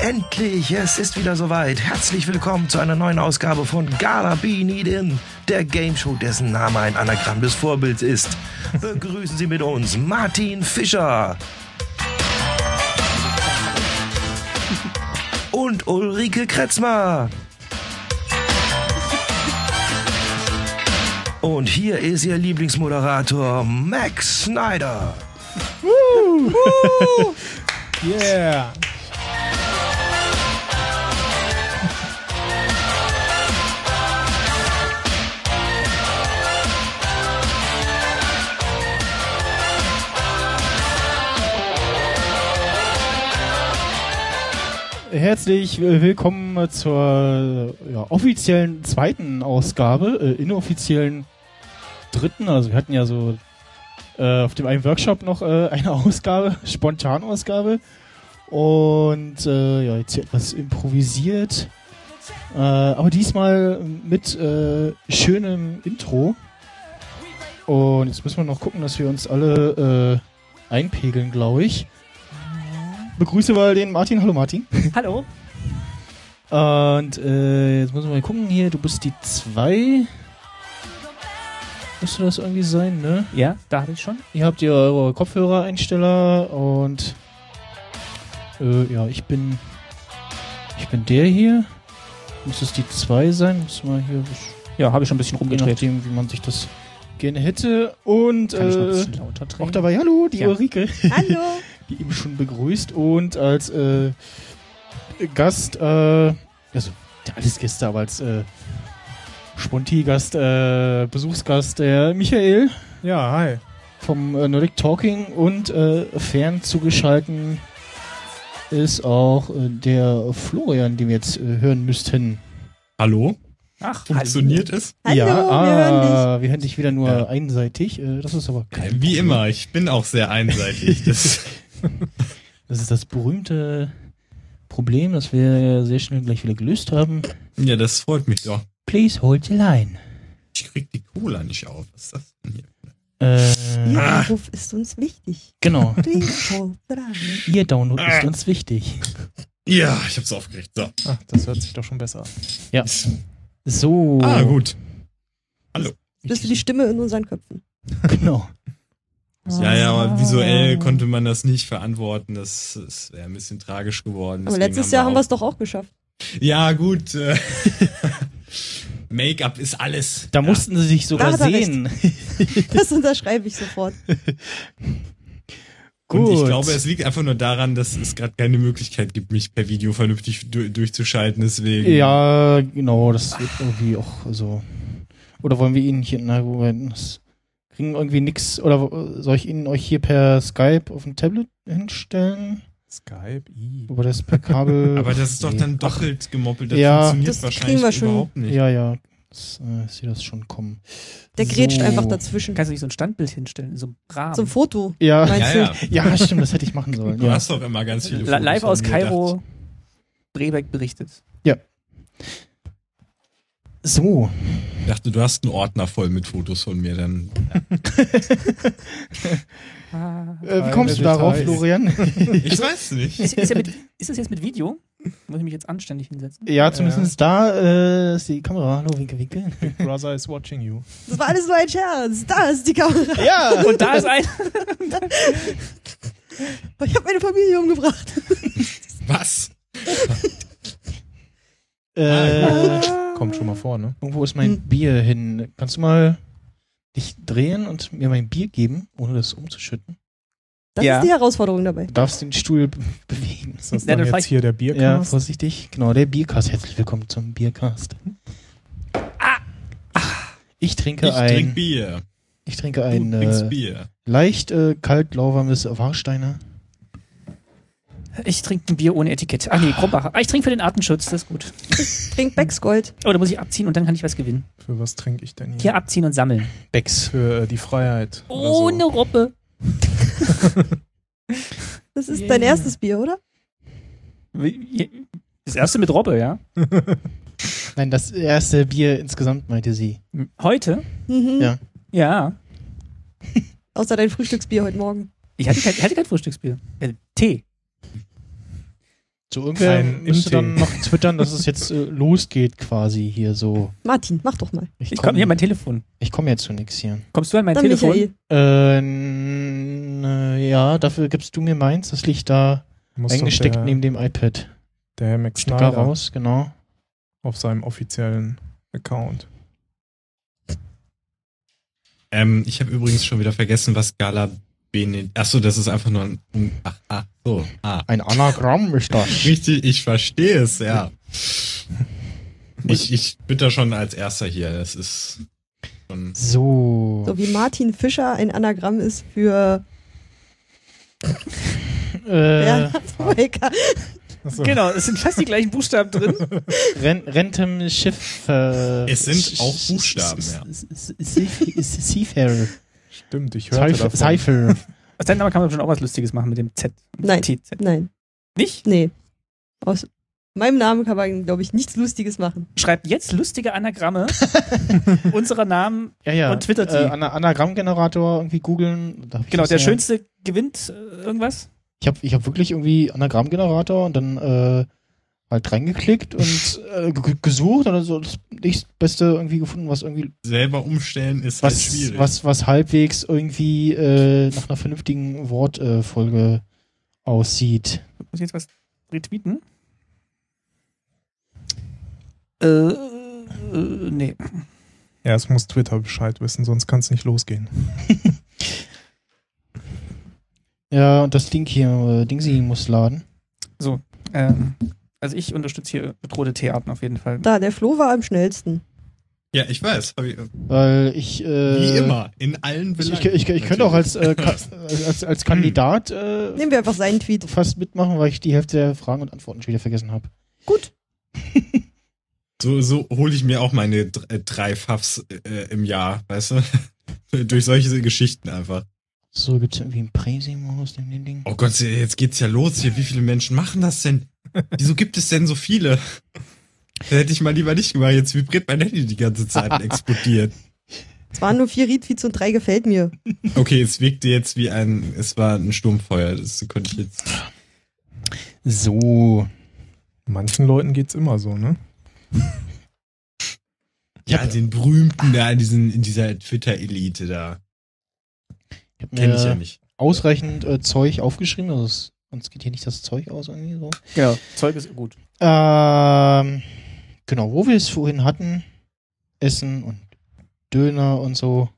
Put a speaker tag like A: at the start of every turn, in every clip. A: Endlich, es ist wieder soweit. Herzlich willkommen zu einer neuen Ausgabe von Gala Be Need In, der Game Show, dessen Name ein Anagramm des Vorbilds ist. Begrüßen Sie mit uns Martin Fischer. Und Ulrike Kretzmer. Und hier ist Ihr Lieblingsmoderator Max Snyder.
B: Yeah. Herzlich äh, willkommen zur äh, ja, offiziellen zweiten Ausgabe, äh, inoffiziellen dritten. Also wir hatten ja so äh, auf dem einen Workshop noch äh, eine Ausgabe, Spontanausgabe. Und äh, ja, jetzt hier etwas improvisiert. Äh, aber diesmal mit äh, schönem Intro. Und jetzt müssen wir noch gucken, dass wir uns alle äh, einpegeln, glaube ich. Begrüße mal den Martin. Hallo Martin.
C: Hallo.
B: Und äh, jetzt müssen wir mal gucken hier. Du bist die 2. Müsste das irgendwie sein, ne?
C: Ja, da habe ich schon.
B: Ihr habt ja eure Kopfhörereinsteller und äh, ja, ich bin ich bin der hier. Muss es die 2 sein? Muss mal hier
C: Ja, habe ich schon ein bisschen
B: je
C: rumgedreht.
B: nachdem, wie man sich das gerne hätte. Und
C: Kann ich noch ein
B: äh,
C: bisschen lauter drehen?
B: auch dabei, hallo, die
C: Ja.
B: Ulrike,
D: Hallo.
B: die eben schon begrüßt und als äh, Gast, äh, also ja, alles Gäste, aber als äh, Sponti-Gast, äh, Besuchsgast, der Michael.
E: Ja, hi.
B: vom äh, Nordic Talking und äh, fern zugeschalten ist auch äh, der Florian, den wir jetzt äh, hören müssten.
E: Hallo?
C: Ach,
E: Funktioniert es?
D: Hallo,
B: ja,
D: wir
B: ah,
D: hören dich.
B: wir hören dich wieder nur
E: Ja.
B: einseitig. Äh, das ist aber
E: Äh,
B: kein
E: Wie
B: Problem.
E: immer, ich bin auch sehr einseitig. Das,
B: Das ist das berühmte Problem, das wir sehr schnell gleich wieder gelöst haben.
E: ja, das freut mich doch.
B: Please hold the line.
E: Ich krieg die Cola nicht auf. Was ist das denn hier?
B: Äh,
D: Ihr Anruf ist uns wichtig.
B: genau.
D: Please hold the line.
B: Ihr Download ist
E: Äh.
B: uns wichtig.
E: Ja, ich hab's aufgeregt. So.
F: Ach, das hört sich doch schon besser an.
B: Ja. So.
E: Ah, gut.
D: Das ist die Stimme in unseren Köpfen.
B: Genau.
E: Ja, ja, aber visuell konnte man das nicht verantworten. Das, das wäre ein bisschen tragisch geworden.
D: Aber
E: Deswegen
D: letztes Jahr haben wir es
E: auch-
D: doch auch geschafft.
E: Ja, gut. äh, Make-up ist alles.
B: Da mussten sie sich sogar
D: Da hat er
B: sehen.
D: Das unterschreibe ich sofort.
E: Und ich
B: Gut.
E: glaube, es liegt einfach nur daran, dass es gerade keine Möglichkeit gibt, mich per Video vernünftig du durchzuschalten. Deswegen.
B: Ja, genau, das wird irgendwie auch so. Oder wollen wir ihn hier, na Moment, das kriegen irgendwie nix, oder äh, soll ich ihn euch hier per Skype auf dem Tablet hinstellen?
F: Skype, i.
B: Oder das per Kabel?
E: Aber das ist doch
B: Nee.
E: dann doppelt gemoppelt. Das
B: Ja.
E: funktioniert
D: Das
E: wahrscheinlich
D: kriegen wir schon.
E: überhaupt nicht.
B: Ja, ja, das, äh, ich sehe das schon kommen.
D: Der
B: So.
D: grätscht einfach dazwischen.
C: Kannst du nicht so ein Standbild hinstellen, in so einem Rahmen?
D: Zum Foto.
B: Ja,
D: Meinst
E: Ja,
D: du?
E: ja.
B: ja, stimmt, das hätte ich machen sollen.
E: Du
B: Ja.
E: hast doch immer ganz viele
C: Li- Live aus
E: Fotos von mir
C: Kairo,
E: gedacht.
C: Brebeck berichtet.
B: So, äh,
E: Ich dachte, du hast einen Ordner voll mit Fotos von mir. Dann
C: Ah.
B: äh, wie
F: Keine
B: kommst du darauf,
F: Details.
B: Florian?
E: ich weiß nicht.
C: Ist, ist, ja mit, ist das jetzt mit Video? Muss ich mich jetzt anständig hinsetzen?
B: ja, zumindest da äh, ist die Kamera. Hallo, Winke, Winke.
F: Big Brother is watching you.
D: Das war alles nur ein Scherz. Da ist die Kamera.
B: Ja,
C: Und da ist ein.
D: Ich habe meine Familie umgebracht.
E: Was?
B: äh,
F: Kommt schon mal vor, ne?
B: Irgendwo ist mein
D: Hm.
B: Bier hin. Kannst du mal dich drehen und mir mein Bier geben, ohne das umzuschütten?
D: Das
C: Ja.
D: ist die Herausforderung dabei.
B: Du darfst den Stuhl be- bewegen.
F: Ist das
C: Na,
F: dann
C: dann
F: jetzt
C: vielleicht-
F: hier der
B: Ja,
F: Biercast?
B: vorsichtig. Genau, der Biercast. Herzlich willkommen zum Biercast. Ich trinke
E: Ich
B: ein,
E: trink Bier.
B: ich trinke
E: Du
B: ein
E: trinkst
B: äh,
E: Bier.
B: leicht äh, kalt lauwarmes Warsteiner.
C: Ich trinke ein Bier ohne Etikett. Ah, nee, Krombacher. Ah, ich trinke für den Artenschutz, das ist gut.
D: Trink Becks Gold.
C: Oh, da muss ich abziehen und dann kann ich was gewinnen.
F: Für was trinke ich denn hier?
C: Hier abziehen und sammeln.
B: Becks.
F: Für äh, die Freiheit.
D: Oh,
C: Ohne
F: Oder
C: Ruppe.
D: Das ist
C: Yeah.
D: dein erstes Bier, oder?
C: Das erste mit Robbe, ja?
B: Nein, das erste Bier insgesamt, meinte sie.
C: Heute?
D: Mhm.
B: Ja.
C: Ja.
D: Außer dein Frühstücksbier heute Morgen.
C: Ich hatte kein, ich hatte kein Frühstücksbier. Äh, Tee.
B: So irgendwer
G: Kein
B: müsste
G: Im-Tee.
B: dann noch twittern, dass es jetzt äh, losgeht quasi hier so.
D: Martin, mach doch mal.
C: Ich komme hier an mein Telefon.
B: ich komm jetzt zu nix hier.
C: Kommst du an mein
D: Dann
C: Telefon?
D: Michael.
B: Äh, n- äh, ja, dafür gibst du mir meins. Das liegt da
G: Muss doch
B: eingesteckt
G: der,
B: neben dem iPad.
G: der Herr Max
B: Stecker
G: Schneider
B: raus, genau.
G: auf seinem offiziellen Account.
E: Ähm, ich habe übrigens schon wieder vergessen, was Gala Benedikt. Achso, das ist einfach nur ein. Ach, ach so. Ah.
B: Ein Anagramm ist das.
E: Richtig, ich verstehe es, ja. Ich, ich bin da schon als erster hier. Das ist schon.
B: So.
D: So wie Martin Fischer ein Anagramm ist für
B: Äh,
D: Bernhard Volker. eh-
G: Achso.
C: Genau, es sind fast die gleichen Buchstaben drin.
B: Ren Rentem Schiff. Äh,
E: Es sind
B: S-
E: auch
B: S-
E: Buchstaben,
B: S-
E: ja.
B: S- S- S- Seafarer.
G: Stimmt, ich hörte davon.
B: Seifer.
C: Aus deinem Namen kann man schon auch was Lustiges machen mit dem Z.
D: Nein.
C: TZ.
D: Nein,
C: Nicht?
D: nee. Aus meinem Namen kann man, glaube ich, nichts Lustiges machen.
C: Schreibt jetzt lustige Anagramme unserer Namen.
B: Ja, ja.
C: Und twittert
B: Äh,
C: sie.
B: Ana- Anagrammgenerator irgendwie googeln. Da hab ich
C: Genau,
B: das
C: der
B: ja.
C: schönste gewinnt äh, irgendwas.
B: Ich habe ich hab wirklich irgendwie Anagrammgenerator und dann äh, halt reingeklickt und äh, ge- gesucht und dann so das nächstbeste irgendwie gefunden, was irgendwie
E: Selber umstellen ist halt
B: was,
E: schwierig.
B: was, was halbwegs irgendwie äh, nach einer vernünftigen Wortfolge äh, Folge aussieht.
C: Muss ich jetzt was retweeten? Äh, äh nee.
G: Erst muss Twitter Bescheid wissen, sonst kann es nicht losgehen.
B: Ja, und das Ding hier, äh, Dingsy muss laden.
C: Ähm, also ich unterstütze hier bedrohte Tierarten auf jeden Fall.
D: Da, der Flo war am schnellsten.
E: Ja, ich weiß. Hab ich, wie
B: Weil ich. Äh,
E: immer. In allen
B: Ich, ich,
E: Belangen.
B: ich, ich könnte auch
E: Natürlich.
B: als, äh, Ka- als, als Kandidat äh,
D: Nehmen wir einfach seinen Tweet.
B: fast mitmachen, weil ich die Hälfte der Fragen und Antworten schon wieder vergessen habe.
D: Gut.
E: So, so hole ich mir auch meine dr- äh, drei Pfaffs äh, im Jahr, weißt du? Durch solche Geschichten einfach.
B: So, gibt's irgendwie einen Präsi-Modus in dem Ding?
E: Oh Gott, jetzt geht's ja los hier. Wie viele Menschen machen das denn? Wieso gibt es denn so viele? Das hätte ich mal lieber nicht gemacht. Jetzt vibriert mein Handy die ganze Zeit und explodiert.
D: Es waren nur vier Retweets und drei gefällt mir.
E: Okay, es wirkte jetzt wie ein, es war ein Sturmfeuer. Das konnte ich jetzt.
B: So.
G: Manchen Leuten geht's immer so, ne?
E: Ja, den berühmten da in, diesen, in dieser Twitter-Elite da.
B: Ich habe
E: Kenne
B: mir
E: ich ja nicht.
B: ausreichend äh, Zeug aufgeschrieben, also es, uns geht hier nicht das Zeug aus irgendwie so.
C: Genau, Zeug ist gut.
B: Ähm, genau, wo wir es vorhin hatten, Essen und Döner und so.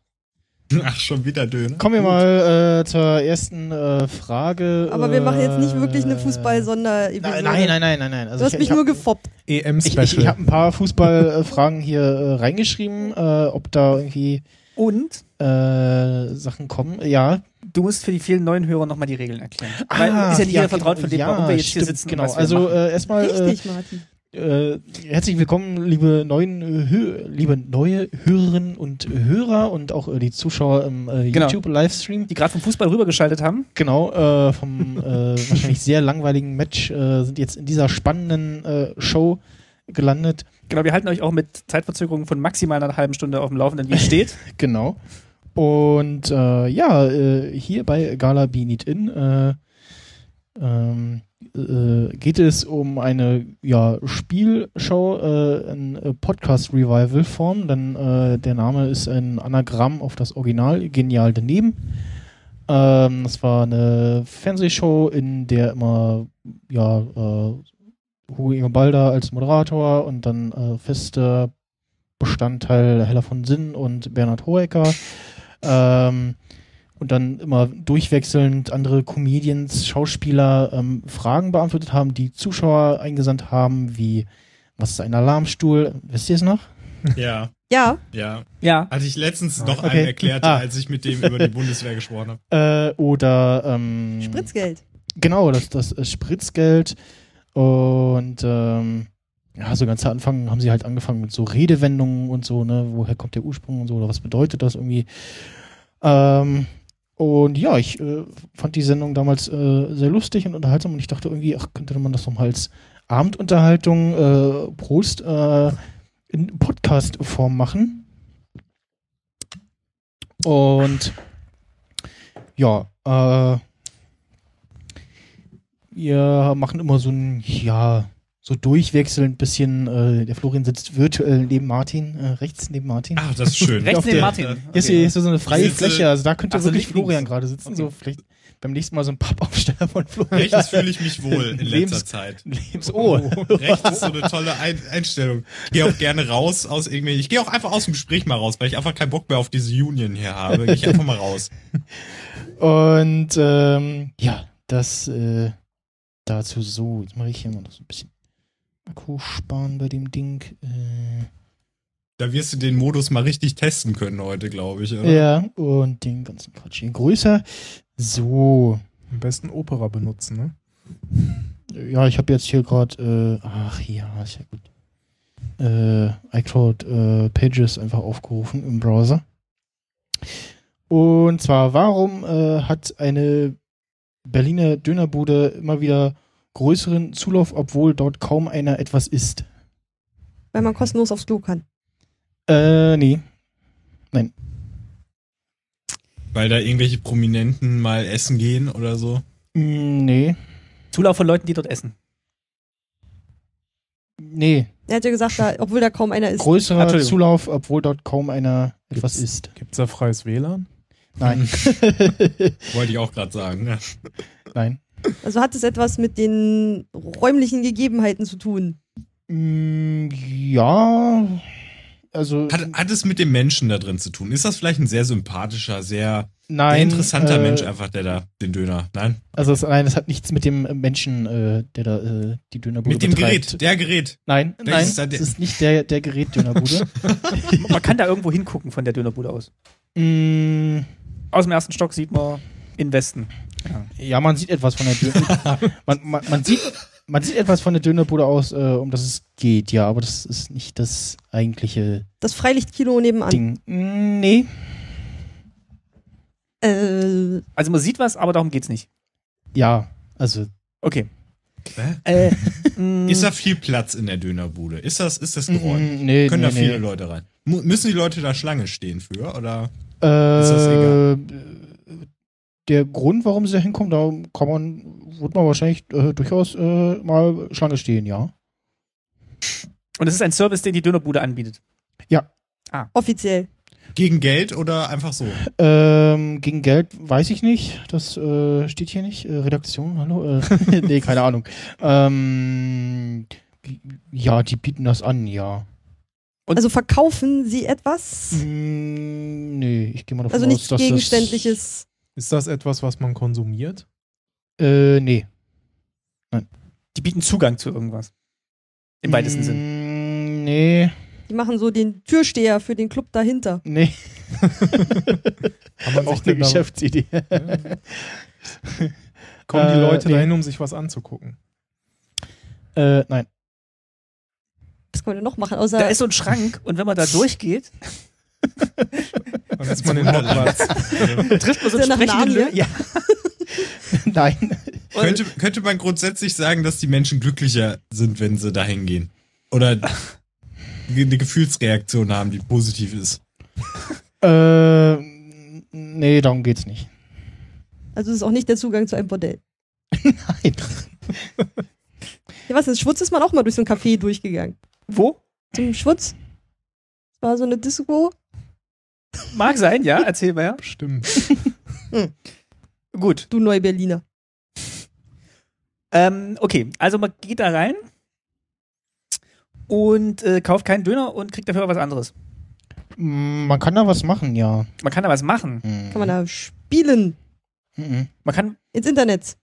E: Ach, schon wieder Döner.
B: Kommen wir mal äh, zur ersten äh, Frage.
D: Aber wir machen jetzt nicht
B: äh,
D: wirklich eine Fußball-Sonderepisode.
B: Nein, nein, nein, nein, nein. nein. Also
D: Du hast
B: ich-
D: mich
B: ich hab-
D: nur gefoppt.
G: E
B: Ich, ich, ich
G: EM-Special.
B: habe ein paar Fußballfragen hier äh, reingeschrieben, äh, ob da irgendwie
C: Und
B: äh, Sachen kommen. Ja,
C: du musst für die vielen neuen Hörer nochmal die Regeln erklären.
B: Ah,
C: Weil ist ja nicht jeder vertraut
B: genau,
C: von dem,
B: ja,
C: warum wir jetzt hier
B: stimmt,
C: sitzen. und
B: Genau,
C: was wir
B: also
C: machen.
B: äh, erstmal
D: Richtig, Martin.
B: äh, äh, herzlich willkommen, liebe neuen, äh, Hö- liebe neue Hörerinnen und Hörer und auch äh, die Zuschauer im äh,
C: Genau.
B: YouTube-Livestream.
C: die gerade vom Fußball rübergeschaltet haben.
B: Genau, äh, vom äh, wahrscheinlich sehr langweiligen Match äh, sind jetzt in dieser spannenden äh, Show gelandet.
C: Genau, wir halten euch auch mit Zeitverzögerungen von maximal einer halben Stunde auf dem Laufenden, wie es steht.
B: Genau. Und äh, ja, äh, hier bei Gala Be Need In äh, ähm, äh, geht es um eine ja, Spielshow äh, in äh, Podcast-Revival-Form, denn äh, der Name ist ein Anagramm auf das Original, genial daneben. Ähm, das war eine Fernsehshow, in der immer ja, äh, Hugo Inge Balder als Moderator und dann äh, feste Bestandteil Hella von Sinn und Bernhard Hoeker. Ähm, und dann immer durchwechselnd andere Comedians, Schauspieler ähm, Fragen beantwortet haben, die Zuschauer eingesandt haben, wie was ist ein Alarmstuhl? Wisst ihr es noch?
E: Ja,
D: Ja,
E: ja.
C: ja.
E: Hatte ich letztens noch
B: Okay.
E: einem erklärt,
B: Ah.
E: als ich mit dem über die Bundeswehr gesprochen habe.
B: Äh, oder ähm,
D: Spritzgeld.
B: Genau, das, das äh, Spritzgeld. Und ähm, ja, so ganz am Anfang haben sie halt angefangen mit so Redewendungen und so, ne, woher kommt der Ursprung und so, oder was bedeutet das irgendwie. Ähm, und ja, ich äh, fand die Sendung damals äh, sehr lustig und unterhaltsam und ich dachte irgendwie, ach, könnte man das nochmal als Abendunterhaltung, äh, Prost, äh, in Podcast-Form machen. Und ja, äh, Wir machen immer so ein, ja, so durchwechselnd bisschen. Äh, der Florian sitzt virtuell neben Martin, äh, rechts neben Martin.
E: Ah, das ist schön.
B: Auf
C: Rechts neben
B: der- äh,
C: Martin.
B: Hier ist,
C: ne?
B: hier ist so eine freie
E: Sitze-
B: Fläche, also da könnte
C: äh, Ach so,
B: wirklich
C: links.
B: Florian gerade sitzen.
C: Okay.
B: So vielleicht beim nächsten Mal so ein Pappaufsteller von Florian.
E: Rechts fühle ich mich wohl in letzter
B: Lebens-
E: Zeit.
B: Lebens oh.
E: Rechts ist so eine tolle Ein Einstellung. Ich gehe auch gerne raus aus irgendwie. Ich gehe auch einfach aus dem Gespräch mal raus, weil ich einfach keinen Bock mehr auf diese Union hier habe. Gehe ich einfach mal raus.
B: Oh. Und ähm, ja, das äh, dazu so. Jetzt mache ich hier mal noch so ein bisschen Akku sparen bei dem Ding. Äh,
E: Da wirst du den Modus mal richtig testen können heute, glaube ich. Oder?
B: ja, und den ganzen Quatsch hier größer. So.
G: Am besten Opera benutzen, ne?
B: Ja, ich habe jetzt hier gerade, äh, ach ja, ist ja gut. Äh, iCloud äh, Pages einfach aufgerufen im Browser. Und zwar, warum äh, hat eine Berliner Dönerbude immer wieder größeren Zulauf, obwohl dort kaum einer etwas isst?
D: Weil man kostenlos aufs Klo kann.
B: Äh, nee.
E: Weil da irgendwelche Prominenten mal essen gehen oder so.
B: Mm, nee.
C: Zulauf von Leuten, die dort essen.
B: Nee.
D: Er hat ja gesagt, da, obwohl da kaum einer ist.
B: Größerer
C: Entschuldigung.
B: Zulauf, obwohl dort kaum einer etwas
G: Gibt's-
B: isst.
G: Gibt's da freies WLAN?
B: Nein.
E: Wollte ich auch gerade sagen. ne? Ja.
B: Nein.
D: Also hat es etwas mit den räumlichen Gegebenheiten zu tun.
B: Mm, ja. Also.
E: Hat, hat es mit dem Menschen da drin zu tun? Ist das vielleicht ein sehr sympathischer, sehr,
B: Nein.
E: sehr interessanter
B: äh,
E: Mensch einfach, der da den Döner? Nein?
B: Also es, nein, es hat nichts mit dem Menschen, äh, der da äh, die Dönerbude
E: Mit dem
B: betreibt.
E: Gerät, der Gerät.
B: Nein,
E: Welches
B: nein,
E: ist da der-
B: es ist nicht der, der Gerät Dönerbude.
C: Man kann da irgendwo hingucken von der Dönerbude aus.
B: mm,
C: Aus dem ersten Stock sieht man in Westen.
B: ja, man sieht etwas von der Dönerbude. man, man, man, sieht, man sieht etwas von der Dönerbude aus, äh, um das es geht, ja, aber das ist nicht das eigentliche
D: Das Freilichtkino nebenan.
B: Ding. Mm, nee.
D: Äh,
C: Also man sieht was, aber darum geht's nicht.
B: Ja, also
C: Okay.
E: Hä?
C: Äh,
E: Ist
B: Hm.
C: ist
E: da viel Platz in der Dönerbude? Ist das, ist das geräumt?
B: mm, nee,
E: Können
B: nee,
E: da viele
B: nee.
E: Leute rein? Mu müssen die Leute da Schlange stehen für? Oder?
B: Äh,
E: Ist das
B: Der Grund, warum sie da hinkommen, da kann man, wird man wahrscheinlich äh, durchaus äh, mal Schlange stehen, ja.
C: und es ist ein Service, den die Dönerbude anbietet.
D: offiziell.
E: Gegen Geld oder einfach so?
B: Ähm, gegen Geld weiß ich nicht. Das äh, steht hier nicht. Äh, Redaktion, hallo? Äh, nee, keine Ahnung. Ähm, ja, die bieten das an, ja.
C: Und-
D: Also verkaufen sie etwas?
B: Mm, nee, ich gehe mal Hm. davon
D: Also
B: aus,
D: nichts
B: dass
D: Gegenständliches.
G: Ist das etwas, was man konsumiert?
B: Das, äh, nee.
C: Die bieten Zugang zu irgendwas. Im weitesten Sinn.
B: Sinn. Hm, Nee,
D: Die machen so den Türsteher für den Club dahinter.
B: nee.
G: Kann man sich
B: Auch eine
C: Genau.
G: denn da-
B: Geschäftsidee.
G: Kommen die
B: Äh,
G: Leute
B: nee.
G: dahin, um sich was anzugucken?
B: äh, nein.
D: Was kann man denn noch machen? Außer
C: Da ist so ein Schrank und wenn man da durchgeht,
G: Dann ist man in Hogwarts.
C: trifft man so
D: Ist
C: einen
D: der nach
C: sprechenden Löwen. Ja.
D: Narnia?
B: nein.
C: Und-
E: könnte, könnte man grundsätzlich sagen, dass die Menschen glücklicher sind, wenn sie dahin gehen? Oder eine Gefühlsreaktion haben, die positiv ist?
B: Äh, nee, darum geht's nicht.
D: also es ist auch nicht der Zugang zu einem Bordell.
B: Nein.
D: Ja, was denn? Schwutz ist man auch mal durch so ein Café durchgegangen.
C: Wo?
D: Zum Schwutz? Das war so eine Disco.
C: Mag sein, ja, erzähl mal ja.
G: Stimmt.
C: Gut.
D: Du Neuberliner.
C: Ähm, okay, also man geht da rein und äh, kauft keinen Döner und kriegt dafür was anderes.
B: Mm, Man kann da was machen, ja.
C: Man kann da was machen.
B: Kann
D: Kann man da spielen.
B: Mhm.
C: Man kann
D: Ins Internet.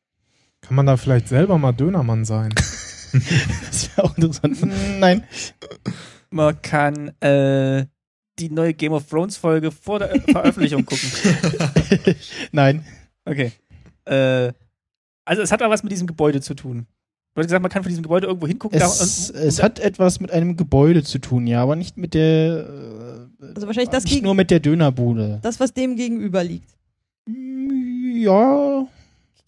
G: Kann man da vielleicht selber mal Dönermann sein?
B: Das wäre auch interessant.
D: Mm.
B: Nein.
C: Man kann äh, die neue Game of Thrones Folge vor der Ö- Äh, Veröffentlichung gucken.
B: Nein.
C: Okay. Äh, also es hat aber was mit diesem Gebäude zu tun. Du hast gesagt, man kann von diesem Gebäude irgendwo hingucken.
B: Es,
C: da,
B: es hat etwas mit einem Gebäude zu tun, ja, aber nicht mit der. Äh,
D: Also wahrscheinlich das,
B: nicht
D: gegen,
B: nur mit der Dönerbude.
D: das was dem gegenüber liegt.
B: Mm, Ja.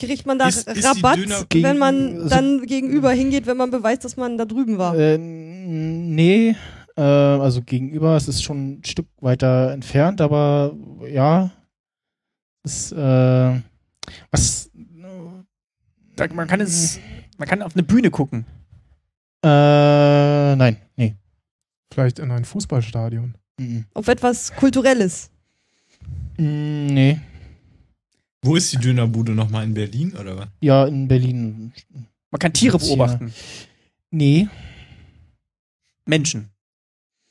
D: Kriegt man da
E: Ist- ist die
D: Rabatt,
E: Döner-
D: wenn man
B: Gegen-
D: dann gegenüber hingeht, wenn man beweist, dass man da drüben war?
B: Äh, nee. Äh, also gegenüber, es ist schon ein Stück weiter entfernt, aber ja. Es, äh, was.
C: Da, man kann es, man kann auf eine Bühne gucken.
B: Äh, nein, nee.
G: Vielleicht in ein Fußballstadion.
C: Mm,
B: Mhm.
D: Auf etwas Kulturelles.
B: Mm, Nee.
E: Wo ist die Dönerbude nochmal in Berlin oder was?
B: Ja, in Berlin.
C: Man kann Tiere
B: Jetzt hier.
C: beobachten.
B: Nee.
C: Menschen.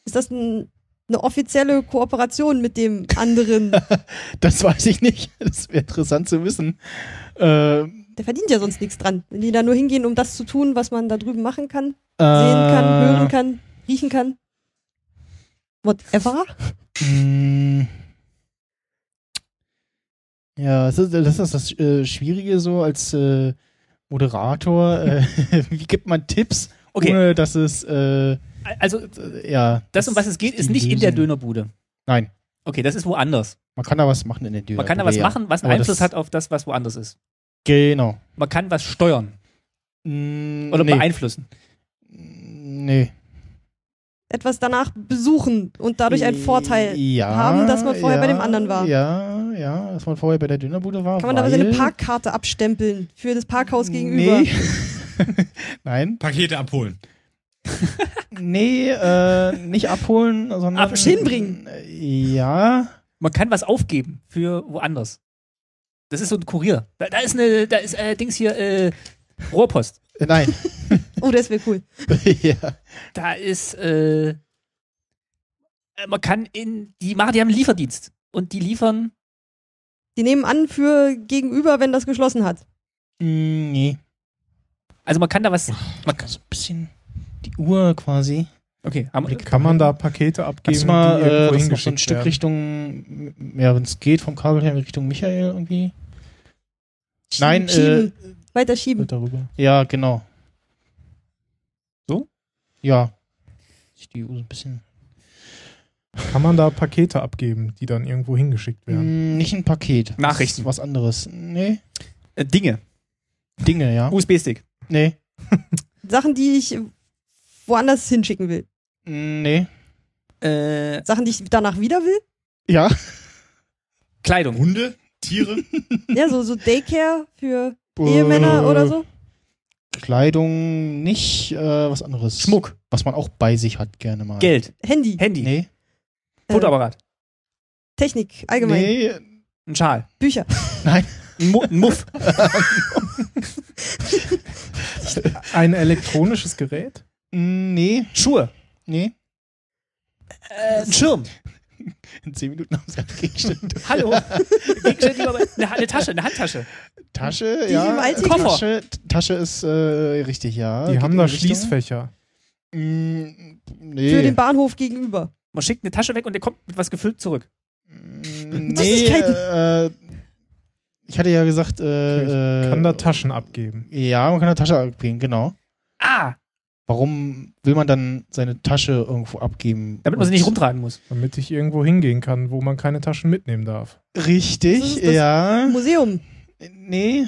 D: Ist das ein, eine offizielle Kooperation mit dem anderen?
B: Das weiß ich nicht. Das wäre interessant zu wissen. Äh, Sehen
D: Der verdient ja sonst nichts dran. Wenn die da nur hingehen, um das zu tun, was man da drüben machen kann,
B: Äh.
D: sehen kann, hören
B: kann,
D: kann, riechen kann. Whatever.
B: Mm. Ja, das ist das, ist das äh, Schwierige so als äh, Moderator. Äh, wie gibt man Tipps,
C: Okay.
B: ohne dass es, äh,
C: Also,
B: äh, ja.
C: das, um was es geht,
B: die
C: ist nicht in der
B: Lösung.
C: Dönerbude.
B: Nein.
C: Okay, das ist woanders.
B: Man kann da was machen in den Döner.
C: Man kann da was
B: ja.
C: machen, was einen
B: Aber das-
C: Einfluss hat auf das, was woanders ist.
B: Genau.
C: Man kann was steuern
B: Mm,
C: oder
B: nee.
C: beeinflussen.
B: nee.
D: Etwas danach besuchen und dadurch einen Vorteil.
B: ja,
D: haben, dass man vorher bei dem anderen war.
B: Ja, ja, dass man vorher bei der Dönerbude war.
D: Kann man da
B: weil...
D: seine Parkkarte abstempeln für das Parkhaus gegenüber?
B: Nee. Nein.
E: Pakete abholen.
B: Nee, äh, nicht abholen, sondern. Äh,
C: Ab-
D: hinbringen.
B: Ja.
C: Man kann was aufgeben für woanders. Das ist so ein Kurier. Da, da ist eine, da ist äh, Dings hier äh, Rohrpost.
B: Äh, Nein.
D: Oh, das wäre cool.
B: ja.
C: Da ist äh, äh, man kann in die machen, die haben einen Lieferdienst und die liefern.
D: Die nehmen an für gegenüber, wenn das geschlossen hat.
B: Mm, Nee.
C: Also man kann da was. Man kann,
B: So ein bisschen die Uhr quasi.
C: okay, haben,
G: Kann man da Pakete abgeben,
B: Geben mal
G: die
B: äh, das ist noch
G: irgendwo
B: so ein
G: hingeschickt
B: Stück
G: werden?
B: Richtung, ja, wenn es geht, vom Kabel her Richtung Michael irgendwie. Nein, äh,
D: schieben. Weiter schieben.
G: Wird darüber.
B: Ja, genau.
C: So?
B: Ja. Ich die Uhr so ein bisschen.
G: Kann man da Pakete abgeben, die dann irgendwo hingeschickt werden?
B: Mm, Nicht ein Paket. Das
C: Nachrichten.
B: ist Was anderes. Nee.
C: äh, Dinge.
B: Dinge, ja.
C: USB-Stick.
B: Nee.
D: Sachen, die ich woanders hinschicken will.
B: Mm, Nee.
C: Äh,
D: Sachen, die ich danach wieder will.
B: Ja.
C: Kleidung.
E: Hunde? Tiere?
D: Ja, so, so Daycare für
B: Äh,
D: Ehemänner oder so.
B: Kleidung, nicht äh, was anderes.
C: Schmuck.
B: Was man auch bei sich hat, gerne mal.
C: Geld.
D: Handy,
C: Handy.
B: Nee.
C: Fotoapparat.
D: Technik, allgemein,
B: Nee.
C: Ein Schal.
D: Bücher.
C: Ein, Mu ein Muff.
G: Ein elektronisches Gerät?
B: Nee.
C: Schuhe.
B: Nee.
C: Äh, ein Schirm.
B: In zehn Minuten haben sie einen Gegenstand.
C: Hallo. Gegenstände, die man bei- eine, eine Tasche, eine Handtasche.
B: Tasche,
D: Die
B: ja.
D: im Alltag-
C: Koffer.
B: Tasche, Tasche ist äh, richtig, ja.
G: Die
B: Geht
G: haben
B: in
G: da
B: die Richtung.
G: Schließfächer.
B: Mm, nee.
D: Für den Bahnhof gegenüber.
C: Man schickt eine Tasche weg und der kommt mit was gefüllt zurück.
B: Mm, nee,
D: Süßigkeiten.
B: äh, ich hatte ja gesagt, äh, äh,
G: Kann da Taschen abgeben?
B: Ja, man kann eine Tasche abgeben, genau.
C: Ah,
B: Warum will man dann seine Tasche irgendwo abgeben?
C: damit man sie
B: Und-
C: nicht rumtragen muss.
G: Damit ich irgendwo hingehen kann, wo man keine Taschen mitnehmen darf.
D: Das
B: Richtig,
D: ist das-
B: ja.
D: Museum,
B: Nee.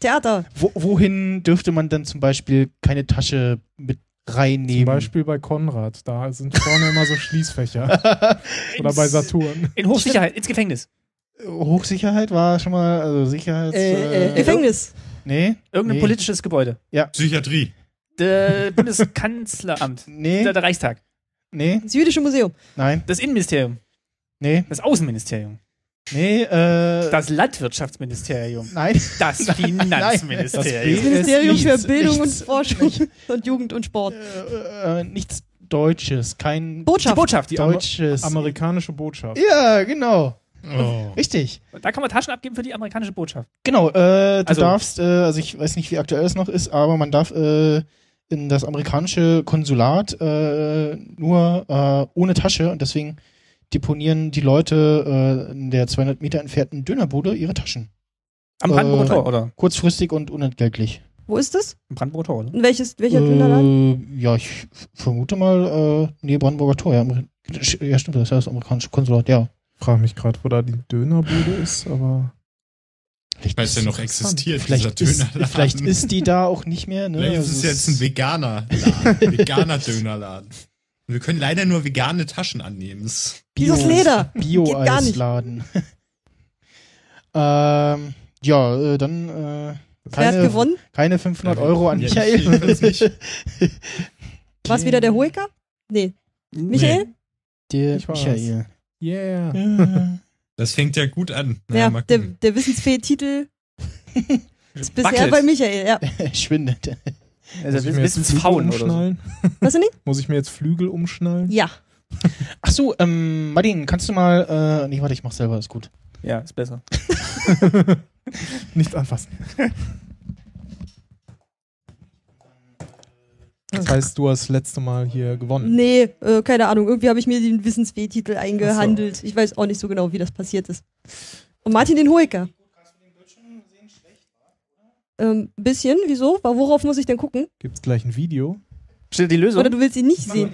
D: Theater,
B: Wo, wohin dürfte man dann zum Beispiel keine Tasche mit reinnehmen?
G: Zum Beispiel bei Konrad. Da sind vorne immer so Schließfächer. Oder bei Saturn.
C: In Hochsicherheit, ins Gefängnis.
B: Äh, Hochsicherheit war schon mal, also Sicherheits...
C: Äh, äh,
D: Gefängnis,
B: nee,
C: Irgendein
B: Nee.
C: politisches Gebäude.
E: Psychiatrie.
C: Der Bundeskanzleramt.
B: nee,
C: Der, der Reichstag.
B: nee,
D: das jüdische Museum,
B: nein,
C: Das Innenministerium.
B: nee,
C: Das Außenministerium.
B: nee, äh,
C: Das Landwirtschaftsministerium.
B: nein.
C: Das
B: das
C: Finanzministerium.
B: B-
D: Ministerium
B: ist
D: für
B: nichts,
D: Bildung
B: nichts,
D: und Forschung
B: nicht-
D: und Jugend und Sport.
B: äh, äh, nichts Deutsches, kein
C: Die
D: Botschaft,
C: Botschaft. Die
B: deutsches...
G: Amerikanische Botschaft.
B: ja, genau,
E: Oh.
B: richtig.
C: da kann man Taschen abgeben für die amerikanische Botschaft.
B: Genau, äh, du
C: Also-
B: darfst, äh, also ich weiß nicht, wie aktuell es noch ist, aber man darf äh, in das amerikanische Konsulat äh, nur äh, ohne Tasche und deswegen deponieren die Leute äh, in der 200 Meter entfernten Dönerbude ihre Taschen.
C: Am
B: Äh,
C: Brandenburger Tor, oder?
B: Kurzfristig und unentgeltlich.
D: Wo ist das?
C: Am Brandenburger Tor, oder?
D: Und welches, welcher Dönerladen?
B: Äh, ja, ich f- vermute mal, äh, nee, Brandenburger Tor, ja. Ameri- Ja, stimmt, das ist ja das amerikanische Konsulat, ja.
G: Frage mich gerade, wo da die Dönerbude ist, aber
B: Vielleicht
E: Weil es ja
B: ist-
E: noch existiert,
B: vielleicht
E: dieser
B: ist,
E: Dönerladen.
B: vielleicht ist die da auch nicht mehr, ne?
E: Vielleicht ist
B: Also
E: es jetzt ein veganer Laden. veganer Dönerladen. Und wir können leider nur vegane Taschen annehmen. Das-
D: Dieses
B: Bio-
D: Leder. Geht gar nicht.
B: Bio-Eisladen. ähm, ja, äh, dann äh,
D: Wer hat
B: Keine-
D: gewonnen?
B: Keine 500
E: Ja,
B: Euro an
E: ja,
B: Michael.
E: ich- ich-
D: War es wieder der Hoeker? Nee. Michael?
B: Der
G: Ich war's.
B: Michael.
G: Yeah.
E: Das fängt ja gut an. Na,
D: ja,
E: mal
D: der,
E: gucken.
D: der Wissensfee-Titel ist bisher
C: Wackelt.
D: bei Michael. Ja.
B: Schwindet.
C: Also
G: Muss ich mir jetzt Flügel
C: Wissensfaun oder so.
G: umschnallen?
D: Weißt du nicht?
G: Muss ich mir jetzt Flügel umschnallen?
D: Ja.
B: Ach so, ähm, Martin, kannst du mal, äh, nee, warte, ich mach selber, ist gut.
C: Ja, ist besser.
G: Nicht anfassen. Das heißt, du hast das letzte Mal hier
B: Hm.
G: gewonnen.
D: Nee, äh, keine Ahnung. Irgendwie habe ich mir den Wissensfee-Titel eingehandelt. Ich weiß auch nicht so genau, wie das passiert ist. Und Martin den Hoeker. Ähm, ein bisschen, wieso? Wa- Worauf muss ich denn gucken?
G: Gibt's gleich ein Video?
C: Steht die Lösung?
D: Oder du willst ihn nicht sehen?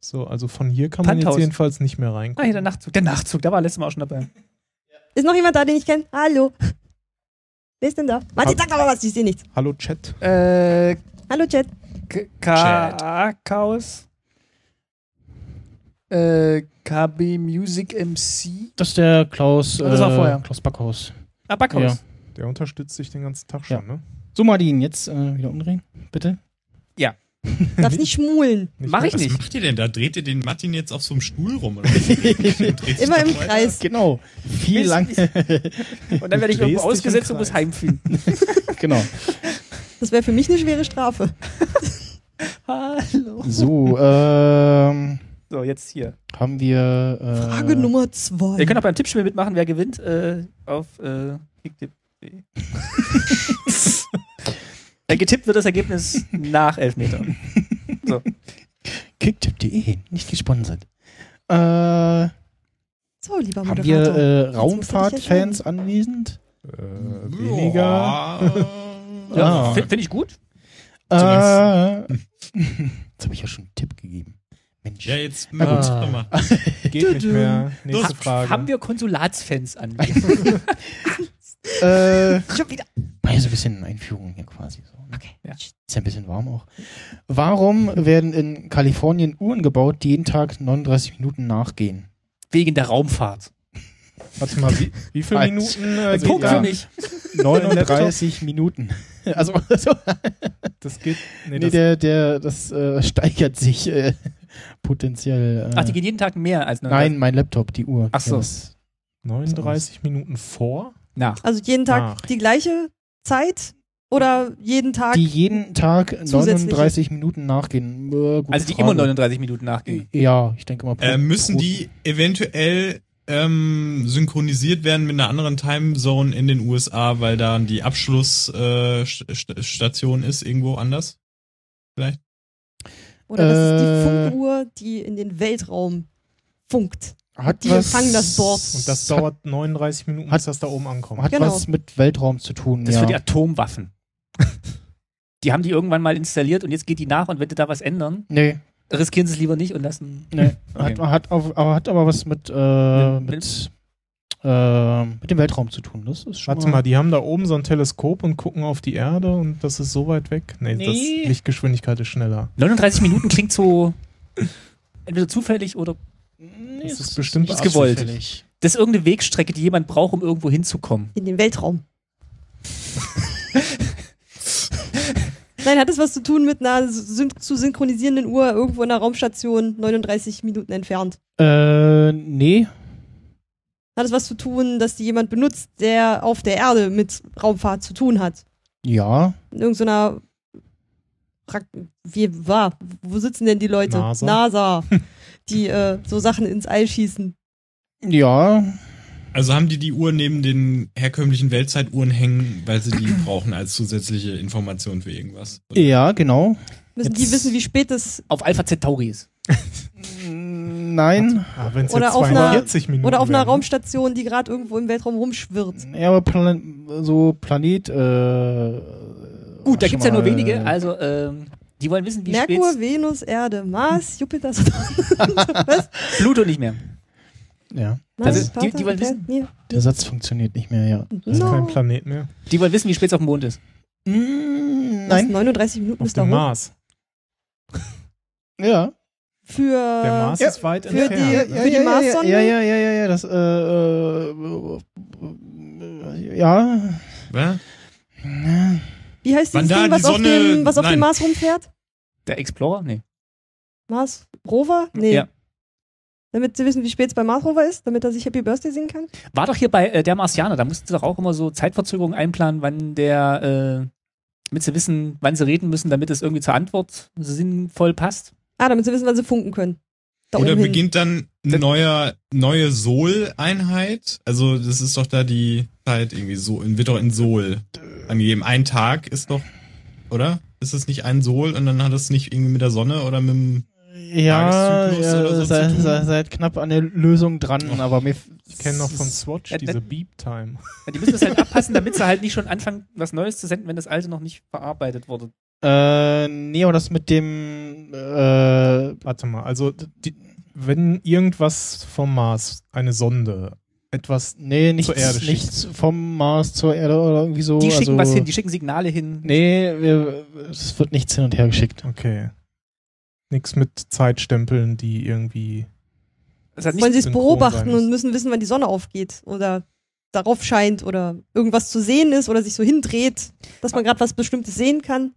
G: So, also von hier kann man
C: Panthaus.
G: jetzt jedenfalls nicht mehr reingucken.
C: ah, hier der Nachtzug. Der Nachtzug, da war letztes Mal auch schon dabei.
D: Ist noch jemand da, den ich kenne? Hallo. Wer ist denn da? Martin, sag doch mal was, ich sehe nichts.
G: Hallo Chat.
C: Äh,
D: Hallo, Chat.
C: K- K. Chaos. Äh, KB Music MC.
B: Das ist der Klaus,
C: Ah, das war
B: äh,
C: vorher.
B: Klaus Backhaus.
C: Ah, Backhaus.
G: Der unterstützt dich den ganzen Tag
B: Ja.
G: schon, ne?
B: So, Martin, jetzt äh, wieder umdrehen, bitte.
D: Darfst nicht schmulen.
C: Mach ich
E: Was
C: nicht.
E: macht ihr denn da? Dreht ihr den Martin jetzt auf so einem Stuhl rum? Oder? was? Dreht sich
D: Immer
E: da
D: im
E: weiter?
D: Kreis.
B: Genau, viel
C: Mist.
B: lang,
C: Und dann werde ich irgendwo
G: Du drehst dich
C: ausgesetzt
G: im
C: und muss
G: Kreis.
C: heimfliegen.
B: genau.
D: Das wäre für mich eine schwere Strafe.
C: Hallo.
B: So, ähm,
C: So, jetzt hier.
B: haben wir, äh,
D: Frage Nummer
C: Ihr
D: zwei.
C: könnt auch beim Tippspiel mitmachen, wer gewinnt äh, auf äh, kicktipp.de. Äh, Getippt wird das Ergebnis nach Elfmeter.
B: kicktipp.de, nicht gesponsert. Äh, haben
D: So, lieber Moderator.
B: wir äh,
D: Jetzt musst du dich
B: Raumfahrtfans anwesend?
G: Äh, weniger.
E: Ja.
B: Ja.
C: Finde find ich gut.
B: Äh,
E: Zumindest.
B: jetzt habe ich ja schon einen Tipp gegeben. Mensch.
E: Ja, jetzt
B: Na
E: mal
B: gut.
E: gut. Mal.
G: Geht nicht mehr. Nächste Frage.
C: Haben wir Konsulatsfans an?
B: Äh,
C: Schon wieder.
B: War ja so ein bisschen eine Einführung hier quasi. So. ne?
D: Okay.
C: Ja.
B: Ist ja ein bisschen warm auch. Warum werden in Kalifornien Uhren gebaut, die jeden Tag 39 Minuten nachgehen?
C: Wegen der Raumfahrt.
G: Warte mal, wie, wie viele
B: Eins.
G: Minuten? Äh,
B: Also
G: geht
C: Punkt
G: da?
C: für mich.
B: 39 Minuten. Also, also
G: Das geht. Nee,
B: nee,
G: das,
B: der, der, das äh, steigert sich äh, potenziell. Äh,
C: Ach, die gehen jeden Tag mehr als
B: nein, mein Laptop, die Uhr.
C: Ach so.
B: Ja, das-
G: 39 Minuten vor?
C: Nach.
D: Also jeden Tag
G: Nach.
D: die gleiche Zeit oder jeden Tag
B: die jeden Tag
D: Zusätzliche.
B: 39 Minuten nachgehen. Äh, gute
C: Also die
B: Frage.
C: immer 39 Minuten nachgehen.
B: Ja, ich denke mal. pro-
E: Äh, müssen
B: pro-
E: die eventuell ähm, synchronisiert werden mit einer anderen Timezone in den USA, weil dann die Abschlussstation äh, St- St- Station ist irgendwo anders?
D: Oder das
B: Äh.
D: ist die Funkuhr, die in den Weltraum funkt.
B: Hat
D: die
B: was-
D: fangen das Board.
G: Und das
B: hat,
G: dauert 39 Minuten,
B: hat-
G: bis das da oben ankommt.
B: hat
D: Genau.
B: was mit Weltraum zu tun.
C: Das
B: ja.
C: ist für die Atomwaffen. die haben die irgendwann mal installiert und jetzt geht die nach und wenn die da was ändern,
B: Nee,
C: riskieren sie es lieber nicht und lassen.
B: nee.
C: Okay.
B: Hat, hat, auf, aber hat aber was mit, äh,
C: Mit-
B: mit, äh, mit dem Weltraum zu tun. Das ist schon
G: Warte mal, die haben da oben so ein Teleskop und gucken auf die Erde und das ist so weit weg. Nee,
C: Nee.
G: das Lichtgeschwindigkeit ist schneller.
C: 39 Minuten klingt so entweder zufällig oder
B: Nee,
G: Das
B: es
G: ist bestimmt
B: nicht
C: ist gewollt.
B: zufällig.
C: das ist irgendeine Wegstrecke, die jemand braucht, um irgendwo hinzukommen.
D: In den Weltraum. Nein, hat das was zu tun mit einer syn zu synchronisierenden Uhr irgendwo in einer Raumstation 39 Minuten entfernt?
B: Äh, nee.
D: Hat das was zu tun, dass die jemand benutzt, der auf der Erde mit Raumfahrt zu tun hat?
B: Ja.
D: In irgendeiner. Rak- Wie war? Wo sitzen denn die Leute?
G: NASA.
D: NASA die äh, so Sachen ins All schießen.
B: Ja.
E: Also haben die die Uhr neben den herkömmlichen Weltzeituhren hängen, weil sie die brauchen als zusätzliche Information für irgendwas.
B: Ja, genau.
D: Müssen die
C: Jetzt-
D: wissen, wie spät es.
C: Auf Alpha Centauri ist.
B: Nein.
G: Ah, wenn es
D: Oder
G: jetzt
D: auf einer-
G: 42 Minuten
D: Oder auf einer
G: wären.
D: Raumstation, die gerade irgendwo im Weltraum rumschwirrt.
B: Ja, aber Plan so Planet. Äh,
C: Gut, da gibt es ja nur
B: schon mal-
C: wenige, also ähm, die wollen wissen, wie
D: Merkur,
C: spät
D: Venus, Erde, Mars, Jupiter, Saturn. Was?
C: Pluto nicht mehr.
B: Ja.
D: Mars,
C: Also, die- die wollen
D: Planet,
C: wissen-
D: Nee.
B: Der Satz funktioniert nicht mehr, ja.
G: Das ist kein
D: No.
G: Planet mehr.
C: Die wollen wissen, wie spät es auf dem Mond ist.
B: Mm,
D: Was,
C: Mm,
B: nein.
D: 39 Minuten
G: Auf
D: ist da
G: dem
D: hoch.
G: Mars.
B: Ja.
G: Der
D: für,
G: Mars ist weit
D: Äh, für
G: entfernt.
D: die,
G: ne?
D: für die Marssonde.
B: Ja, ja, ja, ja, ja, das, äh, äh, ja,
E: Hä?
D: wie heißt
E: Wann
D: dieses
E: da
D: Ding, was,
E: die
D: auf,
E: Sonne-
D: dem, was auf
E: nein.
D: dem Mars rumfährt?
C: Der Explorer? Nee.
D: Mars Rover? Nee.
C: Ja.
D: Damit sie wissen, wie spät es bei Mars Rover ist, damit er sich Happy Birthday singen kann?
C: War doch hier bei äh, der Marsianer, da mussten sie doch auch immer so Zeitverzögerungen einplanen, wann der, äh, damit sie wissen, wann sie reden müssen, damit es irgendwie zur Antwort sinnvoll passt.
D: Ah, damit sie wissen, wann sie funken können. Da
E: Oder
D: oben hin.
E: beginnt dann eine
C: Das-
E: neue, neue Sol-Einheit? Also, das ist doch da die Zeit irgendwie so, in- wird doch in Sol angegeben. Ein Tag ist doch, oder? Ist es nicht ein Sol und dann hat es nicht irgendwie mit der Sonne oder mit dem,
B: ja,
E: Tageszyklus oder
B: ja
E: so
B: seid
E: zu tun?
B: sei, seid knapp an der Lösung dran,
E: Oh.
B: aber mir, f-
G: Ich kenne noch von Swatch
C: Äh,
G: diese Beep Time.
C: Ja, Die müssen das halt abpassen, damit sie halt nicht schon anfangen, was Neues zu senden, wenn das alte noch nicht verarbeitet wurde.
B: äh, nee, aber das mit dem, äh,
G: Warte mal, also die, wenn irgendwas vom Mars, eine Sonde, etwas
B: nee, nichts,
G: Zur Erde
B: nichts vom Mars zur Erde oder irgendwie so.
D: Oh,
C: Die
B: also,
C: schicken was hin, die schicken Signale hin.
B: Nee, wir, es wird nichts hin und her geschickt.
G: Okay. Nichts mit Zeitstempeln, die irgendwie.
C: Das hat
D: Wollen
C: nicht,
D: sie es
G: synchron sein
D: beobachten
G: müssen.
D: und müssen wissen, wann die Sonne aufgeht oder darauf scheint oder irgendwas zu sehen ist oder sich so hindreht, dass man gerade was Bestimmtes sehen kann.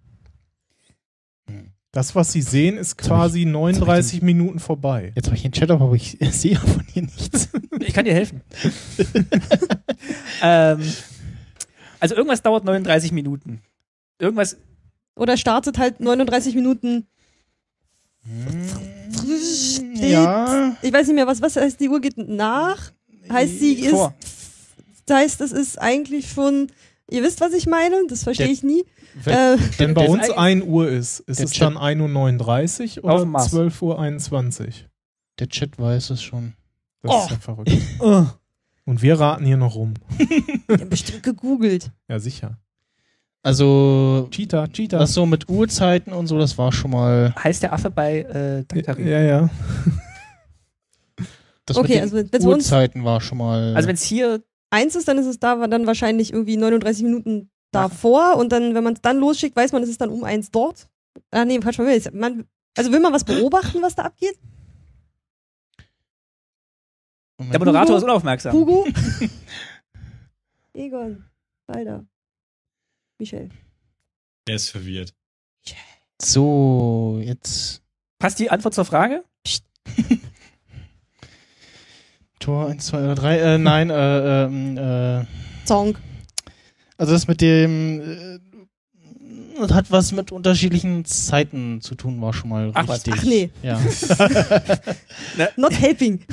G: Das, was sie sehen, ist
B: Jetzt hab ich-
G: quasi 39 Minuten vorbei.
B: Jetzt habe ich den Chat auf, aber ich sehe von hier nichts.
C: ich kann dir helfen. ähm, also irgendwas dauert 39 Minuten. Irgendwas,
D: Oder startet halt 39 Minuten.
B: ja.
D: Ich weiß nicht mehr, was, was heißt, die Uhr geht nach. Heißt, sie ist.
C: Vor.
D: Das heißt, es ist eigentlich schon. Ihr wisst, was ich meine? Das verstehe
B: Der-
D: ich nie.
G: Wenn,
D: Äh,
G: wenn bei
C: das
G: uns
C: eig-
G: 1 Uhr ist, ist
B: Der
G: es
B: Chat-
G: dann 1.39 Uhr
C: Auf dem
G: oder
C: Mars.
G: 12.21 Uhr?
B: Der Chat weiß es schon.
G: Das ist ja verrückt.
D: Oh.
G: Und wir raten hier noch rum.
D: die haben bestimmt gegoogelt.
G: Ja, sicher.
B: Also,
G: Cheetah, Cheetah.
B: das so mit Uhrzeiten und so, das war schon mal.
C: heißt der Affe bei äh, Daktari.
G: ja, ja.
B: Das
D: Okay,
B: mit den
D: also wenn es bei uns
B: Uhrzeiten war schon mal.
C: Also wenn es hier,
D: eins ist, dann ist es da dann wahrscheinlich irgendwie 39 Minuten davor und dann, wenn man es dann losschickt, weiß man, es ist dann um eins dort. Ah nee, Quatsch, man will jetzt, man, also will man was beobachten, was da abgeht?
B: Moment.
C: der Moderator
D: Hugo.
C: ist unaufmerksam.
D: Hugo? Egon, Walder, Michel.
E: der ist verwirrt.
B: so, jetzt.
C: Passt die Antwort zur Frage?
B: Tor 1, 2 oder 3. Äh, nein, äh, ähm, äh,
D: Song.
B: also das mit dem. Äh, das hat was mit unterschiedlichen Zeiten zu tun, war schon mal
C: Ach was.
B: richtig.
D: Ach nee,
B: Ja.
D: not helping.
C: Ne?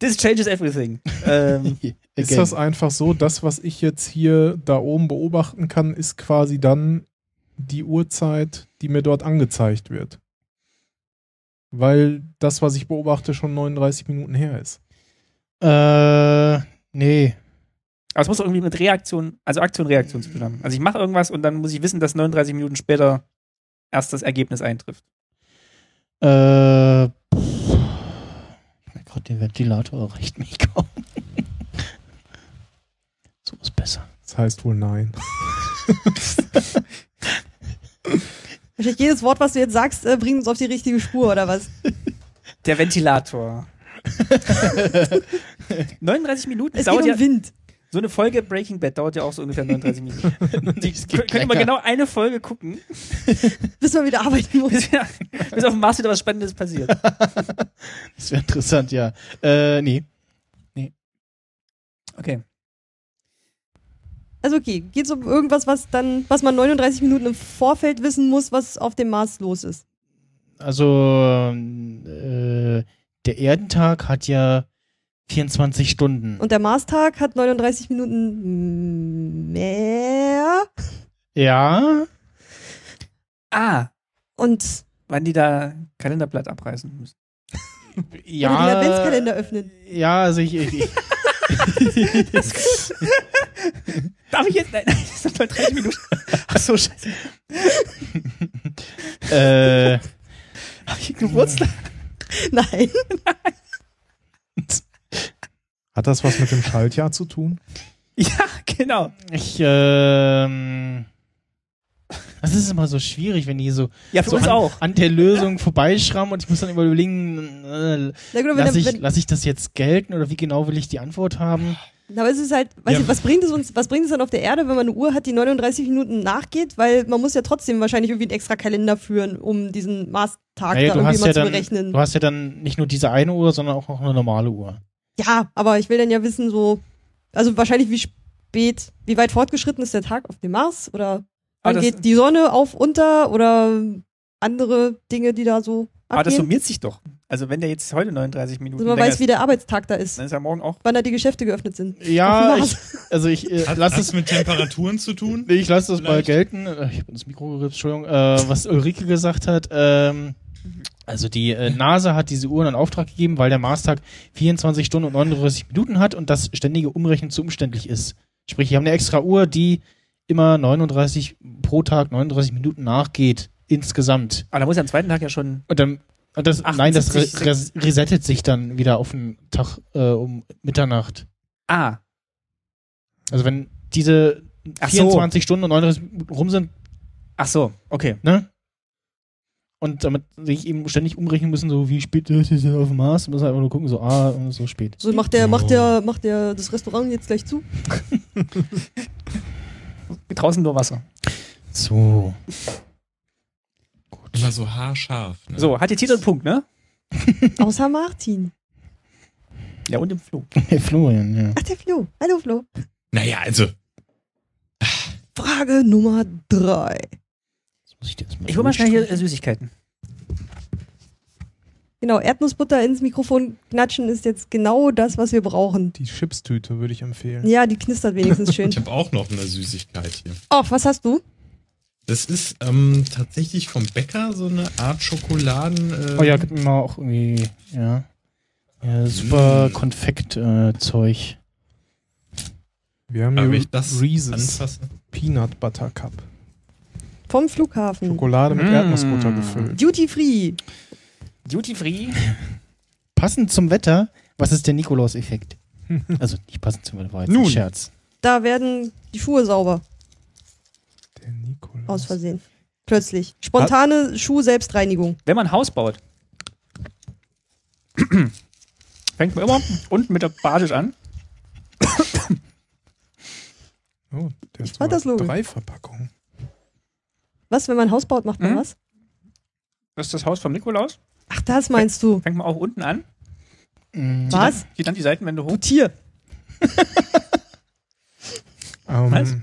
C: This changes everything. ähm,
G: Ist das einfach so, das, was ich jetzt hier da oben beobachten kann, ist quasi dann die Uhrzeit, die mir dort angezeigt wird? Weil das, was ich beobachte, schon 39 Minuten her ist.
B: Äh, nee.
C: aber es muss doch irgendwie mit Reaktion, also Aktion-Reaktion zu tun haben. Also ich mache irgendwas und dann muss ich wissen, dass 39 Minuten später erst das Ergebnis eintrifft.
B: Äh. pff. Mein Gott, der Ventilator reicht mich kaum. so ist besser.
G: Das heißt wohl nein.
D: Wahrscheinlich jedes Wort, was du jetzt sagst, äh, bringt uns auf die richtige Spur, oder was?
C: Der Ventilator. 39 Minuten
D: Es
C: dauert
D: geht
C: ja.
D: um Wind.
C: So eine Folge Breaking Bad dauert ja auch so ungefähr 39 Minuten. Die
B: Das geht
C: können wir
B: lecker.
C: genau eine Folge gucken,
D: Bis man wieder arbeiten muss.
C: bis, wir, bis auf dem Mars wieder was Spannendes passiert.
B: Das wäre interessant, ja. Äh, nee.
C: Okay.
D: Also okay, geht's um irgendwas, was dann, was man 39 Minuten im Vorfeld wissen muss, was auf dem Mars los ist?
B: Also, äh, der Erdentag hat ja 24 Stunden.
D: Und der Marstag hat 39 Minuten mehr.
B: ja.
C: Ah,
D: Und
C: wann die da Kalenderblatt abreißen müssen.
B: Ja.
D: Oder den Adventskalender öffnen.
B: Ja, also ich. ich, ich
C: Darf ich jetzt? Nein, nein, das sind nur 30 Minuten. Ach so, scheiße.
B: äh,
C: Hab ich Geburtstag?
D: nein,
G: Hat das was mit dem Schaltjahr zu tun?
C: Ja, genau.
B: ich, ähm. Das ist immer so schwierig, wenn die so,
C: Ja, für
B: so
C: uns
B: an,
C: auch.
B: an der Lösung vorbeischrammen und ich muss dann immer überlegen, äh,
D: Na gut, aber
B: lass
D: wenn,
B: ich,
D: wenn,
B: lass ich das jetzt gelten oder wie genau will ich die Antwort haben?
D: aber es ist halt, weiß
E: Ja.
D: ich, was bringt es uns, was bringt es dann auf der Erde, wenn man eine Uhr hat, die 39 Minuten nachgeht, weil man muss ja trotzdem wahrscheinlich irgendwie einen extra Kalender führen, um diesen Maßtag
B: Naja,
D: da
B: du,
D: irgendwie
B: hast
D: mal
B: ja
D: zu
B: dann,
D: berechnen.
B: du hast ja dann nicht nur diese eine Uhr, sondern auch noch eine normale Uhr.
D: Ja, aber ich will dann ja wissen, so, also wahrscheinlich wie spät, wie weit fortgeschritten ist der Tag auf dem Mars
C: Aber
D: oder wann
C: Ah, das,
D: geht die Sonne auf, unter oder andere Dinge, die da so
C: aber Ah, das
D: abgehen.
C: summiert sich doch. Also wenn der jetzt heute 39 Minuten
D: Also man
C: länger
D: weiß,
C: ist, Ne?
D: wie der Arbeitstag da ist,
C: dann ist ja morgen auch.
D: wann da die Geschäfte geöffnet sind.
B: Ja,
D: Auf dem
B: ich, also ich äh,
E: Hat,
B: lass
E: hat
B: es
E: es mit Temperaturen zu tun?
B: Nee, ich lasse das mal
E: Vielleicht.
B: gelten. Äh, Ich habe ins Mikro gerippt, Entschuldigung. Äh, was Ulrike gesagt hat, ähm, also die äh, NASA hat diese Uhren in Auftrag gegeben, weil der Marstag 24 Stunden und 39 Minuten hat und das ständige Umrechnen zu umständlich ist. Sprich, die haben eine extra Uhr, die immer 39 pro Tag 39 Minuten nachgeht insgesamt.
C: Aber da Ah, muss ja am zweiten Tag ja schon.
B: Und dann und das, nein, das re
C: 78,
B: res resettet sich dann wieder auf den Tag äh, um Mitternacht.
C: Ah,
B: Also wenn diese
C: Ach so.
B: 24 Stunden und 39 Minuten rum sind,
C: ach so, okay.
B: ne? Und damit sich eben ständig umrechnen müssen, so wie spät ist es denn auf dem Mars? Müssen halt einfach nur gucken, so, ah, so spät.
D: So macht der, macht der, macht der das Restaurant jetzt gleich zu.
C: Draußen nur Wasser.
B: So.
E: Immer so haarscharf. Ne?
C: So, hat der Titel einen Punkt, ne?
D: Außer Martin.
C: Ja, und im Flug.
B: Hey, Florian, ja.
D: Ach, der Flo. Hallo Flo.
E: Naja, also,
D: Frage Nummer drei.
B: Das muss ich dir erstmal.
C: Ich hole mal schnell hier äh, Süßigkeiten.
D: Genau, Erdnussbutter ins Mikrofon knatschen ist jetzt genau das, was wir brauchen.
G: Die Chipstüte würde ich empfehlen.
D: Ja, die knistert wenigstens schön.
E: ich habe auch noch eine Süßigkeit hier.
D: Oh, was hast du?
E: Das ist ähm, tatsächlich vom Bäcker so eine Art Schokoladen. Äh,
B: Oh ja, gib mir mal auch irgendwie, ja. Ja, super äh,
E: Mm.
B: Konfekt-Zeug.
G: Wir haben
E: Darf
G: hier
E: ich das
G: Reese's
E: anfassen?
G: Peanut Butter Cup.
D: Vom Flughafen.
G: Schokolade mit
B: Mm.
G: Erdnussbutter gefüllt.
D: Duty Free.
C: Duty Free.
B: Passend zum Wetter, was ist der Nikolaus-Effekt? also, nicht passend zum Wetter, war jetzt ein
G: Nun.
B: Scherz.
D: Da werden die Schuhe sauber.
G: Der Nikolaus.
D: Aus Versehen. Plötzlich. Spontane Schuh-Selbstreinigung.
C: Wenn man ein Haus baut, fängt man immer unten mit der Badisch an.
G: Oh, der
D: fand
G: ist sogar
D: das Logo.
G: drei Verpackungen.
D: Was, wenn man ein Haus baut, macht man
C: Mhm.
D: was?
C: Das ist das Haus vom Nikolaus.
D: Ach, das meinst du.
C: Fängt man auch unten an.
B: Mm.
D: Was?
C: Geht dann die Seitenwände hoch.
D: Du Tier.
G: Ähm,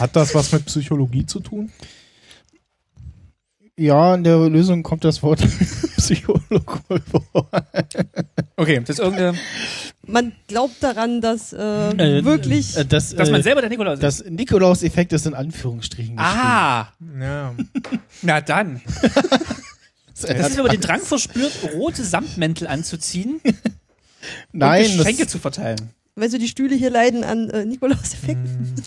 G: hat das was mit Psychologie zu tun?
B: Ja, in der Lösung kommt das Wort Psychologe wohl vor.
C: Okay, das ist irgendeine,
D: Man glaubt daran, dass äh,
B: Äh,
D: wirklich.
B: äh, das,
C: dass
B: äh,
C: man selber der Nikolaus ist.
B: das Nikolaus-Effekt ist in Anführungsstrichen geschrieben.
C: ah,
G: Ja.
C: na dann. Das
B: hat-
C: ist, wenn man den Drang verspürt, rote Samtmäntel anzuziehen und
B: Nein,
C: Geschenke
B: das,
C: zu verteilen.
D: weißt du, die Stühle hier leiden an äh,
G: Hm.
D: Nikolaus-Effekten.
G: Mm.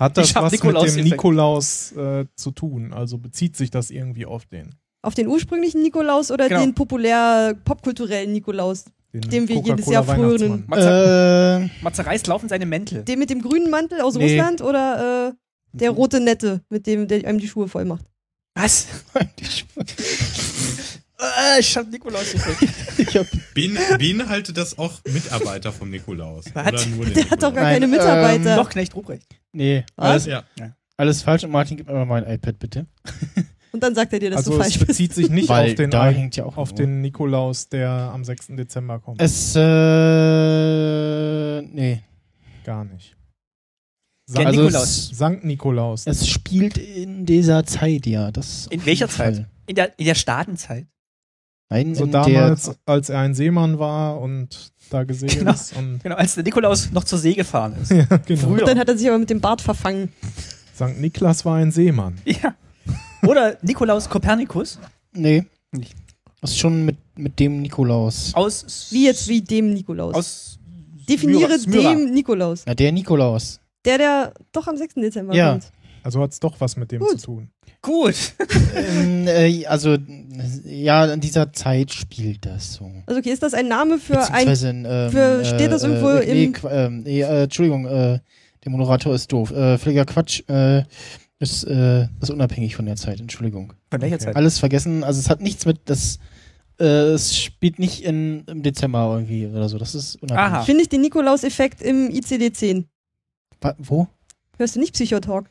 G: Hat
C: Ich
G: das
C: hab
G: was mit
C: Nikolaus-Effekt.
G: dem Nikolaus äh, zu tun? Also bezieht sich das irgendwie auf den,
D: Auf den ursprünglichen Nikolaus oder
C: Genau.
D: den populär popkulturellen Nikolaus?
G: den
D: Dem wir jedes Jahr frönen.
G: Coca-Cola-Weihnachtsmann?
C: Matze,
B: äh,
C: Matze Reis laufen seine Mäntel.
D: Den mit dem grünen Mantel aus
B: Nee.
D: Russland oder äh, der rote Nette, mit dem der einem die Schuhe voll macht?
C: Was? Äh, ich hab Nikolaus gefällt.
B: ich hab,
E: Bein- Beinhaltet das auch Mitarbeiter vom Nikolaus?
C: Was?
E: Oder nur den
D: Der hat doch gar
B: Nein,
D: keine
B: ähm,
D: Mitarbeiter.
C: Noch Knecht Ruprecht.
B: nee, alles,
D: Was?
E: Ja.
B: alles falsch. Und Martin, gib mir mal mein iPad bitte.
D: Und dann sagt er dir, dass
G: Also
D: du
G: es
D: falsch bist.
G: bezieht sich nicht
B: Weil
G: auf den,
B: da
G: Ei-
B: hängt ja auch
G: auf
B: nur.
G: den Nikolaus, der am 6. Dezember kommt.
B: Es, äh, nee.
G: Gar nicht.
C: Der
B: also
C: Nikolaus.
B: Es,
G: Sankt Nikolaus.
B: es spielt in dieser Zeit, ja. Das
C: In
B: auf
C: welcher
B: jeden Fall.
C: Zeit? In der, in der Staatenzeit.
B: Nein,
G: so
B: in der,
G: damals, als er ein Seemann war und da gesehen
C: Genau.
G: ist. Und
C: Genau, als der Nikolaus noch zur See gefahren ist.
G: ja, genau.
D: Und dann hat er sich aber mit dem Bart verfangen.
G: Sankt Niklas war ein Seemann.
C: Ja. Oder Nikolaus Kopernikus
B: nee.
C: Nicht.
B: Das ist schon mit, mit dem Nikolaus.
C: aus.
D: Wie jetzt wie dem Nikolaus.
C: Aus.
D: Definiere
C: Smyra.
D: dem Nikolaus.
B: Na, der Nikolaus.
D: Der, der doch am 6. Dezember
B: Ja.
D: kommt.
G: Also hat es doch was mit dem
D: Gut.
G: zu tun.
C: Gut.
B: ähm, äh, also, ja, in dieser Zeit spielt das so.
D: Also okay, ist das ein Name für ein...
B: Beziehungsweise, ähm,
D: für- steht das
B: äh,
D: irgendwo
B: äh, nee,
D: im-
B: Qu- ähm, nee, äh, Entschuldigung, äh, der Moderator ist doof. Äh, völliger Quatsch. Äh, Ist, äh, ist unabhängig von der Zeit, Entschuldigung.
C: Von welcher
G: Okay.
C: Zeit?
B: Alles vergessen, also es hat nichts mit, das, äh, es spielt nicht in, im Dezember irgendwie oder so, das ist unabhängig.
C: Aha.
D: Ah. Finde ich den Nikolaus-Effekt im ICD-10.
B: Wa- Wo?
D: Hörst du nicht Psychotalk?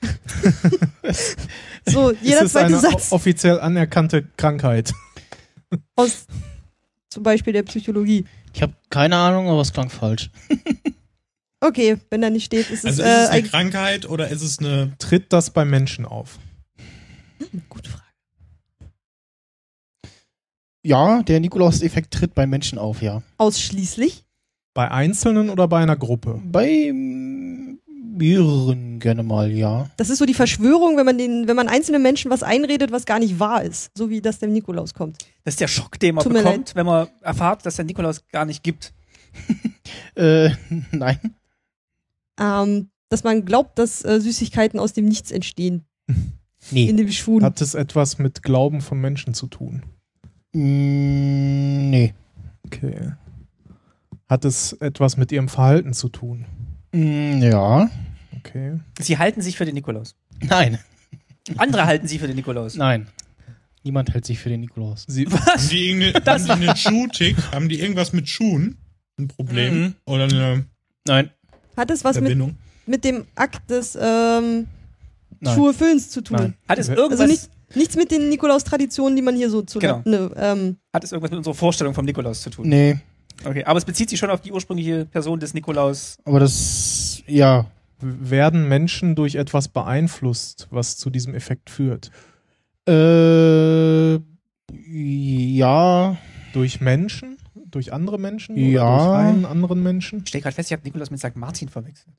D: so, jeder
G: es ist eine
D: zweite
G: o-
D: Satz
G: offiziell anerkannte Krankheit.
D: aus zum Beispiel der Psychologie.
B: Ich habe keine Ahnung, aber es klang falsch.
D: Okay, wenn da nicht steht, ist es,
E: Also
D: äh,
E: ist es eine
D: ein,
E: Krankheit oder ist es eine.
G: Tritt das bei Menschen auf?
D: gute Frage.
B: Ja, der Nikolaus-Effekt tritt bei Menschen auf, ja.
D: Ausschließlich?
G: Bei Einzelnen oder bei einer Gruppe?
B: Bei mm, mehreren gerne mal, ja.
D: Das ist so die Verschwörung, wenn man den, wenn man einzelnen Menschen was einredet, was gar nicht wahr ist, so wie das dem Nikolaus kommt.
C: Das ist der Schock, den man
D: Tut mir
C: bekommt, wenn man erfahrt, dass der Nikolaus gar nicht gibt.
B: Äh, nein.
D: Ähm, dass man glaubt, dass äh, Süßigkeiten aus dem Nichts entstehen. In
B: Nee.
D: dem Schwun.
G: Hat es etwas mit Glauben von Menschen zu tun?
B: Mm, nee.
G: Okay. Hat es etwas mit ihrem Verhalten zu tun?
B: Mm, ja.
G: Okay.
C: Sie halten sich für den Nikolaus.
B: Nein.
C: Andere halten sie für den Nikolaus.
B: Nein. Niemand hält sich für den Nikolaus.
G: Sie,
E: Haben die, irgende, haben die einen Schuhtick? Haben die irgendwas mit Schuhen? Ein Problem?
B: Mhm.
E: Oder eine
B: Nein.
D: Hat es was mit,
E: Verbindung?
D: mit dem Akt des ähm,
B: Nein.
D: Schuhefüllens zu tun?
B: Nein.
C: Hat es
G: Also
C: irgendwas,
D: Also nicht, nichts mit den Nikolaus-Traditionen, die man hier so zu
C: Genau.
D: ne, ähm,
C: hat es irgendwas mit unserer Vorstellung vom Nikolaus zu tun?
B: Nee.
C: Okay, aber es bezieht sich schon auf die ursprüngliche Person des Nikolaus.
B: Aber das, ja.
G: werden Menschen durch etwas beeinflusst, was zu diesem Effekt führt?
B: Äh, ja.
G: Durch Menschen? Durch andere Menschen?
B: Ja.
G: Oder durch einen anderen Menschen?
C: Ich stelle gerade fest, ich habe Nikolaus mit St. Martin verwechselt.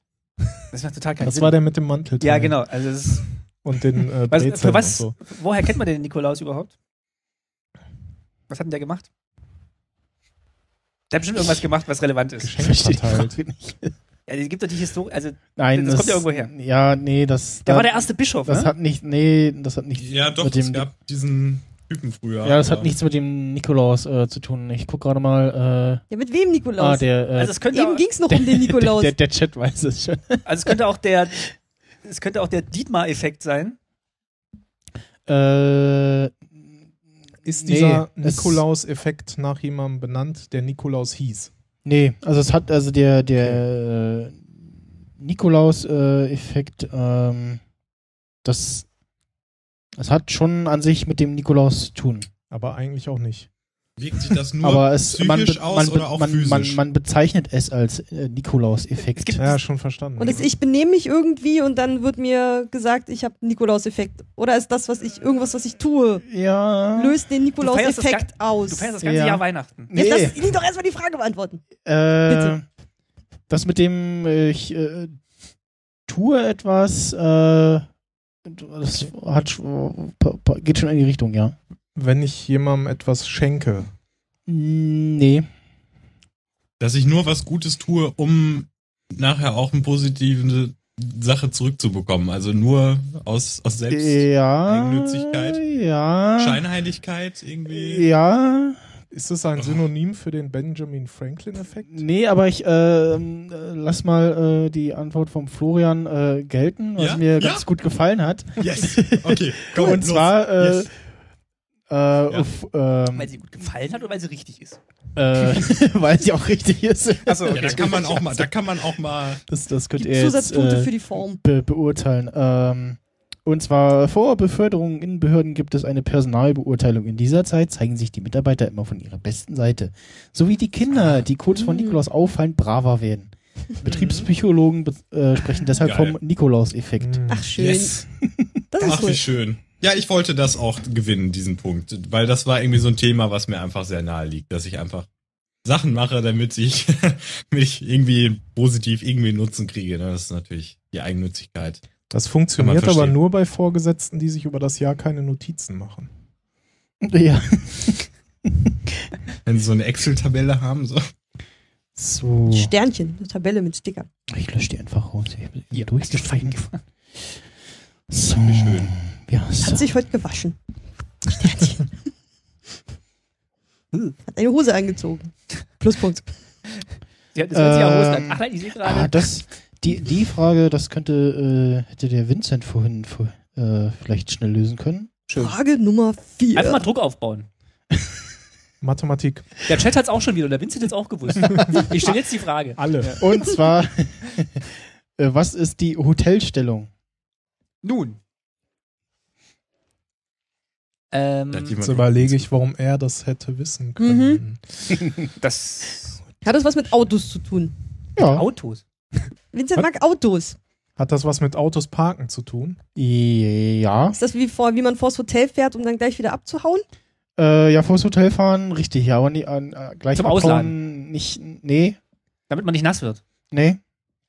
C: Das macht total keinen
G: Das
C: Sinn.
G: war der mit dem Mantel.
C: ja, genau. Also es ist,
G: Und den äh,
C: was,
G: Brezeln
C: für was,
G: und so.
C: woher kennt man denn den Nikolaus überhaupt? Was hat denn der gemacht? Der hat bestimmt irgendwas gemacht, was relevant ist.
G: Geschenke
B: Verstehe ich
G: verteilt.
B: Frage nicht.
C: Also, es gibt doch die Historie. Also, der
B: Nein,
C: Das kommt ja irgendwo her.
B: Ja, nee, das. da-
C: war der erste Bischof,
B: Das
C: ne?
B: hat nicht, nee, das hat nicht.
E: Ja, doch,
B: mit dem,
E: es gab diesen Typen früher.
B: Ja, das hat
E: aber-
B: nichts mit dem Nikolaus äh, zu tun. Ich guck gerade mal.
D: ja, mit
B: Äh,
D: wem
B: ah,
D: Nikolaus?
B: der. Äh,
C: Also, es könnte,
D: Eben
C: auch,
D: ging es noch um den Nikolaus.
B: Der, der Chat weiß es schon.
C: also es könnte auch der, es könnte auch der Dietmar-Effekt sein.
B: Äh,
G: Ist
B: Nee,
G: dieser
B: es-
G: Nikolaus-Effekt nach jemandem benannt, der Nikolaus hieß?
B: nee, also es hat also der der äh, Nikolaus-Effekt. ähm, das das hat schon an sich mit dem Nikolaus zu tun.
G: Aber eigentlich auch nicht.
E: Wirkt sich das nur
B: Aber es man,
E: psychisch
B: be-
E: aus
B: man, be-
E: oder auch
B: man,
E: physisch?
B: man, man bezeichnet es als äh,
C: Es
B: Nikolaus-Effekt.
C: gibt-
G: Ja, schon verstanden.
D: und das, ich benehme mich irgendwie und dann wird mir gesagt, ich habe Nikolaus-Effekt. Oder ist das, was ich, irgendwas, was ich tue,
B: Ja.
D: löst den
C: feierst das
D: Nikolaus-Effekt aus?
C: Du feierst das ganze
B: Ja.
C: Jahr Weihnachten.
B: Nee.
D: Jetzt lass ihn doch erstmal die Frage beantworten.
B: Äh,
D: Bitte.
B: das mit dem, äh, ich äh, tue etwas, äh, das hat, sch- pa- pa- geht schon in die Richtung, ja.
G: Wenn ich jemandem etwas schenke,
E: Hm,
B: Mm, Nee,
E: dass ich nur was Gutes tue, um nachher auch eine positive Sache zurückzubekommen. Also nur aus, aus
B: Äh,
E: Selbst
B: ja.
E: Eigennützigkeit.
B: Ja.
E: Scheinheiligkeit
B: äh,
E: irgendwie.
B: Ja.
G: ist es ein Synonym für den Benjamin Franklin-Effekt?
B: Nee, aber ich äh, ähm, äh, lass mal äh, die Antwort vom Florian äh, gelten, was
E: Ja?
B: mir
E: Ja?
B: ganz gut gefallen hat.
E: Yes. Okay, komm,
B: Und
E: los.
B: zwar äh,
E: Yes.
B: äh, auf, ähm,
C: Weil sie gut gefallen hat oder weil sie richtig ist.
B: äh, weil sie auch richtig ist.
C: Achso,
E: Ja, da kann man auch mal, da kann man auch mal.
B: Das, das könnt
D: Gibt
B: ihr jetzt
D: Zusatzpunkte für
B: äh,
D: die Form.
B: be beurteilen. Ähm, und zwar vor Beförderungen in Behörden gibt es eine Personalbeurteilung. In dieser Zeit zeigen sich die Mitarbeiter immer von ihrer besten Seite. Sowie die Kinder, die kurz vor
D: Mhm.
B: Nikolaus auffallen, braver werden. Betriebspsychologen be äh, sprechen deshalb
E: Geil.
B: vom Nikolaus-Effekt.
G: Hm.
D: Ach, schön.
E: Yes.
D: Das ist
E: Ach, wie
D: cool.
E: schön. Ja, ich wollte das auch gewinnen, diesen Punkt. Weil das war irgendwie so ein Thema, was mir einfach sehr nahe liegt, dass ich einfach Sachen mache, damit ich mich irgendwie positiv irgendwie Nutzen kriege. ne? Das ist natürlich die Eigennützigkeit.
G: Das
E: Kann
G: funktioniert
E: man
G: aber
E: verstehen.
G: nur bei Vorgesetzten, die sich über das Jahr keine Notizen machen.
B: Ja.
E: Wenn sie so eine Excel-Tabelle haben, so.
D: Oh.
B: So.
D: Sternchen, eine Tabelle mit Sticker.
B: Ich lösche die einfach raus. Ich bin
C: Ja,
B: durchgefallen. So.
E: Wie schön.
B: Ja,
D: Hat
B: so.
D: sich heute gewaschen. Sternchen. Hat eine Hose angezogen. Pluspunkt.
C: Sie hat das ganze Jahr
B: Ähm,
C: Hosen an. Ach nein, ich sehe
B: Ah,
C: gerade.
B: das, die, die Frage, das könnte, äh, hätte der Vincent vorhin vor, äh, vielleicht schnell lösen können.
D: Frage Nummer vier.
C: Einfach mal Druck aufbauen.
G: Mathematik.
C: Der Chat hat's auch schon wieder, der Vince hat's auch gewusst. Ich stelle jetzt die Frage.
G: Alle.
B: Und zwar, äh, was ist die Hotelstellung?
C: Nun.
E: Hat
C: Ähm,
E: jemand-
G: Jetzt überlege ich, warum er das hätte
D: Mhm.
G: wissen können.
C: das
D: Hat das was mit Autos zu tun?
B: Ja.
C: Autos.
D: Vincent mag Autos.
G: Hat das was mit Autos parken zu tun?
B: Ja.
D: Ist das wie, vor, wie man vors Hotel fährt, um dann gleich wieder abzuhauen?
B: Äh, ja, vors Hotel fahren, richtig, ja, aber nie, an, äh, gleich
C: Zum
B: abhauen,
C: Ausladen.
B: Nicht, nee,
C: Damit man nicht nass wird.
B: nee.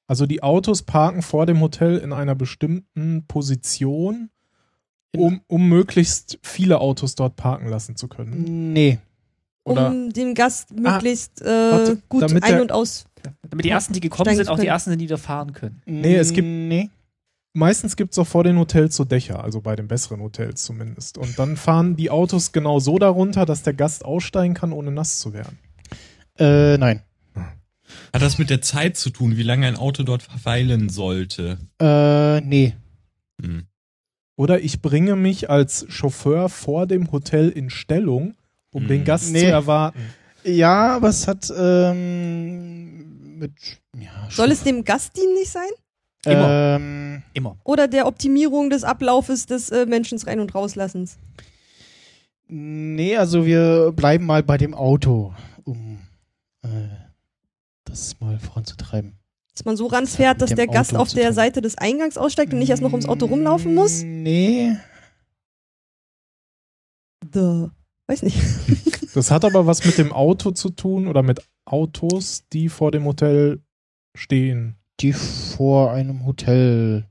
G: Also die Autos parken vor dem Hotel in einer bestimmten Position, um, um möglichst viele Autos dort parken lassen zu können.
B: Nee.
G: Oder
D: um dem Gast möglichst äh,
G: warte,
D: gut
G: damit
D: ein-
G: der-
D: und aus.
C: Damit die Ersten, die gekommen
D: Steigen
C: sind, auch die
D: können.
C: Ersten sind, die wieder fahren können.
B: Nee,
G: es gibt-
B: Nee.
G: meistens gibt es auch vor den Hotels so Dächer, also bei den besseren Hotels zumindest. Und dann fahren die Autos genau so darunter, dass der Gast aussteigen kann, ohne nass zu werden.
B: Äh, nein.
E: Hat das mit der Zeit zu tun, wie lange ein Auto dort verweilen sollte?
B: Äh, nee.
E: Hm.
G: Oder ich bringe mich als Chauffeur vor dem Hotel in Stellung, um
E: Mhm.
G: den Gast
B: Nee.
G: zu erwarten.
B: Ja, aber es hat, ähm, mit, ja,
D: Soll es dem Gast dienlich sein?
C: Immer.
B: Ähm,
C: Immer.
D: Oder der Optimierung des Ablaufes des äh, Menschen rein- und rauslassens?
B: nee, also wir bleiben mal bei dem Auto, um, äh, das mal voranzutreiben.
D: Dass man so
B: Mit
D: ranfährt, dass
B: dem
D: der Gast
B: Auto
D: auf
B: zu
D: der
B: tun.
D: Seite des Eingangs aussteigt und nicht erst noch ums Auto rumlaufen muss?
B: Nee.
D: Duh. Weiß nicht.
G: Das hat aber was mit dem Auto zu tun oder mit Autos, die vor dem Hotel stehen.
B: die vor einem Hotel.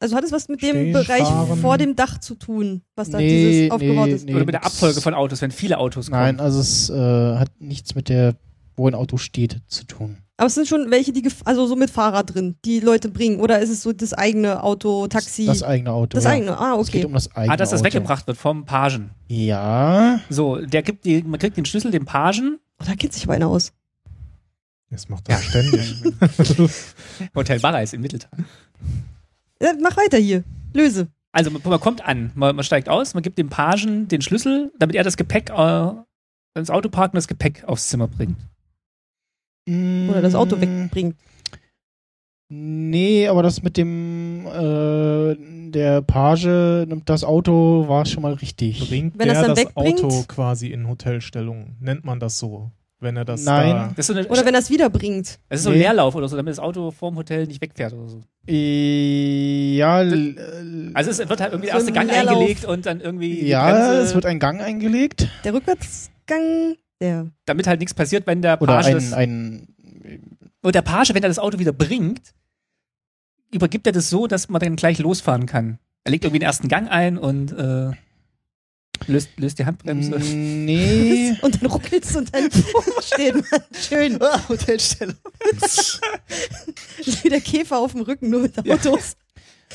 D: Also hat es was mit dem
G: Stehen,
D: Bereich
G: fahren.
D: vor dem Dach zu tun, was da
B: Nee,
D: dieses aufgebaut
B: nee,
D: ist?
B: nee.
C: Oder mit der Abfolge von Autos, wenn viele Autos kommen.
B: Nein, also es äh, hat nichts mit der, wo ein Auto steht, zu tun.
D: Aber es sind schon welche, die gef- also so mit Fahrrad drin, die Leute bringen. Oder ist es so das eigene Auto, Taxi?
B: Das eigene Auto.
D: Das
B: ja.
D: eigene, ah,
B: Es geht
D: okay.
B: um das eigene
C: Ah, dass das
B: Auto.
C: weggebracht wird vom Pagen.
B: Ja.
C: So, der gibt die, man kriegt den Schlüssel dem Pagen.
D: Oh, da kennt sich aber einer aus.
G: Das macht das ständig.
C: Hotel Barreis im Mitteltal.
D: Ja, mach weiter hier. Löse.
C: Also man, man kommt an, man, man steigt aus, man gibt dem Pagen den Schlüssel, damit er das Gepäck äh, ins Auto parkt und das Gepäck aufs Zimmer bringt.
B: Mm,
D: Oder das Auto wegbringt.
B: Nee, aber das mit dem, äh, der Page nimmt das Auto, war schon mal richtig.
G: Bringt
D: Wenn
G: der
D: er's dann
G: das
D: wegbringt?
G: Auto quasi in Hotelstellung? Nennt man das so? Wenn er das
B: Nein.
C: Das ist so, eine,
D: Oder wenn er es wiederbringt.
C: das ist so ein
B: Nee.
C: Leerlauf oder so, damit das Auto vorm Hotel nicht wegfährt oder so.
B: Äh, Ja, l-
C: Also es wird halt irgendwie der
D: So
C: erste
D: ein
C: Gang
D: Leerlauf.
C: eingelegt und dann irgendwie die
B: ja,
C: Bremse,
B: es wird ein Gang eingelegt.
D: Der Rückwärtsgang, der.
C: damit halt nichts passiert, wenn der
B: Oder
C: Page
B: ein,
C: das,
B: ein,
C: und der Page, wenn er das Auto wieder bringt, übergibt er das so, dass man dann gleich losfahren kann. Er legt irgendwie den ersten Gang ein und äh, löst, löst die Handbremse.
B: Ähm, nee.
D: Und dann ruckelt's und dann steht man schön.
B: Ah, Hotelstelle.
D: Wie der Käfer auf dem Rücken, nur mit Autos.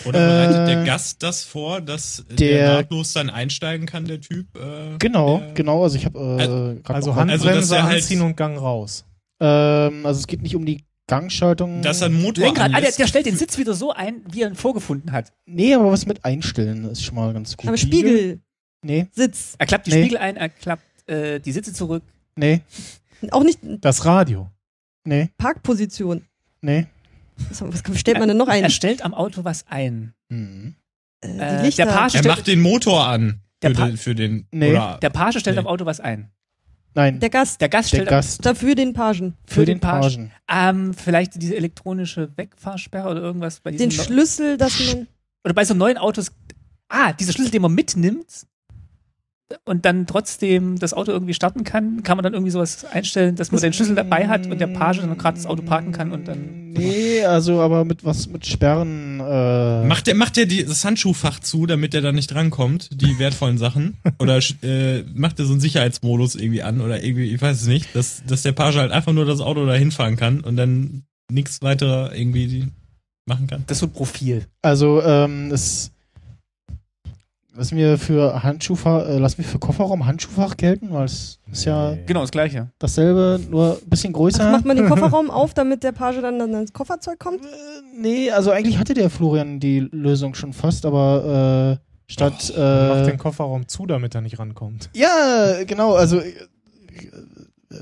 E: Oder bereitet
B: Äh,
E: der Gast das vor, dass der,
B: der-
E: nahtlos dann einsteigen kann, der Typ? Äh,
B: Genau,
E: der-
B: genau. Also ich habe äh,
E: Also-
B: grad
G: Also
B: noch-
E: Also,
G: Handbremse
E: dass er halt-
G: anziehen und Gang raus.
B: ähm, also es geht nicht um die Gangschaltung.
E: Dass er einen Motor
C: Lenkrad, ah, der,
E: anlässt.
C: der stellt den Sitz wieder so ein, wie er ihn vorgefunden hat.
B: nee, aber was mit Einstellen ist schon mal ganz gut.
D: Aber Spiegel,
B: Nee,
D: Sitz.
C: Er klappt die
B: Nee.
C: Spiegel ein, er klappt äh, die Sitze zurück.
B: nee,
D: Auch nicht
G: Das Radio.
B: nee,
D: Parkposition.
B: nee.
D: Was, was stellt man denn noch ein?
C: Er stellt am Auto was ein.
B: Hm.
D: Äh,
C: Äh,
D: die Lichter.
C: der Page
E: er macht
C: stellt,
E: den Motor an.
C: Der
E: Für
C: Pa-
E: den, für den
B: Nee.
E: oder
C: der Page stellt
E: Nee.
C: am Auto was ein.
B: Nein,
D: der Gast.
C: Der Gast
B: der
C: stellt
B: Gast
D: Dafür den Pagen.
C: für, den, Page.
B: Pagen.
C: Ähm, vielleicht diese elektronische Wegfahrsperre oder irgendwas bei diesen
D: Den
C: neu-
D: Schlüssel, dass man.
C: oder bei so neuen Autos. Ah, dieser Schlüssel, den man mitnimmt und dann trotzdem das Auto irgendwie starten kann, kann man dann irgendwie sowas einstellen, dass man den Schlüssel dabei hat und der Page dann gerade das Auto parken kann und dann.
B: Nee, also aber mit was mit Sperren. Äh,
E: Macht der, macht der die, das Handschuhfach zu, damit der da nicht drankommt, die wertvollen Sachen? Oder äh, macht er so einen Sicherheitsmodus irgendwie an? Oder irgendwie, ich weiß es nicht, dass, dass der Page halt einfach nur das Auto da hinfahren kann und dann nichts weiter irgendwie die machen kann?
C: Das ist so ein Profil.
B: Also ähm, es Lassen wir für Handschuhfach, äh, lassen wir für Kofferraum Handschuhfach gelten, weil es ist ja
C: Genau, das gleiche.
B: dasselbe, nur ein bisschen größer.
D: Ach, macht man den Kofferraum auf, damit der Page dann, dann ins Kofferzeug kommt?
B: Äh, Nee, also eigentlich hatte der Florian die Lösung schon fast, aber äh, statt.
G: Mach
B: äh,
G: den Kofferraum zu, damit er nicht rankommt.
B: ja, genau, also. äh,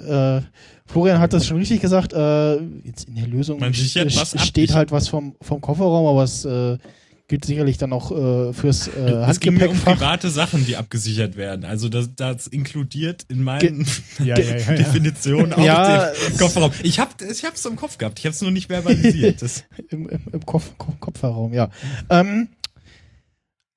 B: Äh, Florian hat das schon richtig gesagt. Äh, jetzt in der Lösung
E: Man sichert
B: st-
E: was ab.
B: steht halt was vom, vom Kofferraum, aber es äh, gilt sicherlich dann auch äh, fürs äh,
E: es ging mir um
B: Handgepäckfach.
E: private Sachen, die abgesichert werden. Also das, das inkludiert in meinen
G: Ja, ja, ja, ja.
E: Definitionen auch
B: Ja,
E: den Kofferraum. Ich hab, ich hab's im Kopf gehabt, ich hab's nur nicht verbalisiert. Das,
B: Im, im, im Kopf, Kopf, Kopfhörraum, ja. Ähm,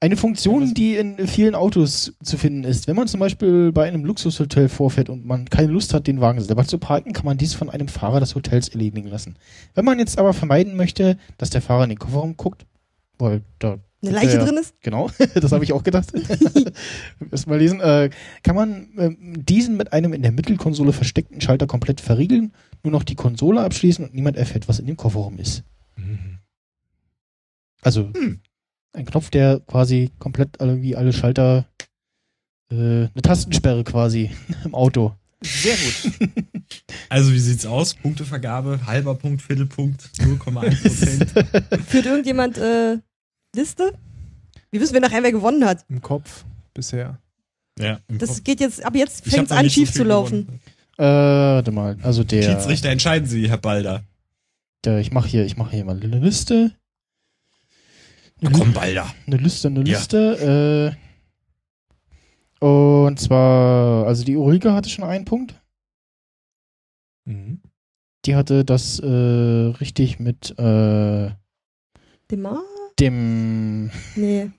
B: eine Funktion, die in vielen Autos zu finden ist. Wenn man zum Beispiel bei einem Luxushotel vorfährt und man keine Lust hat, den Wagen selber zu parken, kann man dies von einem Fahrer des Hotels erledigen lassen. Wenn man jetzt aber vermeiden möchte, dass der Fahrer in den Kofferraum guckt, weil da
D: Eine Leiche
B: Ja.
D: drin ist?
B: Genau, das habe ich auch gedacht. Erstmal lesen. Äh, kann man ähm, diesen mit einem in der Mittelkonsole versteckten Schalter komplett verriegeln, nur noch die Konsole abschließen und niemand erfährt, was in dem Kofferraum ist. Also ein Knopf, der quasi komplett irgendwie alle Schalter, äh, eine Tastensperre quasi im Auto.
C: Sehr gut.
E: also wie sieht's aus? Punktevergabe, halber Punkt, Viertelpunkt, 0,1 Prozent.
D: Führt irgendjemand äh, Liste? Wie wissen wir nachher, wer gewonnen hat?
G: Im Kopf bisher.
E: ja, im Kopf.
D: Das geht jetzt, ab
E: Oh.
D: jetzt
E: Ich hab
D: fängt es
E: noch
D: an,
E: nicht so
D: schief
E: viel
D: zu laufen.
E: gewonnen.
B: Äh, warte mal, also der,
E: Schiedsrichter, entscheiden Sie, Herr Balder.
B: der ich mache hier, ich mache hier mal eine Liste.
E: Komm, Balder.
B: eine Liste, eine
E: Ja.
B: Liste. Äh, und zwar, also die Ulrike hatte schon einen Punkt.
G: Mhm.
B: Die hatte das äh, richtig mit äh,
D: Demar?
B: dem.
D: Nee.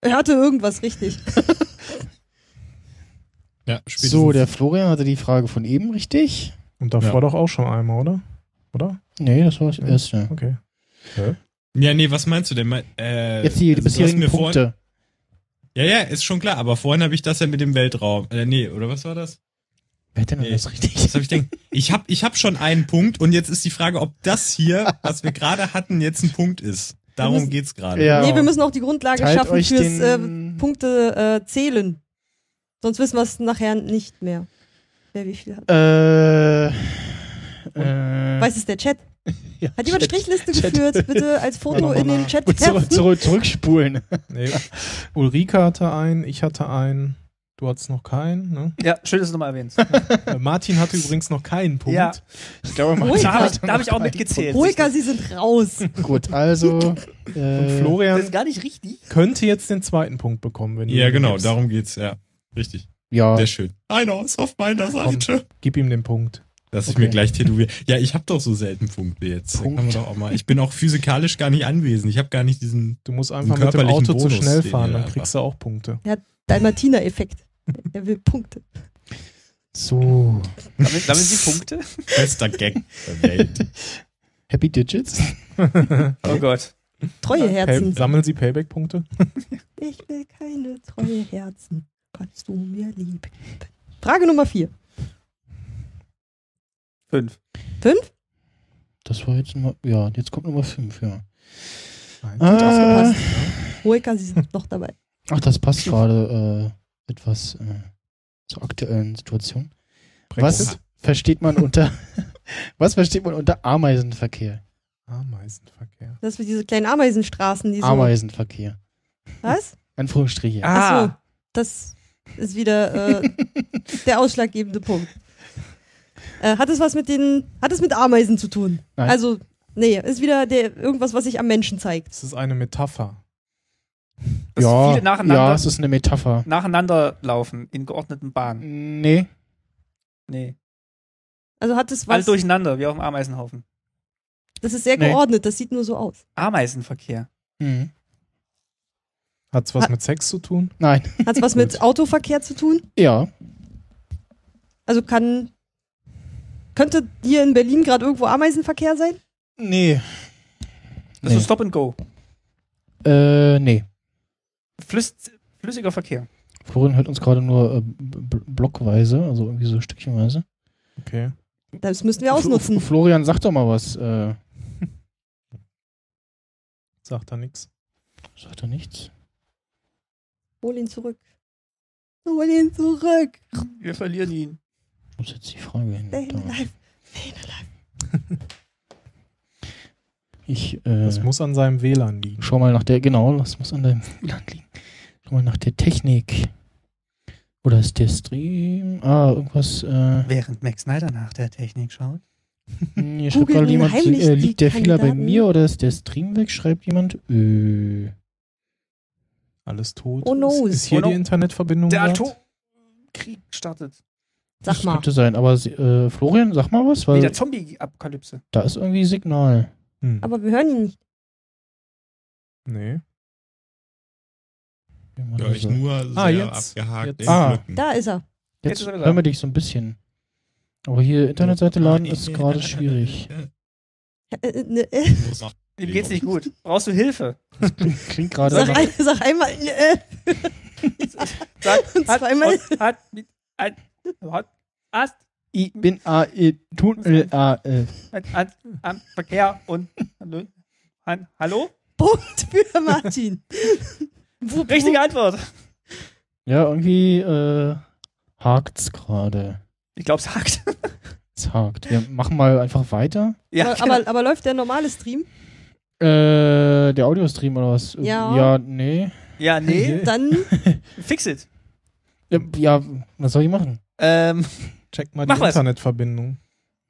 D: Er hatte irgendwas richtig.
E: Ja, spätestens.
B: So, der Florian hatte die Frage von eben richtig.
G: Und davor
E: Ja.
G: doch auch schon einmal, oder? Oder?
B: Nee, das war das
G: Ja.
B: erste.
E: Äh,
G: Okay.
E: ja, nee, was meinst du denn? Mein- Äh,
B: Jetzt die
E: also, du hast
B: bisherigen
E: mir vorhin-
B: Punkte.
E: Ja, ja, ist schon klar, aber vorhin habe ich das ja mit dem Weltraum. Äh, nee, oder was war das?
B: Wer hat denn
E: Nee.
B: das richtig?
E: Was hab ich denn? Ich hab, ich hab schon einen Punkt und jetzt ist die Frage, ob das hier, was wir gerade hatten, jetzt ein Punkt ist. Darum geht's gerade.
B: Ja.
D: Nee, wir müssen auch die Grundlage
B: Teilt
D: schaffen
B: euch
D: fürs äh,
B: den
D: Punkte äh, zählen. Sonst wissen wir es nachher nicht mehr. Wer wie viel hat.
B: Äh, äh,
D: Weiß es der Chat?
B: ja,
D: Hat jemand
B: Chat.
D: Strichliste
B: Chat.
D: geführt? Bitte als Foto
B: Ja,
D: in den Chat
B: Und zurück,
D: werfen.
B: zurück, zurückspulen.
G: Nee. Ulrike hatte einen, ich hatte einen. Du hattest noch keinen, ne?
C: Ja, schön, dass du nochmal erwähnst.
G: Äh, Martin hatte übrigens noch keinen Punkt.
C: Ja.
B: Ich glaube, man
D: Ruhig.
C: Da
B: hat
C: habe ich, da hab ich auch
B: noch einen
C: mitgezählt.
D: Ruhiger, sie sind raus.
B: Punkt. Gut, also.
G: Und
B: Äh,
C: Das ist
G: Florian
C: gar nicht richtig.
G: könnte jetzt den zweiten Punkt bekommen, wenn du
E: Ja,
G: ihn
E: genau,
G: gibst.
E: darum geht's, ja. Richtig.
B: äh, ja,
E: Sehr schön. Einer ist auf meiner Seite.
G: Gib ihm den Punkt.
E: Dass ich
B: Okay.
E: mir gleich tätowiere. Ja, ich hab doch so selten Punkte jetzt. Da Kann man
B: Punkt.
E: doch auch mal. Ich bin auch physikalisch gar nicht anwesend. Ich habe gar nicht diesen.
G: Du musst einfach
E: Einen
G: mit dem
E: körperlichen
G: Auto zu
E: Bonus,
G: schnell
E: den
G: fahren,
E: ihr
G: dann
E: einfach-
G: kriegst du auch Punkte.
D: Dalmatiner-Effekt. Er will Punkte.
B: so.
C: Damit, damit die Punkte.
E: Bester Gag der Welt.
B: Happy Digits?
C: Oh Gott.
D: Treue
G: Pay
D: Herzen.
G: sammeln sie Payback-Punkte?
D: Ich will keine treue Herzen. Kannst du mir lieb geben? Frage Nummer vier.
C: Fünf.
B: Das war jetzt Nummer, ja, jetzt kommt Nummer 5, ja.
G: Nein.
B: Äh,
D: aufgepasst. Ruhiger, sie sind noch dabei.
B: ach, das passt gerade äh, etwas äh, zur aktuellen Situation. Was
G: Brexit?
B: versteht man unter Was versteht man unter Ameisenverkehr?
G: Ameisenverkehr.
D: Das sind diese kleinen Ameisenstraßen, die so.
B: Ameisenverkehr.
D: Was?
C: Ah.
B: Anführungsstriche.
D: Ach so, das ist wieder äh, der ausschlaggebende Punkt. Äh, hat es was mit den, hat es mit Ameisen zu tun?
B: Nein.
D: Also, nee, ist wieder der, irgendwas, was sich am Menschen zeigt.
G: Das ist eine Metapher.
C: Dass
B: ja,
C: viele nacheinander,
B: ja, es ist eine Metapher.
C: nacheinander laufen in geordneten Bahnen.
B: Nee,
C: Nee.
D: Also hat es
C: Alles
D: was,
C: Halt durcheinander, wie auf dem Ameisenhaufen.
D: das ist sehr
B: Nee.
D: geordnet, das sieht nur so aus.
C: Ameisenverkehr.
B: hm.
G: Hat's was
D: Hat-
G: mit Sex zu tun?
B: nein.
D: Hat es was mit Autoverkehr zu tun?
B: Ja,
D: Also kann, könnte hier in Berlin gerade irgendwo Ameisenverkehr sein?
B: nee.
C: Das ist Stop and Go.
B: Äh, nee.
C: Flüss, flüssiger Verkehr.
B: Florian hört uns gerade nur äh, b- b- blockweise, also irgendwie so stückchenweise.
G: Okay.
D: Das müssen wir
B: Fl-
D: ausnutzen.
B: Florian, sag doch mal was. Äh,
G: Sagt da nichts.
B: sagt er nichts?
D: Hol ihn zurück. Hol ihn zurück.
C: Wir verlieren ihn.
B: Wo ist jetzt die Frage hin?
D: Stay
B: Da.
D: alive. Stay alive.
B: Ich
G: Das
B: äh,
G: muss an seinem WLAN liegen.
B: schau mal nach der, genau, das muss an deinem Land liegen. Schau mal nach der Technik. Oder ist der Stream? Ah, irgendwas. Äh,
C: Während Max Snyder nach der Technik schaut.
B: Hm, Hier schreibt
D: Googeln
B: gerade jemand,
D: heimlich
B: äh,
D: die
B: liegt der Fehler bei
D: Kandidaten.
B: mir oder ist der Stream weg? Schreibt jemand. Äh,
G: Alles tot.
D: Oh no.
G: Ist, ist hier
C: Oh no.
G: die Internetverbindung?
C: Der
G: grad?
C: Atomkrieg startet.
D: Sag
B: das
D: mal.
B: könnte sein. Aber sie- äh, Florian, sag mal was,
C: Nee,
B: weil
C: der Zombie-Apokalypse.
B: da ist irgendwie Signal.
G: Hm.
D: Aber wir hören ihn nicht.
G: Nee.
E: Ja,
B: Also,
E: ich nur sehr
G: Ah, jetzt.
E: abgehakt.
G: Jetzt.
E: in
B: Ah.
E: Blöcken.
D: Da ist er.
C: Jetzt
B: Jetzt
C: ist er da.
B: hören wir dich so ein bisschen. Aber hier Internetseite laden ist gerade schwierig.
D: Äh, äh, ne, äh.
E: Muss noch-
C: Ihm geht's nicht gut. Brauchst du Hilfe?
B: Klingt gerade
D: Sag,
B: nach
D: ein, sag einmal. ne, Äh.
C: Sag, hat,
D: Zweimal.
C: hat, hat, mit, hat, hat, hast,
B: I bin A I tun L A E. L.
C: hat, hat, am Verkehr und hallo? Han, hallo?
D: Punkt für Martin.
C: Richtige Antwort.
B: Ja, irgendwie äh, hakt's gerade.
C: Ich glaube, es hakt.
B: Es hakt. Wir machen mal einfach weiter.
C: Ja, genau.
D: aber, aber, aber läuft der normale Stream?
B: Äh, der Audiostream oder was?
D: Ja.
B: Ja, nee.
C: ja nee.
D: Dann
C: Fix it.
B: Ja, Ja, was soll ich machen?
C: Ähm,
G: Check mal
C: Mach
G: die
C: was.
G: Internetverbindung.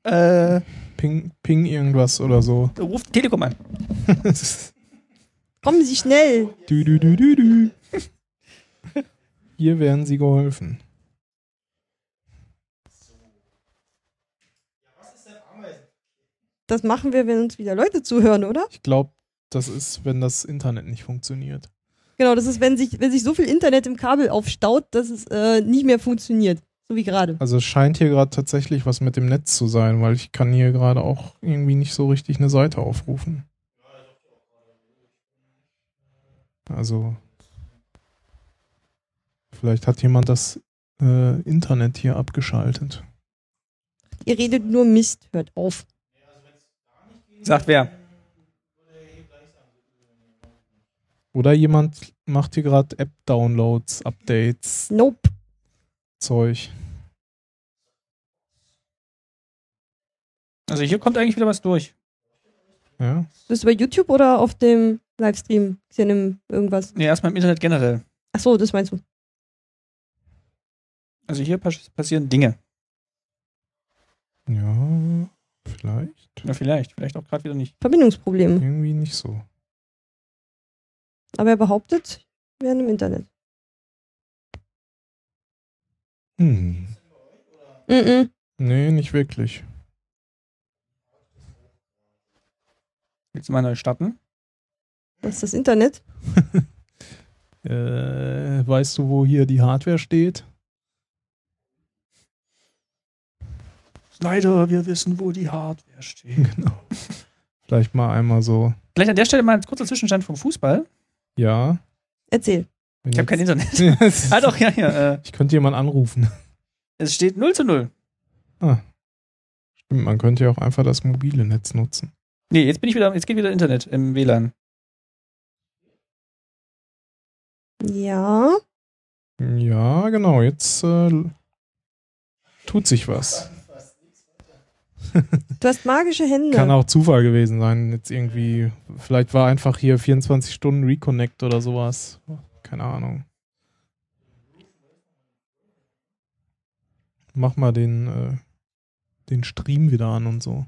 C: äh,
G: Ping, ping irgendwas oder so.
C: ruft Telekom an.
D: kommen Sie schnell.
G: Du, du, du, du, du. Hier werden sie geholfen.
D: Das machen wir, wenn uns wieder Leute zuhören, oder?
G: Ich glaube, das ist, wenn das Internet nicht funktioniert.
D: Genau, das ist, wenn sich, wenn sich so viel Internet im Kabel aufstaut, dass es äh, nicht mehr funktioniert. So wie gerade.
G: Also es scheint hier gerade tatsächlich was mit dem Netz zu sein, weil ich kann hier gerade auch irgendwie nicht so richtig eine Seite aufrufen. Also vielleicht hat jemand das äh, Internet hier abgeschaltet.
D: Ihr redet nur Mist, hört auf.
C: Sagt wer?
G: Oder jemand macht hier gerade App-Downloads, Updates,
D: Nope.
G: Zeug.
C: Also hier kommt eigentlich wieder was durch.
G: Ja?
D: Bist du bei YouTube oder auf dem Livestream? Ist ja nimm irgendwas.
C: Nee, erstmal im Internet generell.
D: Ach so, das meinst du.
C: Also hier pass passieren Dinge.
G: Ja, vielleicht.
C: Ja, vielleicht. Vielleicht auch gerade wieder nicht.
D: Verbindungsprobleme.
G: Irgendwie nicht so.
D: Aber er behauptet, wir wären im Internet.
G: Hm.
D: Mhm.
G: Nee, nicht wirklich.
C: Willst du mal neu starten?
D: Das ist das Internet.
G: Äh, weißt du, wo hier die Hardware steht?
C: Leider, wir wissen, wo die Hardware steht.
G: Genau. Vielleicht mal einmal so.
C: Hm. Vielleicht an der Stelle mal ein kurzer Zwischenstand vom Fußball.
G: Ja.
D: Erzähl.
G: wenn
C: Ich habe kein
G: jetzt-
C: Internet.
G: Es
C: Ah
G: ist-
C: doch, ja, ja. Äh,
G: Ich könnte jemanden anrufen.
C: es steht 0 zu 0.
G: Stimmt, man könnte ja auch einfach das mobile Netz nutzen.
C: Nee, jetzt bin ich wieder, jetzt geht wieder Internet im WLAN.
D: Ja.
G: Ja, genau, jetzt äh, tut sich was.
D: Du hast magische Hände.
G: Kann auch Zufall gewesen sein. Jetzt irgendwie, vielleicht war einfach hier 24 Stunden Reconnect oder sowas. Keine Ahnung. Mach mal den, äh, den Stream wieder an und so.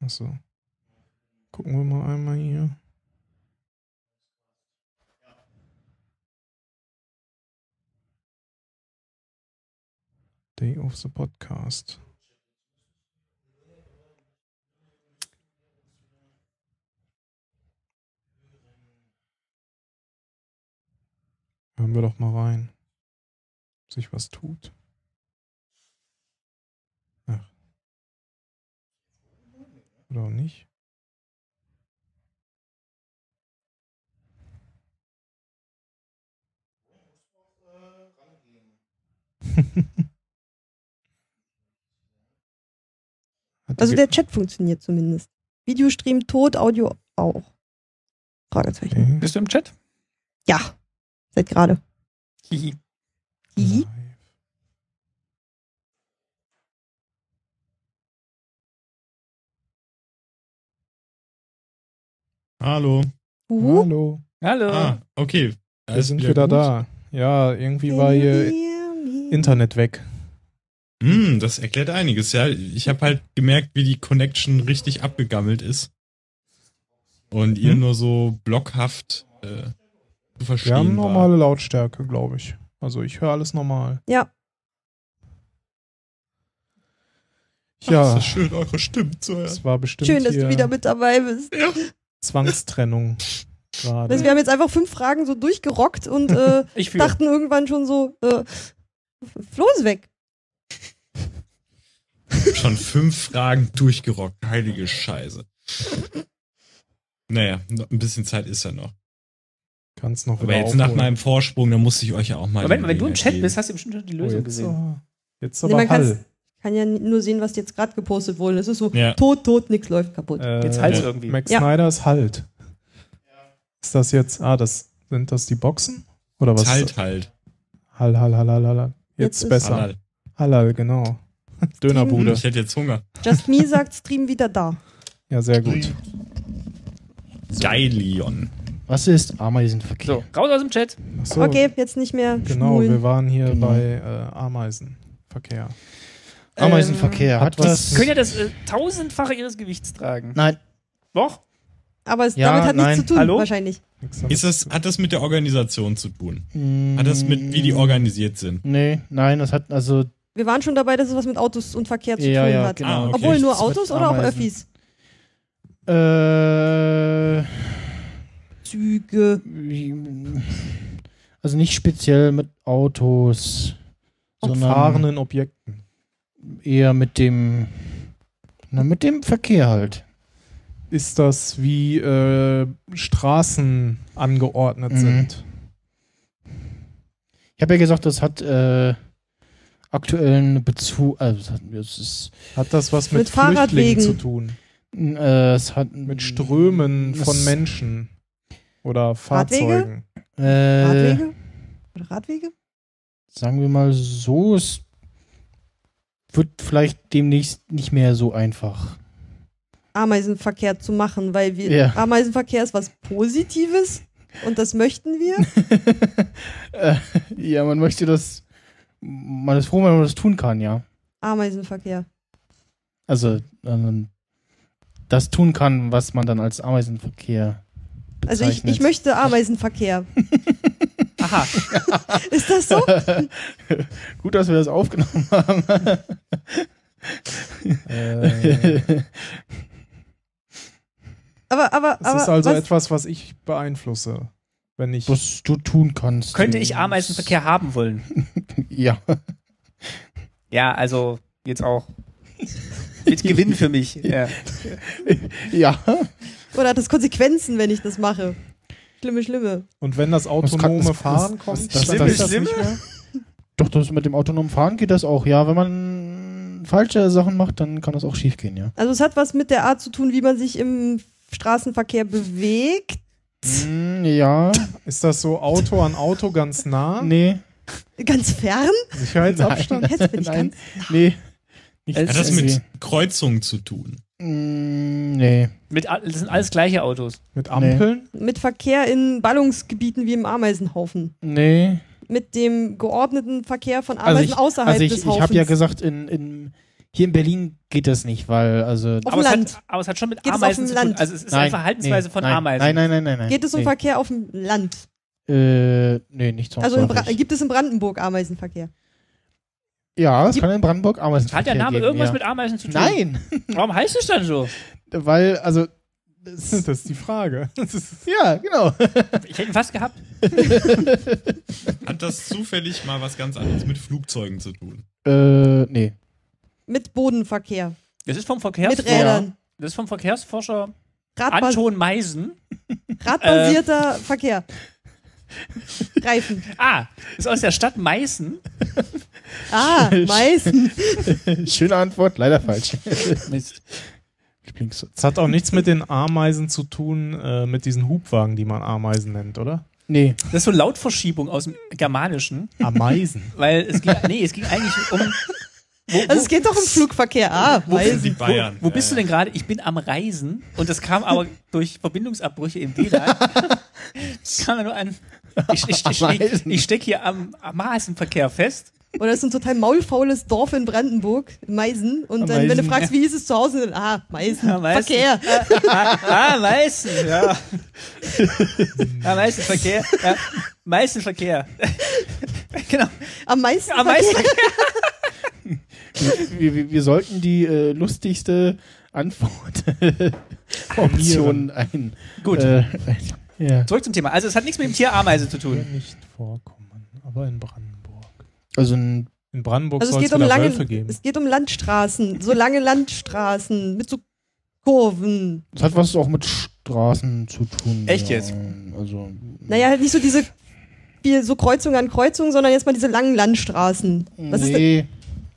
G: Achso. Gucken wir mal einmal hier. Day of the Podcast. Hören wir doch mal rein. Ob sich was tut. Ach. Oder auch nicht. Hat die
D: Also
G: Ge-
D: der Chat funktioniert zumindest. Videostream tot, Audio auch. Fragezeichen.
G: Okay.
C: Bist du im Chat?
D: Ja, seit gerade.
C: Hihi.
D: Hihi.
E: Hallo.
D: Uhu.
G: Hallo.
C: Hallo.
E: Ah, okay.
G: Wir sind wieder da. Ja, irgendwie war hier Internet weg.
E: Hm, das erklärt einiges. Ja, ich habe halt gemerkt, wie die Connection richtig abgegammelt ist. Und ihr
G: Hm?
E: nur so blockhaft äh, zu verstehen.
G: Wir haben
E: war.
G: normale Lautstärke, glaube ich. Also ich höre alles normal.
D: Ja.
E: Es
G: Ja,
E: ist schön, eure Stimmen zu hören.
G: es war bestimmt
D: Schön, dass
G: hier
D: du wieder mit dabei bist.
G: Zwangstrennung
D: Also
G: gerade.
D: wir haben jetzt einfach fünf Fragen so durchgerockt und äh,
C: Ich fühle.
D: dachten irgendwann schon so, äh, Flo ist weg.
E: Schon fünf Fragen durchgerockt. Heilige Scheiße. Naja, noch ein bisschen Zeit ist ja noch.
G: Kannst noch
E: Aber
G: wieder
E: jetzt
G: aufholen.
E: nach meinem Vorsprung, da muss ich euch ja auch mal.
C: Moment mal, wenn du im
E: Gelegenheit
C: Chat
E: geben.
C: bist, hast du bestimmt schon die
G: oh,
C: Lösung
G: jetzt,
C: gesehen.
G: aber- jetzt
D: Nee,
G: aber Halt.
D: man kann's-
G: Hall.
D: Kann ja nur sehen, was jetzt gerade gepostet wurde. Es ist so
E: Ja.
D: tot, tot, nix läuft kaputt.
C: Jetzt
G: Äh,
C: halt
E: ja.
C: irgendwie.
G: Max
D: Ja.
G: Snyder ist halt. Ist das jetzt, ah, das sind das die Boxen? Oder was?
E: Halt, halt.
G: Hall, hall, hall, hall, hall. Jetzt,
D: Jetzt ist-
G: besser. Halal,
E: Halal.
G: genau.
E: Hm,
G: Dönerbude.
E: Ich hätte jetzt Hunger.
D: Just Me sagt Stream wieder da.
G: Ja, sehr gut.
E: Geilion.
B: Was ist Ameisenverkehr?
C: So, raus aus dem Chat.
G: Ach so,
D: Okay, jetzt nicht mehr
G: Genau,
D: schmulen.
G: wir waren hier
B: Genau.
G: bei äh, Ameisenverkehr.
B: Ameisenverkehr.
G: hat
B: hat was?
C: Können ja das äh, tausendfache ihres Gewichts tragen.
B: Nein,
C: Doch?
D: Aber es,
B: Ja,
D: damit hat
B: nein.
D: nichts zu tun,
C: Hallo?
D: wahrscheinlich.
G: Nix damit
E: Ist das,
G: zu-
E: hat das mit der Organisation zu tun?
B: Mm,
E: Hat das mit, wie die organisiert sind?
B: Nee, nein, das hat also.
D: Wir waren schon dabei, dass es was mit Autos und Verkehr zu
B: Ja,
D: tun
B: ja,
D: hat.
B: genau.
E: Ah, okay.
D: Obwohl nur
B: Nichts mit
D: Autos oder auch
B: Ameisen.
D: Öffis?
B: Äh,
D: Züge.
B: also nicht speziell mit Autos,
G: Und
B: sondern
G: fahrenden Objekten.
B: eher mit dem. Na, mit dem Verkehr halt.
G: Ist das, wie äh, Straßen angeordnet
B: Mhm.
G: sind?
B: Ich habe ja gesagt, das hat äh, aktuellen Bezug. Also, das hat, das ist,
G: Hat das was mit,
D: Mit Fahrradwegen.
G: Flüchtlingen zu tun?
B: äh, es hat
G: Mit Strömen von
B: Das-
G: Menschen oder
D: Radwege?
G: Fahrzeugen?
B: Äh,
D: Radwege? Oder Radwege?
B: sagen wir mal so, es wird vielleicht demnächst nicht mehr so einfach.
D: Ameisenverkehr zu machen, weil wir
B: Ja.
D: Ameisenverkehr ist was Positives und das möchten wir.
B: Äh, ja, man möchte das, man ist froh, wenn man das tun kann, ja.
D: Ameisenverkehr.
B: Also ähm, das tun kann, was man dann als Ameisenverkehr
D: Also ich, ich
B: Bezeichnet.
D: möchte Ameisenverkehr.
C: Aha.
D: Ist das so?
B: Gut, dass wir das aufgenommen haben.
G: Äh,
D: Aber, aber,
G: es
D: aber
G: ist also
D: was,
G: etwas, was ich beeinflusse, wenn ich
B: was du tun kannst.
C: Könnte ich Ameisenverkehr haben wollen?
B: Ja.
C: Ja, also jetzt auch. Mit Gewinn für mich. Ja.
B: Ja.
D: oder hat das Konsequenzen, wenn ich das mache? Schlimme, schlimme.
G: und wenn das
B: kann-
G: autonome
B: das-
G: Fahren
B: das-
G: kommt,
B: das-
G: dann
C: das-
G: ist das nicht mehr.
B: Doch, das mit dem autonomen Fahren geht das auch. Ja, wenn man falsche Sachen macht, dann kann das auch schief gehen, ja.
D: Also es hat was mit der Art zu tun, wie man sich im Straßenverkehr bewegt.
B: Mm, ja.
G: Ist das so Auto an Auto ganz nah?
B: Nee.
D: Ganz fern?
G: Sicherheitsabstand?
D: Jetzt bin ich
B: Nein.
D: ganz.
B: Nee. Nicht
C: Hat
E: Hat das
B: irgendwie.
E: mit Kreuzungen zu tun?
B: Mm, nee.
C: Mit, all- das sind alles gleiche Autos.
G: Mit Ampeln?
D: Mit Verkehr in Ballungsgebieten wie im Ameisenhaufen.
B: Nee.
D: Mit dem geordneten Verkehr von Ameisen
B: Also ich,
D: außerhalb
B: also ich,
D: des
B: ich
D: Haufens.
B: habe ja gesagt, in, in, hier in Berlin geht das nicht, weil also
D: Auf
C: aber,
D: dem
C: es
D: Land.
C: Hat, aber es hat schon mit
D: Geht es auf
C: Ameisen
D: dem
C: zu tun.
D: Land?
C: Also es ist
B: nein,
C: eine Verhaltensweise
B: nee,
C: von
B: nein,
C: Ameisen.
B: Nein, nein, nein, nein, nein.
D: Geht es um
B: nee.
D: Verkehr auf dem Land?
B: Äh, nee, nicht
D: Also in Bra
B: zwangsläufig.
D: gibt es in Brandenburg Ameisenverkehr?
B: Ja, es
D: gibt-
B: kann in Brandenburg
C: Hat
B: Ameisenverkehr
C: der Name
B: geben,
C: irgendwas
B: ja.
C: mit Ameisen zu tun?
B: Nein,
C: Warum heißt es dann so?
B: weil, also, das,
G: Das ist die Frage. Das ist
B: ja, genau.
C: Ich hätte ihn fast gehabt.
E: Hat das zufällig mal was ganz anderes mit Flugzeugen zu tun?
B: äh, nee.
D: Mit Bodenverkehr.
C: Das ist vom,
D: Mit
C: Verkehrs
D: Rädern.
C: das ist vom Verkehrsforscher
D: Radbas
C: Anton Meisen.
B: äh,
D: Radbasierter Verkehr. Reifen.
C: Ah, ist aus der Stadt Meißen.
D: Ah, Meißen.
B: Schöne Antwort, leider falsch.
C: Mist.
B: Lieblings-
G: Es hat auch nichts mit den Ameisen zu tun, äh, mit diesen Hubwagen, die man Ameisen nennt, oder?
B: Nee.
C: Das ist so Lautverschiebung aus dem Germanischen,
H: Ameisen.
C: weil es ging, nee, es ging eigentlich um. Wo, wo,
D: Also es geht doch im Flugverkehr. Ah,
E: Das
D: weil
E: sind die Bayern.
C: wo bist du
E: Ja,
C: denn gerade? Ich bin am Reisen und das kam aber durch Verbindungsabbrüche im WLAN. Das kam ja nur an. Ich, ich, ich, ich,
B: Ameisen.
C: ich stecke hier am, am Maßenverkehr fest.
D: Oder ist ein total maulfaules Dorf in Brandenburg, Meisen. Und dann, wenn du
B: Meisen,
D: fragst, wie hieß es zu Hause, dann, ah, Meisen,
C: Ja, Meisen.
D: Verkehr.
B: Äh,
C: Ah, Meißen, ja. Ja, Meißenverkehr. Ja, Meißenverkehr. genau.
D: Am meisten.
C: Am
D: Verkehr.
C: Meißenverkehr.
B: Wir, wir, wir sollten die äh, lustigste Antwort-Option ein.
C: Gut.
B: Äh, ein- ja.
C: Zurück zum Thema. Also es hat nichts mit dem Tier Ameise zu
G: Hier
C: tun.
G: nicht vorkommen, aber in Brandenburg.
B: Also ein
G: In Brandenburg
D: Also es
G: soll es
D: geht um
G: wieder
D: lange,
G: Wölfe geben.
D: es geht um Landstraßen, so lange Landstraßen mit so Kurven.
B: Das hat was auch mit Straßen zu tun.
C: Echt
B: ja.
C: jetzt?
B: Also,
D: Naja, halt nicht so diese viel so Kreuzung an Kreuzung, sondern jetzt mal diese langen Landstraßen. Was ist denn
B: nee,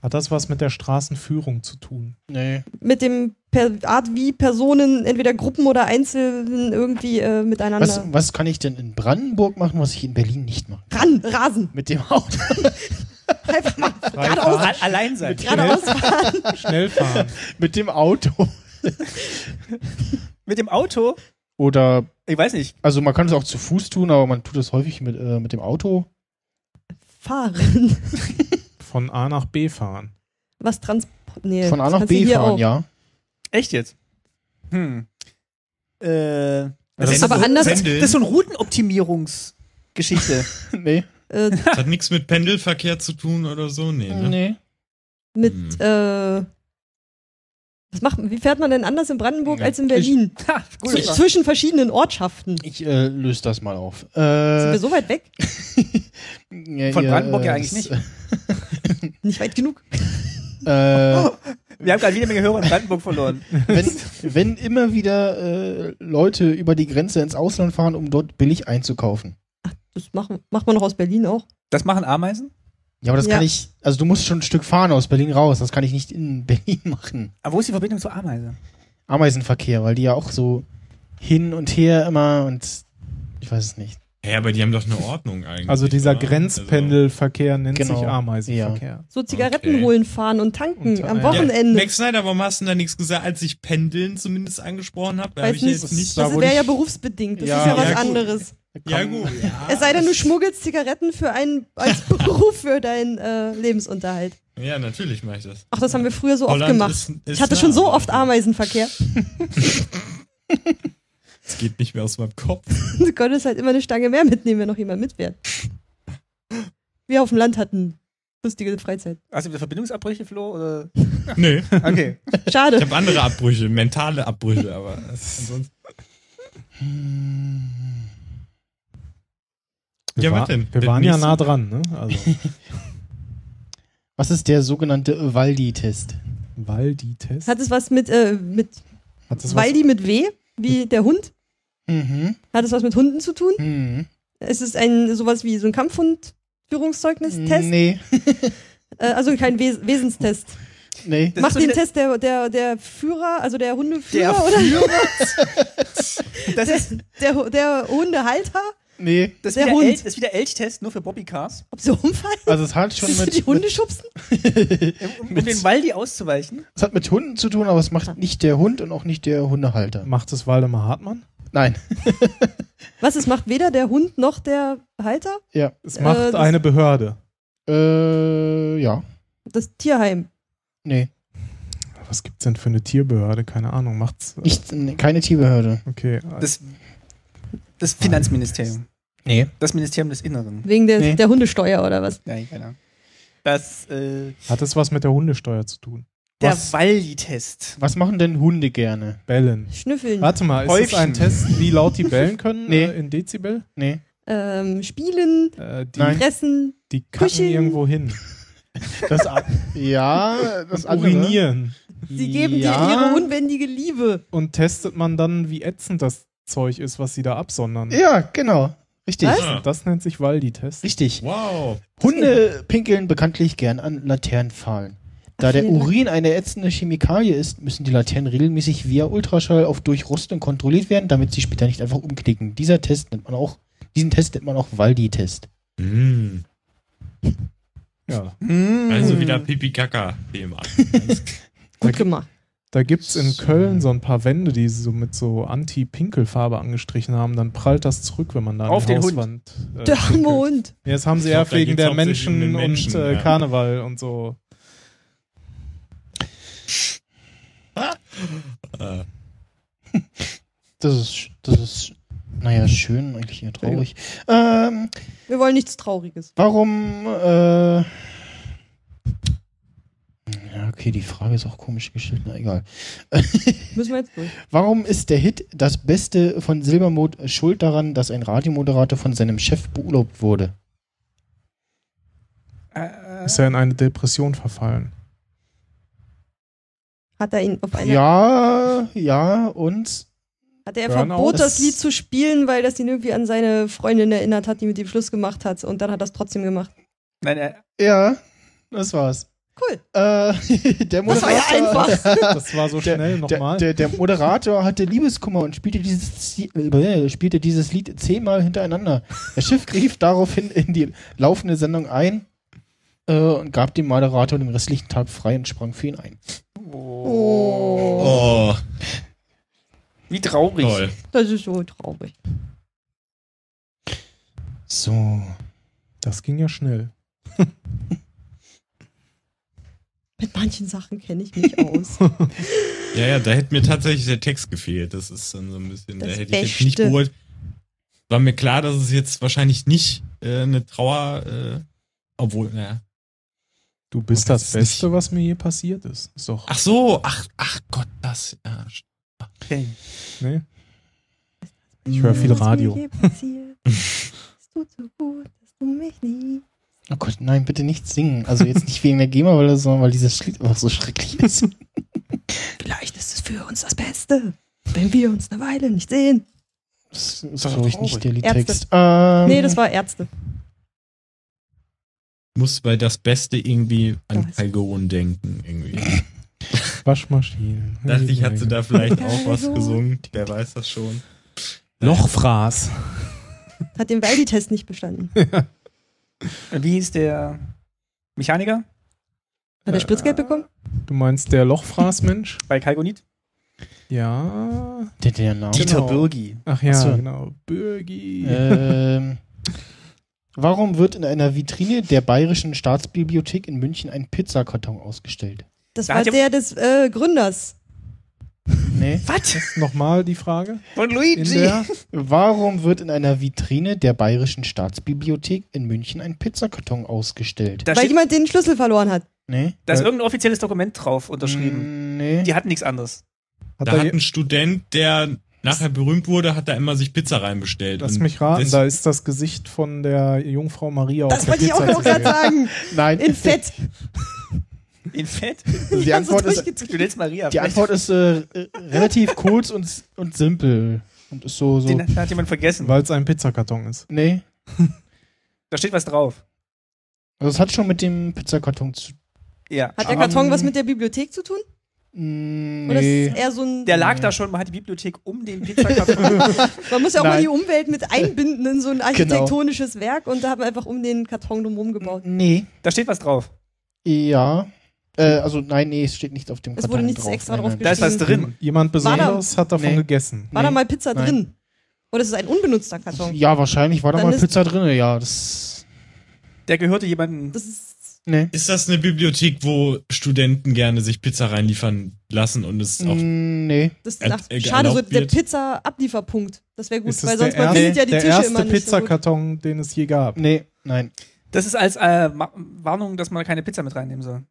G: Hat das was mit der Straßenführung zu tun?
B: nee.
D: mit dem per Art wie Personen, entweder Gruppen oder Einzelnen irgendwie äh, miteinander
B: Was, was kann ich denn in Brandenburg machen, was ich in Berlin nicht mache?
D: ran, rasen.
B: Mit dem Auto.
D: Einfach mal
G: Freifahren,
C: A- halt Allein sein.
D: geradeaus fahren.
G: schnell fahren.
B: mit dem Auto.
C: Mit dem Auto?
B: Oder,
C: Ich weiß nicht.
B: also man kann es auch zu Fuß tun, aber man tut das häufig mit, äh, mit dem Auto.
D: Fahren.
G: Von A nach B fahren.
D: Was Transport. Nee,
B: Von A
D: das
B: nach
D: kannst du
B: B
D: hier
B: fahren,
D: auch.
B: ja.
C: Echt jetzt? Hm. Äh,
E: Das ist
D: aber
E: so
D: anders-
E: Pendeln.
C: das ist so eine Routenoptimierungsgeschichte.
B: nee.
D: Äh,
E: Das hat nichts mit Pendelverkehr zu tun oder so. Nee, ne?
B: Nee.
D: mit,
E: Hm.
D: äh, was macht, wie fährt man denn anders in Brandenburg
B: Ja,
D: als in Berlin?
C: ha,
D: Zw-
C: gut.
D: Zwischen verschiedenen Ortschaften.
B: Ich äh, löse das mal auf.
D: Sind
B: Äh,
D: wir so weit weg?
B: ja,
C: Von
B: ihr,
C: Brandenburg ja
B: äh,
C: eigentlich nicht.
D: Nicht weit genug.
B: Äh,
C: Wir haben gerade wieder Menge Hörer in Brandenburg verloren.
B: wenn, wenn immer wieder äh, Leute über die Grenze ins Ausland fahren, um dort billig einzukaufen.
D: Das machen, macht man noch aus Berlin auch.
C: Das machen Ameisen?
B: Ja, aber das
D: Ja.
B: kann ich, also du musst schon ein Stück fahren aus Berlin raus. Das kann ich nicht in Berlin machen.
C: Aber wo ist die Verbindung zur Ameise?
B: Ameisenverkehr, weil die ja auch so hin und her immer und ich weiß es nicht.
E: Hä, aber die haben doch eine Ordnung eigentlich.
G: Also dieser
E: oder?
G: Grenzpendelverkehr nennt
B: Genau.
G: sich Ameisenverkehr.
D: So Zigaretten
E: Okay.
D: holen, fahren und tanken
G: Und,
D: am
G: äh,
E: Also, ja.
D: Wochenende.
E: Max Snyder, warum hast du denn da nichts gesagt, als ich Pendeln zumindest angesprochen habe? Da habe
D: Weiß
E: ich ja jetzt
D: nicht.
E: nicht.
G: da
D: das
G: wurde
D: wäre ja
G: ich-
D: berufsbedingt. Das
B: Ja,
D: ist ja was
E: ja, gut.
D: anderes.
E: Ja, gut. Ja,
D: Es sei denn, du schmuggelst Zigaretten für einen, als Beruf für deinen äh, Lebensunterhalt.
E: ja natürlich mache ich das.
D: Ach, das haben wir früher so oft
E: Holland
D: gemacht.
E: ist- ist
D: ich hatte
E: nah.
D: schon so oft Ameisenverkehr.
E: Es geht nicht mehr aus meinem Kopf.
D: Du konntest halt immer eine Stange mehr mitnehmen, wenn noch jemand mit wäre. Wir auf dem Land hatten lustige Freizeit.
C: Also wieder Verbindungsabbrüche, Flo? Oder?
E: Nee,
C: Okay.
E: ich
D: Schade.
E: habe andere Abbrüche, mentale Abbrüche, aber ansonsten.
G: Wir
E: Ja,
G: wa-
E: was denn?
G: Wir
E: Das
G: waren ja
E: nächste-
G: nah dran, ne? Also,
B: Was ist der sogenannte Waldi-Test?
G: Waldi-Test.
D: Hat es was mit, äh, mit
G: Hat das was?
D: Waldi mit W, wie der Hund?
B: Mhm.
D: Hat es was mit Hunden zu tun?
B: mhm.
D: Ist es ein sowas wie so ein Kampfhund? Führungszeugnis-Test?
B: Nee,
D: Äh, also kein Wes Wesenstest.
B: nee.
C: Das ist
D: Macht
C: so
D: den
C: eine-
D: Test der, der, der Führer, also der Hundeführer
C: Der
D: oder
C: Das ist,
D: der, der Hundehalter?
B: Nee.
C: das ist
D: Der
C: wieder
D: Hund.
C: El- das ist wie der Elchtest, nur für Bobbycars.
D: Ob sie umfallen?
B: Also es hat schon
D: Siehst du
B: mit,
D: die Hunde schubsen?
C: Um, um den Waldi auszuweichen.
B: es hat mit Hunden zu tun, aber es
D: Ah.
B: macht nicht der Hund und auch nicht der Hundehalter.
G: Macht es Waldemar Hartmann?
B: Nein.
D: Was, es macht weder der Hund noch der Halter?
B: Ja.
G: Es
D: Äh,
G: macht
D: das-
G: eine Behörde.
B: Äh, ja.
D: Das Tierheim.
B: Nee.
G: Was gibt's denn für eine Tierbehörde? Keine Ahnung. Macht's.
B: Nicht, keine Tierbehörde.
G: Okay.
C: Das, das Finanzministerium.
B: Nee.
C: Das Ministerium des Inneren.
D: Wegen der,
B: Nee.
D: der Hundesteuer oder was?
C: Nein, keine Ahnung. Das, äh,
G: Hat es was mit der Hundesteuer zu tun?
C: der
B: Was?
C: Waldi-Test.
B: Was machen denn Hunde gerne?
G: Bellen.
D: Schnüffeln.
G: Warte mal, ist
C: Häufchen.
G: das ein Test, wie laut die bellen können?
B: Nee.
G: Äh, in Dezibel?
B: Nee.
D: Ähm, spielen,
G: Äh, die,
B: Nein.
D: fressen,
G: die kacken
D: Küchen.
G: irgendwo hin.
B: Das a- ja, das andere.
G: Urinieren.
D: sie geben
B: ja,
D: dir ihre unbändige Liebe.
G: Und testet man dann, wie ätzend das Zeug ist, was sie da absondern.
B: Ja, genau. Richtig.
D: Was?
E: Ah,
G: Das nennt sich Waldi-Test.
B: Richtig.
E: wow.
B: Hunde pinkeln bekanntlich gern an Laternenpfahlen. Da der
D: vielen Dank.
B: Urin eine ätzende Chemikalie ist, müssen die Laternen regelmäßig via Ultraschall auf Durchrostung kontrolliert werden, damit sie später nicht einfach umknicken. Dieser Test nennt man auch Diesen Test nennt man auch Waldi-Test.
E: Mm.
G: Ja.
E: Also wieder Pipi-Kaka-Thema.
D: Gut gemacht.
G: Da gibt's in Köln so ein paar Wände, die sie so mit so Anti-Pinkelfarbe angestrichen haben. Dann prallt das zurück, wenn man da an
C: Auf
G: die
C: den Hund.
G: Hauswand. Äh,
D: Der arme
G: pinkelt.
D: Hund.
G: Ja, das haben sie
E: Ich
G: ja
E: glaub, da
G: wegen
E: geht's
G: der
E: hauptsächlich um
G: Menschen,
E: den Menschen,
G: und äh,
E: ja.
G: Karneval und so.
E: äh,
B: Das ist, das ist, naja, schön, eigentlich eher traurig. Ähm,
D: Wir wollen nichts Trauriges.
B: warum, äh, ja, okay, die Frage ist auch komisch gestellt, na egal.
D: Müssen wir jetzt durch.
B: Warum ist der Hit Das Beste von Silbermond schuld daran, dass ein Radiomoderator von seinem Chef beurlaubt wurde?
G: Ist ja in eine Depression verfallen.
D: Hat er ihn auf eine,
B: Ja, ja, und
D: hat er
G: Burnout.
D: verbot, das Lied zu spielen, weil das ihn irgendwie an seine Freundin erinnert hat, die mit ihm Schluss gemacht hat und dann hat er es trotzdem gemacht.
C: Nein, er,
B: ja, das war's.
D: Cool.
B: Äh, der
D: Das war ja
B: Moderator-
D: einfach.
G: Das war so schnell
B: Der,
G: nochmal.
B: der, der Moderator hatte Liebeskummer und spielte dieses, Zie- äh, spielte dieses Lied zehnmal hintereinander. Der Schiff griff daraufhin in die laufende Sendung ein äh, und gab dem Moderator den restlichen Tag frei und sprang für ihn ein.
D: Oh.
E: oh,
C: wie traurig.
E: toll.
D: Das ist so traurig.
B: So. Oh
G: Das ging ja schnell.
D: Mit manchen Sachen kenne ich mich aus.
E: Ja, ja, da hätte mir tatsächlich der Text gefehlt. Das ist dann so ein bisschen,
D: Das
E: da hätte ich jetzt nicht
D: Beste.
E: geholt. War mir klar, dass es jetzt wahrscheinlich nicht äh, eine Trauer, äh, obwohl, naja.
G: Du bist
E: Oh,
G: das,
E: das ist
G: Beste, was mir je passiert ist. Ist doch.
E: Ach so, ach, ach Gott, das, ja.
G: Nee? ne? Ich höre viel
D: Was mir
G: Radio.
D: je passiert. Es tut so gut, dass du mich nie.
B: Oh Gott, nein, bitte nicht singen. Also jetzt nicht wegen der GEMA, weil das, sondern weil dieses Lied einfach so schrecklich ist.
D: Vielleicht ist es für uns das Beste, wenn wir uns eine Weile nicht sehen.
B: Das ist, glaube ich, nicht der
D: Ärzte.
B: Liedtext. Ähm,
D: Nee, das war Ärzte.
E: Muss bei das Beste irgendwie an
D: Weiß.
E: Calgon denken, irgendwie.
G: Waschmaschinen.
E: Dachte ich, hat sie da vielleicht auch was
D: Calgon.
E: gesungen. Wer weiß das schon.
G: Lochfraß.
D: Hat den Waldi-Test nicht bestanden.
C: Wie ist der Mechaniker
D: Hat er Spritzgeld bekommen?
G: Du meinst der Lochfraß-Mensch?
C: bei Kalgonit?
G: Ja.
B: Der, der Name.
G: Dieter
C: Birgi.
G: Ach ja,
B: Ach so.
G: genau. Birgi.
B: ähm, warum wird in einer Vitrine der Bayerischen Staatsbibliothek in München ein Pizzakarton ausgestellt?
D: Das
C: Da
D: war
C: hat ja-
D: der des äh, Gründers.
B: Nee.
C: Was?
G: Nochmal die Frage.
C: Von
G: In
C: Luigi.
G: der
B: Warum wird in einer Vitrine der Bayerischen Staatsbibliothek in München ein Pizzakarton ausgestellt?
C: Da
D: weil
C: steht,
D: jemand den Schlüssel verloren hat.
B: nee.
C: da ist irgendein offizielles Dokument drauf unterschrieben.
B: Mm, Nee.
C: Die hatten nichts anderes.
G: hat
E: Da
G: da
E: hat
G: je-
E: ein Student, der nachher berühmt wurde, hat da immer sich Pizza reinbestellt.
G: Lass
E: Und
G: mich raten,
E: das-
G: da ist das Gesicht von der Jungfrau Maria auf
D: Das
G: der
D: wollte ich auch
G: Pizza
D: noch
G: zu
D: gerade
G: sehen.
D: sagen.
B: Nein.
D: In Fett.
C: In Fett?
B: Also die Antwort ist,
C: Du nennst Maria.
B: die Antwort ist äh, äh, relativ kurz und, s- und simpel. Und ist so, so.
C: Den hat jemand vergessen.
G: Weil es ein Pizzakarton ist.
B: Nee.
C: Da steht was drauf.
B: Also es hat schon mit dem Pizzakarton zu
C: Ja.
D: Hat der
B: Aber-
D: Karton was mit der Bibliothek zu tun?
B: Mm,
D: Oder ist
B: Nee.
D: es eher so ein.
C: Der lag da schon, man hat die Bibliothek um den Pizzakarton.
D: Man muss ja auch mal
B: Nein.
D: die Umwelt mit einbinden in
G: Genau.
D: so ein architektonisches Werk und da haben wir einfach um den Karton drumherum gebaut.
B: Nee.
C: da steht was drauf.
B: Ja. Äh, also nein, nee, es steht nicht auf dem
D: Es
B: Karton
D: wurde nichts
B: drauf.
D: extra
B: nein,
D: drauf
B: nein.
C: Da ist was drin.
G: Jemand Besonderes hat davon
B: Nee.
G: gegessen.
D: War da
B: Nee.
D: mal Pizza
B: Nein.
D: drin? Oder ist es ein unbenutzter Karton?
B: Ja, wahrscheinlich war da
D: Dann
B: mal
D: ist-
B: Pizza drin. Ja, das.
C: Der gehörte jemandem.
D: Das ist.
B: Nee.
E: Ist das eine Bibliothek, wo Studenten gerne sich Pizza reinliefern lassen und es auch
B: Mm, Nee.
D: Das ist
G: Äh,
E: Er-
D: nach,
E: er-
D: schade, so
E: erlaubt
D: der
E: wird.
D: Pizza-Ablieferpunkt. Das wäre gut,
G: Ist es
D: weil sonst
G: der
D: man findet
G: erste,
D: ja die
G: der
D: Tische immer
G: erste
D: nicht. so gut.
G: Pizzakarton, den es je gab?
B: Nee. Nein.
C: Das ist als äh, Ma- Warnung, dass man keine Pizza mit reinnehmen soll.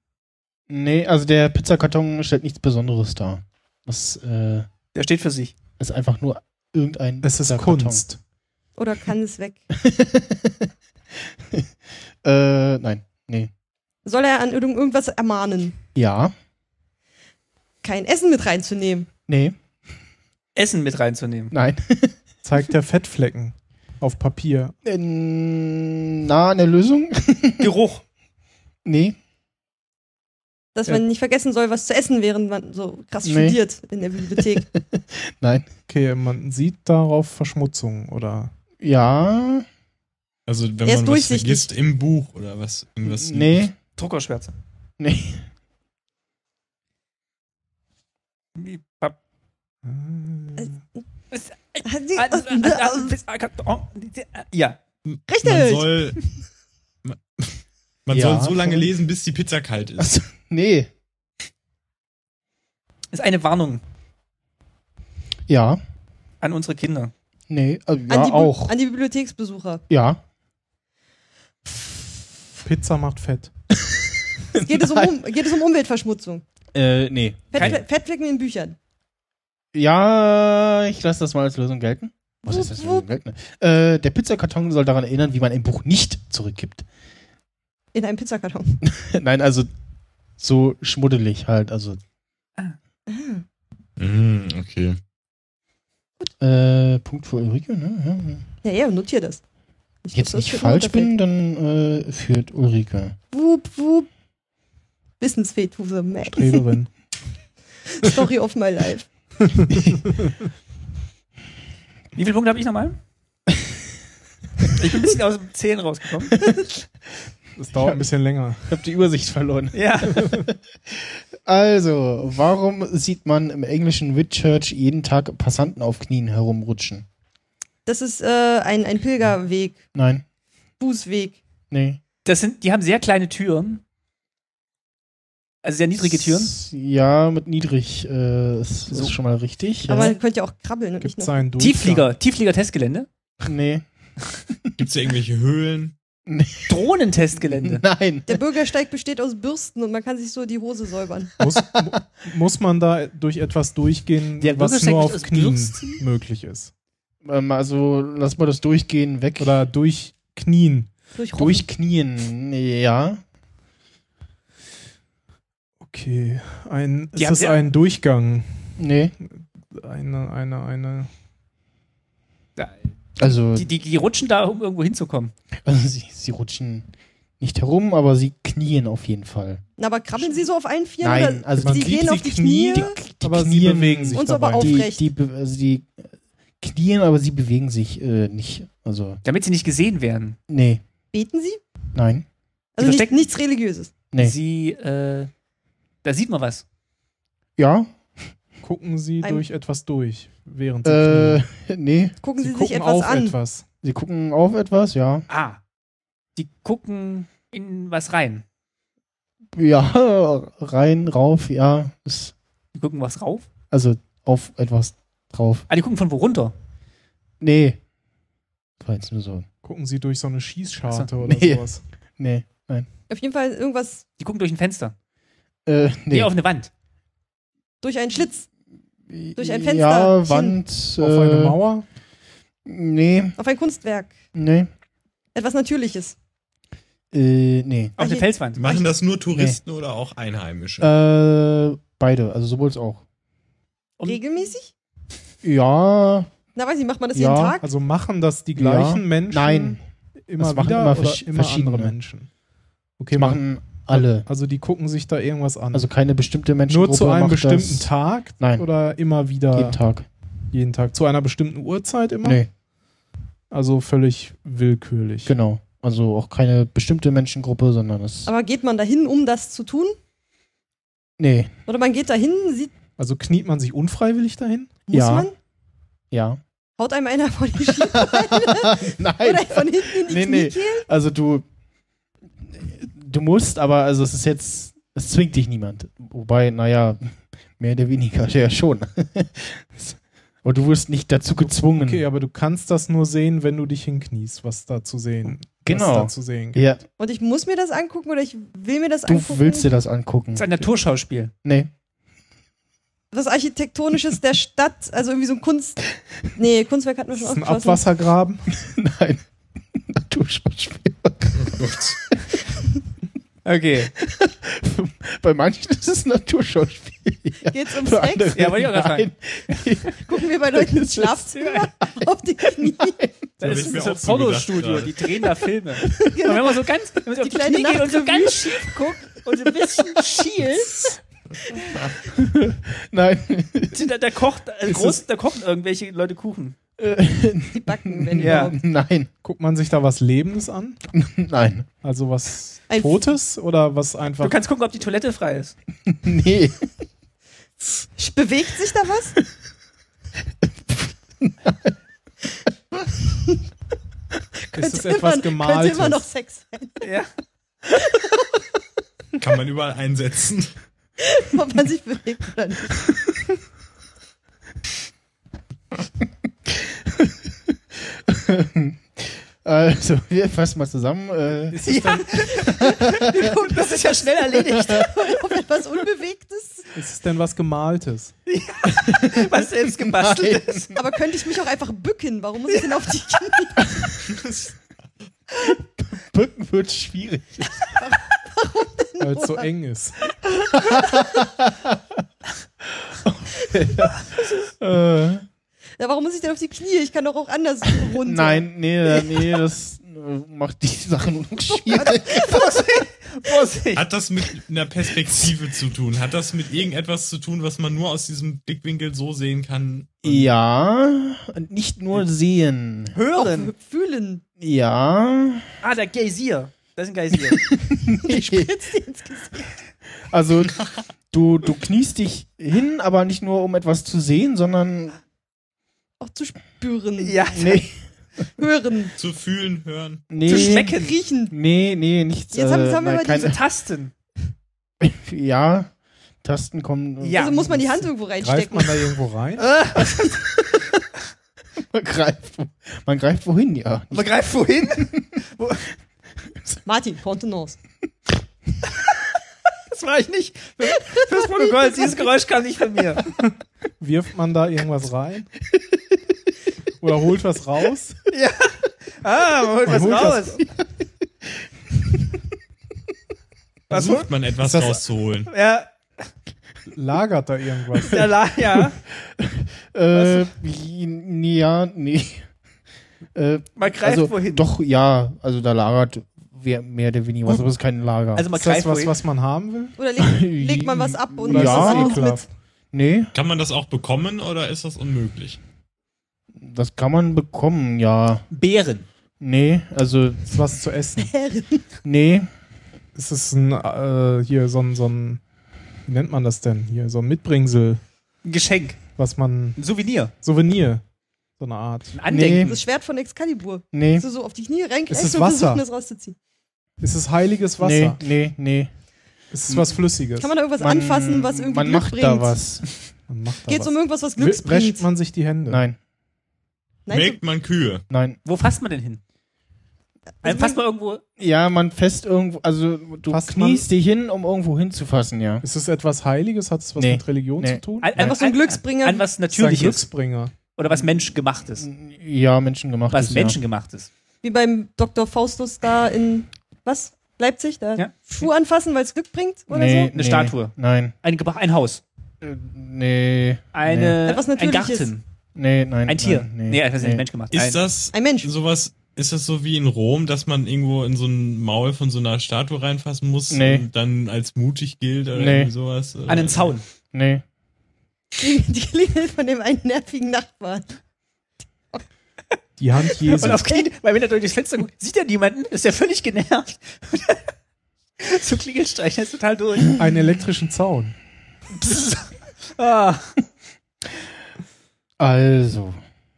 B: Nee, also der Pizzakarton stellt nichts Besonderes dar. Das äh,
C: Der steht für sich.
B: ist einfach nur irgendein.
G: Es ist
B: Pizzakarton.
G: Kunst.
D: Oder kann es weg?
B: äh, nein. Nee.
D: Soll er an irgend- irgendwas ermahnen?
B: Ja.
D: Kein Essen mit reinzunehmen.
B: Nee.
C: Essen mit reinzunehmen.
B: Nein.
G: Zeigt der Fettflecken auf Papier.
B: Ähm, Na, eine Lösung?
C: Geruch.
B: Nee.
D: Dass
G: Ja.
D: man nicht vergessen soll, was zu essen, während man so krass
B: Nee.
D: studiert in der Bibliothek.
B: Nein.
G: Okay, man sieht darauf Verschmutzung oder
B: Ja,
E: Also wenn
D: Er ist
E: man was
D: durchsichtig.
E: vergisst im Buch oder was irgendwas.
B: nee,
C: Druckerschwärze.
B: nee.
G: äh,
D: Äh.
C: Ah, Ja.
E: Man
D: Richtig!
E: soll, man, man
B: Ja,
E: soll so lange
B: schon.
E: lesen, bis die Pizza kalt ist.
B: Also, nee.
C: Ist eine Warnung
B: Ja,
C: an unsere Kinder.
B: nee, also, ja
D: An die, Bi-
B: auch.
D: an die Bibliotheksbesucher.
B: Ja.
G: Pizza macht fett.
D: Es geht, es um, um, geht es um Umweltverschmutzung.
B: Äh, nee.
D: Fett,
C: Keine.
D: Fettflecken in Büchern.
B: Ja, ich lasse das mal als Lösung gelten. Was ist das für eine Lösung gelten? Äh, der Pizzakarton soll daran erinnern, wie man ein Buch nicht zurückgibt.
D: In einem Pizzakarton.
B: Nein, also so schmuddelig halt. Also,
E: Mm, okay.
B: äh, Punkt für Ulrike, ne? Ja, ja.
D: Ja, ja, notier das. Ich
B: jetzt
D: glaub,
B: nicht
D: das wird
B: falsch bin,
D: runterfällt.
B: dann äh, führt Ulrike.
D: Wup, wup. Wissensfetus, man.
G: Streberin.
D: Story of my life.
C: Wie viele Punkte habe ich nochmal? ich bin ein bisschen aus dem Zählen rausgekommen.
G: Das dauert ein bisschen länger.
B: Ich habe die Übersicht verloren.
C: Ja.
B: Also, warum sieht man im englischen Whitchurch jeden Tag Passanten auf Knien herumrutschen?
D: Das ist äh, ein, ein Pilgerweg,
B: Nein,
D: Fußweg.
B: nee.
C: Das sind, die haben sehr kleine Türen. Also sehr niedrige Türen.
B: S- Ja, mit niedrig äh, ist,
C: So.
B: ist schon mal richtig. Ja.
D: Aber man könnte ja auch krabbeln und
G: Gibt's
D: nicht
G: da
D: noch.
G: einen Durchgang?
C: Tiefflieger, Tiefflieger-Testgelände.
B: nee.
E: Gibt's da irgendwelche Höhlen?
C: Drohnentestgelände.
B: Nein.
D: Der Bürgersteig besteht aus Bürsten und man kann sich so die Hose säubern.
G: Muss, mu- muss man da durch etwas durchgehen,
C: Der
G: was
C: Bürgersteig
G: nur
C: wird
G: auf
C: aus
G: Knien
C: Bürsten?
G: möglich ist?
B: Ähm, also, lass mal das Durchgehen weg.
G: Oder durch Knien.
D: Durch, Rochen.
B: Durchknien, ja.
G: Okay. Ein,
C: Die
G: ist
C: haben
G: es
C: sehr-
G: ein Durchgang?
B: Nee.
G: Eine, eine, eine.
B: Also,
C: Die, die, die rutschen da, um irgendwo hinzukommen.
B: also sie, sie rutschen nicht herum, aber sie knien auf jeden Fall.
D: Na, aber krabbeln sie so auf allen Vieren?
B: Nein,
D: oder?
B: also
D: die
B: die,
D: gehen
G: sie
D: auf die Knie.
G: knien,
B: die
G: aber sie
B: knien
G: bewegen sich
D: und so aber
G: dabei.
D: auch-
B: die,
D: Aufrecht.
B: die, be- also die knien, aber sie bewegen sich äh, nicht. Also,
C: Damit sie nicht gesehen werden.
B: nee,
D: Beten sie?
B: nein,
D: Also nicht,
C: verstecken-
D: nichts Religiöses.
B: nee.
C: Sie, äh, da sieht man was.
B: ja,
G: Gucken sie
D: Ein-
G: durch etwas durch, während sie
B: äh,
G: knien.
B: nee.
D: Gucken sie, sich
G: gucken
D: etwas
G: auf
D: an.
G: etwas.
B: Sie gucken auf etwas, ja.
C: Ah. Die gucken in was rein.
B: Ja, rein, rauf, ja. Ist,
C: Die gucken was rauf.
B: also auf etwas drauf.
C: Ah, die gucken von wo runter?
B: Nee. Das war jetzt nur so.
G: Gucken sie durch so eine Schießscharte
C: Ach so,
G: oder
B: nee.
G: sowas.
B: Nee,
D: Auf jeden Fall irgendwas
C: Die gucken durch ein Fenster.
B: äh,
C: Nee,
B: nee.
C: auf eine Wand.
D: durch einen Schlitz, durch ein
B: Ja,
D: Fenster
B: Wand. Äh,
G: Auf eine Mauer?
B: Nee,
D: auf ein Kunstwerk.
B: nee.
D: Etwas Natürliches.
B: Äh, nee.
C: Auf
D: Ah,
C: eine
D: je-
C: Felswand.
E: Machen das nur Touristen oder auch Einheimische?
B: Äh, beide, also sowohl es auch.
C: Um-
D: Regelmäßig?
B: Ja,
D: Na, weiß ich, macht man das
B: Ja,
D: jeden Tag?
G: Also machen das die gleichen
B: Ja.
G: Menschen
B: nein.
G: immer
B: Das machen
G: wieder
B: immer
G: oder
B: versch-
G: immer
B: verschiedene.
G: andere Menschen? Okay,
B: Das machen alle.
G: Also die gucken sich da irgendwas an.
B: Also keine bestimmte Menschengruppe
G: Nur zu einem
B: macht
G: bestimmten
B: das
G: Tag
B: Nein.
G: oder immer wieder
B: Jeden Tag.
G: jeden Tag? Zu einer bestimmten Uhrzeit immer?
B: Nee,
G: Also völlig willkürlich.
B: genau. Also auch keine bestimmte Menschengruppe, sondern es.
D: Aber geht man dahin, um das zu tun?
B: Nee,
D: Oder man geht dahin, sieht,
G: Also kniet man sich unfreiwillig dahin?
D: muss
B: Ja.
D: man?
B: ja.
D: Haut einem einer von die Schiene
B: Nein,
D: oder von hinten in die
B: Nee, nee.
D: Kniekehlen?
B: also du. Du musst, aber also es ist jetzt. Es zwingt dich niemand. Wobei, naja, mehr oder weniger, ja schon. Aber du wirst nicht dazu gezwungen.
G: Okay, aber du kannst das nur sehen, wenn du dich hinkniest, was da zu sehen.
B: Genau.
G: Was da zu sehen gibt.
B: ja,
D: Und ich muss mir das angucken oder ich will mir das
B: du
D: angucken.
B: willst dir das angucken.
C: Das ist ein Naturschauspiel.
B: Nee.
D: was Architektonisches der Stadt, also irgendwie so ein Kunst. Nee, Kunstwerk hatten wir
G: Ist
D: schon
G: es ein
D: ausgeschlossen.
G: Abwassergraben?
B: Nein. Naturschauspiel.
E: Gut.
C: Okay.
B: Bei manchen ist es Naturschauspiel.
D: Geht's um
B: Für
D: Sex?
B: andere
C: Ja, wollte ich auch gerade
B: nein.
D: Gucken wir bei Leuten ins Schlafzimmer auf die Knie.
E: Ja,
C: Das
E: hab ich
C: ist
E: mir
C: so ein
E: auch so gedacht
C: Pornostudio.
E: gerade.
C: Die drehen da Filme. Und wenn man so ganz, wenn man so auf die
D: kleine
C: Knie geht und so
D: Nachtrevue.
C: ganz schief guckt und so ein bisschen schielt,
B: Nein.
C: da, da kocht, äh, groß, da kochen irgendwelche Leute Kuchen.
D: Die backen, wenn
H: Ja.
D: überhaupt.
B: Nein,
G: Guckt man sich da was Lebendes an?
B: nein.
G: Also was
D: Ein-
G: Totes oder was
C: Du
G: einfach.
C: kannst gucken, ob die Toilette frei ist.
B: Nee.
D: Bewegt sich da was?
G: Ist es
D: Könnte
G: etwas
D: immer, könnte
G: Gemaltes?
D: immer noch Sex sein,
C: Ja.
E: Kann man überall einsetzen.
D: ob man sich bewegt oder nicht.
B: Also, wir fassen mal zusammen. Äh,
C: Ist ja. das ist ja schnell erledigt.
D: Ob etwas Unbewegtes.
G: Ist es denn was Gemaltes?
C: Was selbst gebastelt ist.
D: Aber könnte ich mich auch einfach bücken? Warum muss ich denn auf die Knie?
B: Bücken wird schwierig.
G: Weil es so eng ist.
B: Äh,
D: Ja, warum muss ich denn auf die Knie? Ich kann doch auch anders runter.
B: nein, nee, nee, das äh, macht die Sache nur noch schwierig.
C: Vorsicht.
E: Hat das mit einer Perspektive zu tun? Hat das mit irgendetwas zu tun, was man nur aus diesem Blickwinkel so sehen kann?
B: Ja, und nicht nur sehen.
C: Hören.
D: Fühlen.
B: Ja.
C: Ah, der Geysir. Das ist ein Geysir.
B: Also, du, du kniest dich hin, aber nicht nur, um etwas zu sehen, sondern.
D: Auch zu spüren.
C: ja.
B: Nee,
D: Hören.
E: Zu fühlen, hören.
B: nee.
C: Zu schmecken.
D: Riechen.
B: Nee, nee, nichts. äh,
D: Jetzt haben- jetzt haben wir
B: nein,
D: aber
B: keine,
C: Tasten.
B: Ja, Tasten kommen. äh,
C: Ja.
D: Also muss man die Hand irgendwo
G: Greift
D: reinstecken.
G: man da irgendwo rein?
D: Äh?
B: Man greift, man greift wohin, ja.
C: Man greift wohin?
D: Martin, Kontenance.
C: Das war ich nicht. Für- Fürs Protokoll, dieses Geräusch kam nicht von mir.
G: Wirft man da irgendwas rein? Oder holt was raus?
C: Ah, man holt was
G: holt was-
C: raus. Was holt?
E: Versucht man etwas
G: Ist das-
E: rauszuholen.
C: Ja,
G: Lagert da irgendwas?
C: der La ja.
B: Äh, wie- ja, nee. Äh,
C: Man greift
B: also,
C: wohin.
B: doch, ja. Also, da lagert wer- mehr oder weniger was, aber es ist kein Lager.
C: Also man
G: Ist das
C: greift
G: was,
C: wohin.
G: was man haben will?
D: Oder legt, legt man was ab und
G: Oder
B: Ja.
G: ist eh das ekelhaft?
B: nee,
E: Kann man das auch bekommen oder ist das unmöglich?
B: das kann man bekommen, ja.
C: Beeren.
B: Nee, also,
G: Ist was zu essen?
D: Herren.
B: nee.
G: Ist es ein, äh, hier so ein, so ein, wie nennt man das denn? Hier, so ein Mitbringsel,
C: Ein Geschenk.
G: was man,
C: Ein Souvenir.
G: Souvenir, so eine Art.
C: Ein Andenken.
D: Das Schwert von Excalibur.
B: Nee,
D: So, so auf die Knie
G: Es
D: reingreifen
G: ist
D: und
G: Wasser.
D: versuchen, das rauszuziehen.
G: Ist es heiliges
B: nee,
G: Wasser?
B: nee, nee.
G: Ist es was Flüssiges?
D: Kann man da irgendwas anfassen, was irgendwie
B: Man
D: Glück
B: macht
D: bringt?
B: da was.
G: Man macht da
D: Geht es
G: was.
D: um irgendwas, was
G: W-
D: Glück
G: Wäscht
D: bringt?
G: man sich die Hände?
B: Nein,
D: Nein,
E: Melkt man Kühe?
B: nein.
C: Wo fasst man denn hin?
D: Also
C: fasst man irgendwo.
B: Ja, man fest irgendwo, also du
G: Fasst
B: kniest dich hin, um irgendwo hinzufassen, ja.
G: Ist es etwas Heiliges? Hat es was
B: Nee.
G: mit Religion
B: Nee.
G: zu tun?
C: An,
D: Einfach so ein
C: an-
D: Glücksbringer.
C: An was
G: Ist ein
C: Natürliches.
G: Glücksbringer.
C: Oder was menschgemachtes.
B: Ja, Menschen gemacht.
C: Was menschengemachtes.
D: so- wie beim Dr. Faustus da in, was? Leipzig? Da
C: Ja.
D: Schuh anfassen, weil es Glück bringt
B: ja.
D: oder
B: nee,
D: so?
C: Eine Statue.
B: Nein.
C: Ein, Gebra- ein Haus.
B: Äh, Nee.
C: Eine,
D: Etwas
C: ein
D: Natürliches.
C: Garten.
B: Nee, nein.
C: Ein Tier.
B: Nein,
C: nee. das ist nicht menschgemacht.
E: Ist
C: ein,
E: das
D: Ein Mensch.
E: sowas, ist das so wie in Rom, dass man irgendwo in so ein Maul von so einer Statue reinfassen muss
B: Nee.
E: und dann als mutig gilt oder
B: Nee.
E: irgendwie sowas? Äh,
C: an einen Zaun.
B: Nee.
D: Die, die Klingel von dem einen nervigen Nachbarn.
G: Die Hand Jesu.
C: Und auf Knien, weil wenn er durch das Fenster guckt, sieht er niemanden, ist er völlig genervt. so Klingelstreichen, er ist total durch.
G: einen elektrischen Zaun.
C: Psst. ah.
B: Also,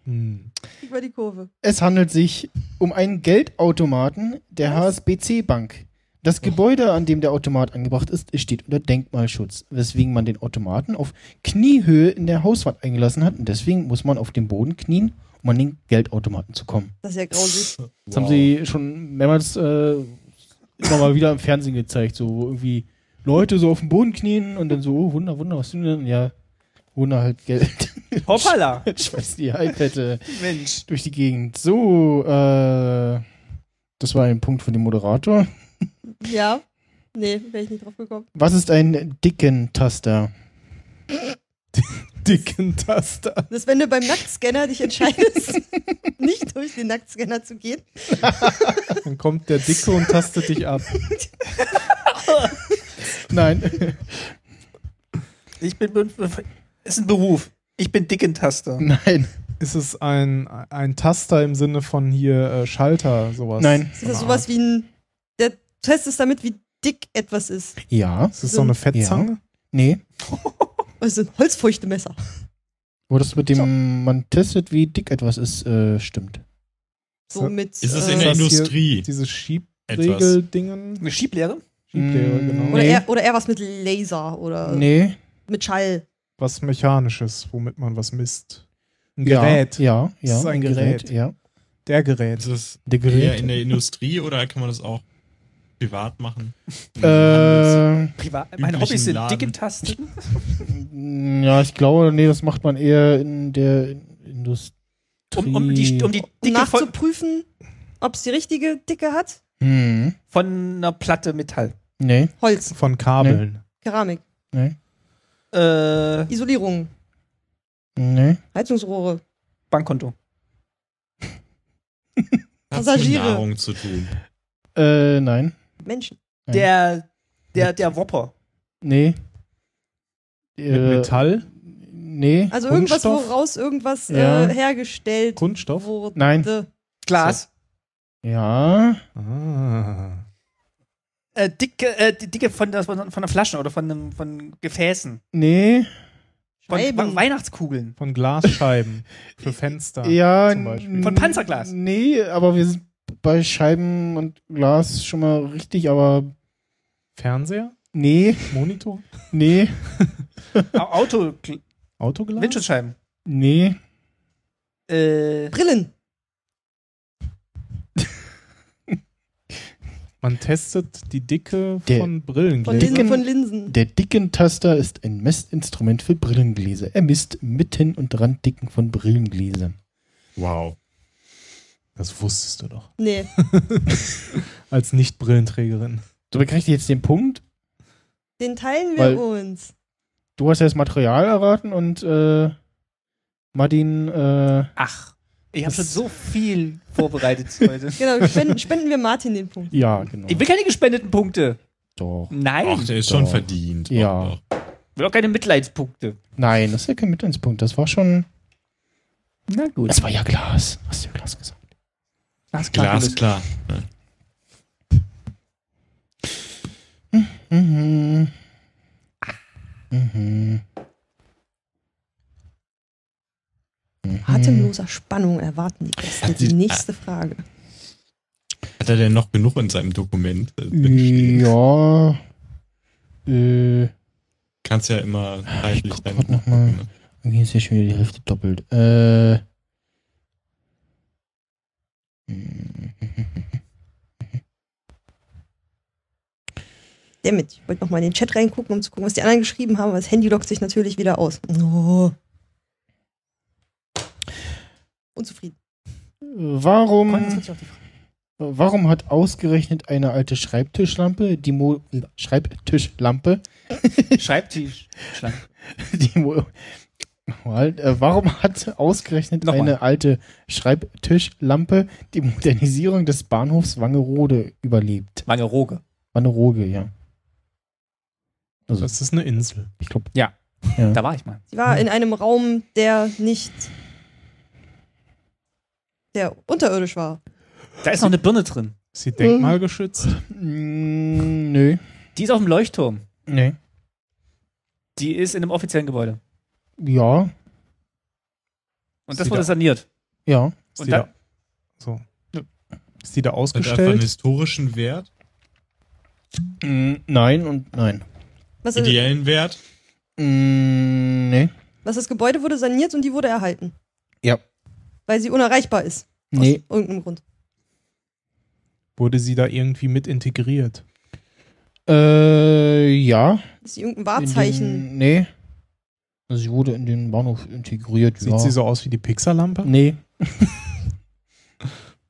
G: Hm.
D: Über die Kurve.
B: es handelt sich um einen Geldautomaten der HSBC Bank. Das Gebäude, an dem der Automat angebracht ist, steht unter Denkmalschutz, weswegen man den Automaten auf Kniehöhe in der Hauswand eingelassen hat und deswegen muss man auf dem Boden knien, um an den Geldautomaten zu kommen.
D: Das ist ja grausig.
B: Das haben sie schon mehrmals äh, immer mal wieder im Fernsehen gezeigt, so wo irgendwie Leute so auf dem Boden knien und dann so, oh, Wunder, Wunder, was sind denn? Ja, Wunder halt Geld.
C: Hoppala.
B: Schmeiß die iPad äh,
C: Mensch.
B: durch die Gegend. So, äh, das war ein Punkt für den Moderator.
D: Ja. Nee, wäre ich nicht drauf gekommen.
B: Was ist ein dicken Taster?
G: Dicken Taster.
D: Das, wenn du beim Nacktscanner dich entscheidest, nicht durch den Nacktscanner zu gehen.
G: Dann kommt der Dicke und tastet dich ab.
B: Nein,
C: Ich bin, ist ein Beruf. Ich bin Dickentaster.
B: nein.
G: Ist es ein, ein Taster im Sinne von hier äh, Schalter, sowas?
B: Nein.
D: Ist das sowas wie ein. Der Test ist damit, wie dick etwas ist.
B: Ja.
G: Ist es so eine Fettzange?
B: Nee.
D: Das sind Holzfrüchtemesser.
B: Wo das mit dem, man testet, wie dick etwas ist, äh, stimmt.
D: So mit.
E: Ist es
D: äh,
E: in der
G: das hier-
E: Industrie
G: Diese
E: etwas?
G: Schiebregel-Dingen?
C: Eine Schieblehre?
G: Schieblehre,
B: Mm,
G: genau.
D: oder,
B: nee.
D: eher, oder eher was mit Laser oder
B: Nee.
D: mit Schall.
G: Was Mechanisches, womit man was misst. Ein
B: Ja,
G: Gerät.
B: Ja, ja.
G: Das ist ein Gerät.
B: Ja.
G: Der
E: Ist
G: Gerät.
E: es
B: Der
E: eher
B: Gerät.
E: in der Industrie oder kann man das auch privat machen?
B: äh,
C: Privat. Meine
E: Üblichen
C: Hobbys sind
E: Laden.
C: dicke Tasten.
B: mm, ja, ich glaube, nee, das macht man eher in der Industrie.
C: Um, um die, um die
D: Um
C: Dicke von,
D: nachzuprüfen, ob es die richtige Dicke hat.
B: Hm.
C: von einer Platte Metall.
B: Nee.
D: Holz,
G: Von Kabeln.
D: Keramik,
C: Äh,
D: Isolierung,
B: Nee.
D: Heizungsrohre.
C: Bankkonto.
E: Hat's mit
D: Passagiere.
E: Nahrung zu tun.
B: Äh, nein.
D: Menschen.
B: Ja.
C: Der, der, der Whopper.
B: Nee.
G: Mit
B: Äh,
G: Metall?
B: Nee.
D: Also irgendwas,
G: Kunststoff?
D: woraus irgendwas
B: Ja.
D: äh, hergestellt
G: Kunststoff?
D: wurde.
B: Nein.
C: Glas.
B: Ja.
G: Ah.
C: Äh, dicke, äh, die dicke von, der- von, von der Flaschen oder von, einem, von Gefäßen.
B: Nee.
C: Von
D: Scheiben.
C: Wa- Weihnachtskugeln.
G: Von Glasscheiben. für Fenster.
B: Ja.
G: zum Beispiel.
B: n-
C: Von Panzerglas.
B: Nee, aber wir sind bei Scheiben und Glas schon mal richtig, aber
G: Fernseher?
B: nee,
G: Monitor?
B: nee,
C: Au- Auto, Gl-
G: Autoglas?
C: Windschutzscheiben.
B: nee.
C: Äh,
D: Brillen.
G: Man testet die Dicke
B: Der-
D: Von
G: von Brillengläsern.
B: Dicken-
D: Linsen. Von Linsen.
B: Der Dickentaster ist ein Messinstrument für Brillengläser. Er misst Mitten- und Randdicken von Brillengläsern.
E: Wow.
G: Das wusstest du doch.
D: Nee.
G: Als Nicht-Brillenträgerin.
B: So bekriegt ihr jetzt den Punkt.
D: Den teilen
B: Weil-
D: wir uns.
B: Du hast ja das Material erraten und äh, Martin, äh,
C: ach, ich habe schon so viel vorbereitet heute.
D: Genau, spenden, spenden wir Martin den Punkt.
B: ja, genau.
C: Ich will keine gespendeten Punkte.
B: Doch.
C: Nein.
E: Ach, der ist schon
B: Doch.
E: verdient.
B: Ja.
E: Doch, doch.
C: Ich will auch keine Mitleidspunkte.
B: Nein, das ist ja kein Mittelspunkt. Das war schon.
C: Na gut.
B: Das war ja Glas. Hast du ja Glas gesagt?
E: Glas, klar.
B: Mhm. Mhm. Mhm. Hm.
D: Atemloser Spannung erwarten die Gäste.
E: Hat sie-
D: Die nächste Frage.
E: Hat er denn noch genug in seinem Dokument? äh,
B: Hm.
E: drinstehen?
B: Ja. Äh,
E: Kannst ja immer zeitlich
B: guck
E: dein
B: grad noch mal. hier ist ja schon wieder die Hälfte doppelt. Äh.
D: Damit, ich wollte nochmal in den Chat reingucken, um zu gucken, was die anderen geschrieben haben, aber das Handy lockt sich natürlich wieder aus. Oh. Unzufrieden.
B: Warum, warum hat ausgerechnet eine alte Schreibtischlampe, die Mo Schreibtischlampe,
C: Schreibtisch. Schlank.
B: die Mo Nochmal, äh, warum hat ausgerechnet
C: Nochmal.
B: eine alte Schreibtischlampe die Modernisierung des Bahnhofs Wangerode überlebt?
C: Mangeroge.
B: Wangerooge, ja. Also,
G: Das ist eine Insel.
B: ich glaube,
C: Da war ich mal.
D: Sie war in einem Raum, der nicht. der unterirdisch war.
C: Da ist noch eine Birne drin.
G: Ist sie denkmalgeschützt?
C: Mhm.
B: mm, nö,
C: Die ist auf dem Leuchtturm.
B: nee,
C: Die ist in einem offiziellen Gebäude.
B: ja,
C: Und
G: Ist
C: das
G: die
C: wurde
G: da-
C: saniert.
B: ja,
G: Ist
C: Und
G: die
C: da-
G: da, so.
C: Ja.
G: Ist die da
E: Hat er einfach einen
G: ausgestellt?
E: historischen Wert,
B: mm, nein und nein,
D: Was,
E: ideellen Wert.
B: mm, nee,
D: was das Gebäude wurde saniert und die wurde erhalten.
B: Ja.
D: Weil sie unerreichbar ist.
B: nee,
D: Aus irgendeinem Grund.
G: Wurde sie da irgendwie mit integriert?
B: äh, ja,
D: Ist sie irgendein
B: In
D: Wahrzeichen?
B: Den, nee. Also sie wurde in den Bahnhof integriert.
G: Sieht
B: ja.
G: sie so aus wie die
C: Mhm.
G: Pixar-Lampe?
B: Nee.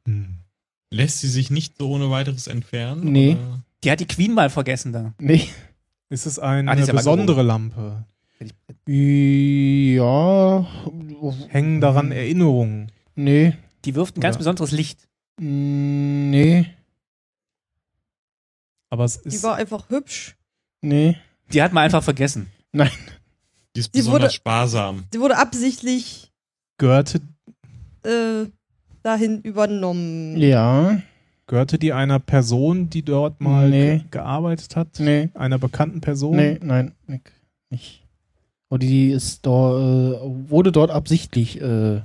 G: Hm.
E: Lässt sie sich nicht so ohne weiteres entfernen?
B: Nee.
E: Oder?
C: Die hat die Queen mal vergessen da.
B: Nee.
G: Ist es eine
C: Ah, die ist ja
G: besondere Lampe?
B: Ja.
C: Mhm.
G: Hängen daran Erinnerungen?
B: Nee.
C: Die wirft ein ganz
G: Oder-
C: besonderes Licht.
B: Nee.
G: Aber es
D: Die
G: ist
D: war einfach hübsch.
B: Nee.
C: Die hat man einfach vergessen.
E: Die ist
D: Die
E: besonders
D: wurde-
E: sparsam.
D: Sie wurde absichtlich
G: gehörte
D: äh, dahin übernommen.
B: Ja,
G: Gehörte die einer Person, die dort mal
B: Nee.
G: ge gearbeitet hat?
B: nee,
G: Einer bekannten
C: Oh.
G: Person?
B: nee, nein, nick, nicht. Und die ist dort, äh, wurde dort absichtlich äh,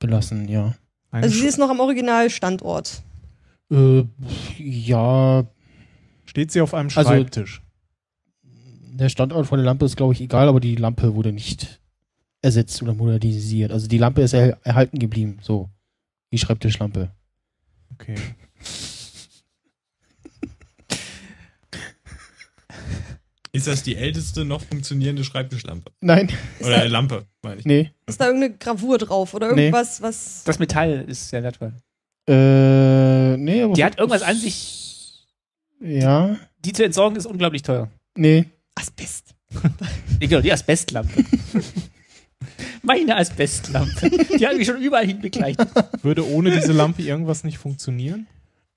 B: belassen, ja.
G: Eine
D: Also sie
G: Sch-
D: ist noch am Originalstandort.
B: Äh, ja,
G: Steht sie auf einem
B: Also-
G: Schreibtisch?
B: der Standort von der Lampe ist, glaube ich, egal, aber die Lampe wurde nicht ersetzt oder modernisiert. Also die Lampe ist erhal- erhalten geblieben, so. Die Schreibtischlampe.
G: okay.
E: Ist das die älteste noch funktionierende Schreibtischlampe?
B: Nein,
E: Oder Lampe, meine ich.
B: nee.
D: Ist da irgendeine Gravur drauf oder
B: Nee.
D: irgendwas, was.
C: Das Metall ist sehr wertvoll.
B: Äh, nee, aber
C: Die hat irgendwas an
B: sich. Ja,
C: Die zu entsorgen ist unglaublich teuer.
B: nee.
D: Asbest.
C: Nee, Genau, die Asbestlampe. Meine Asbestlampe. Die hat mich schon überall hinbegleitet.
G: Würde ohne diese Lampe irgendwas nicht funktionieren?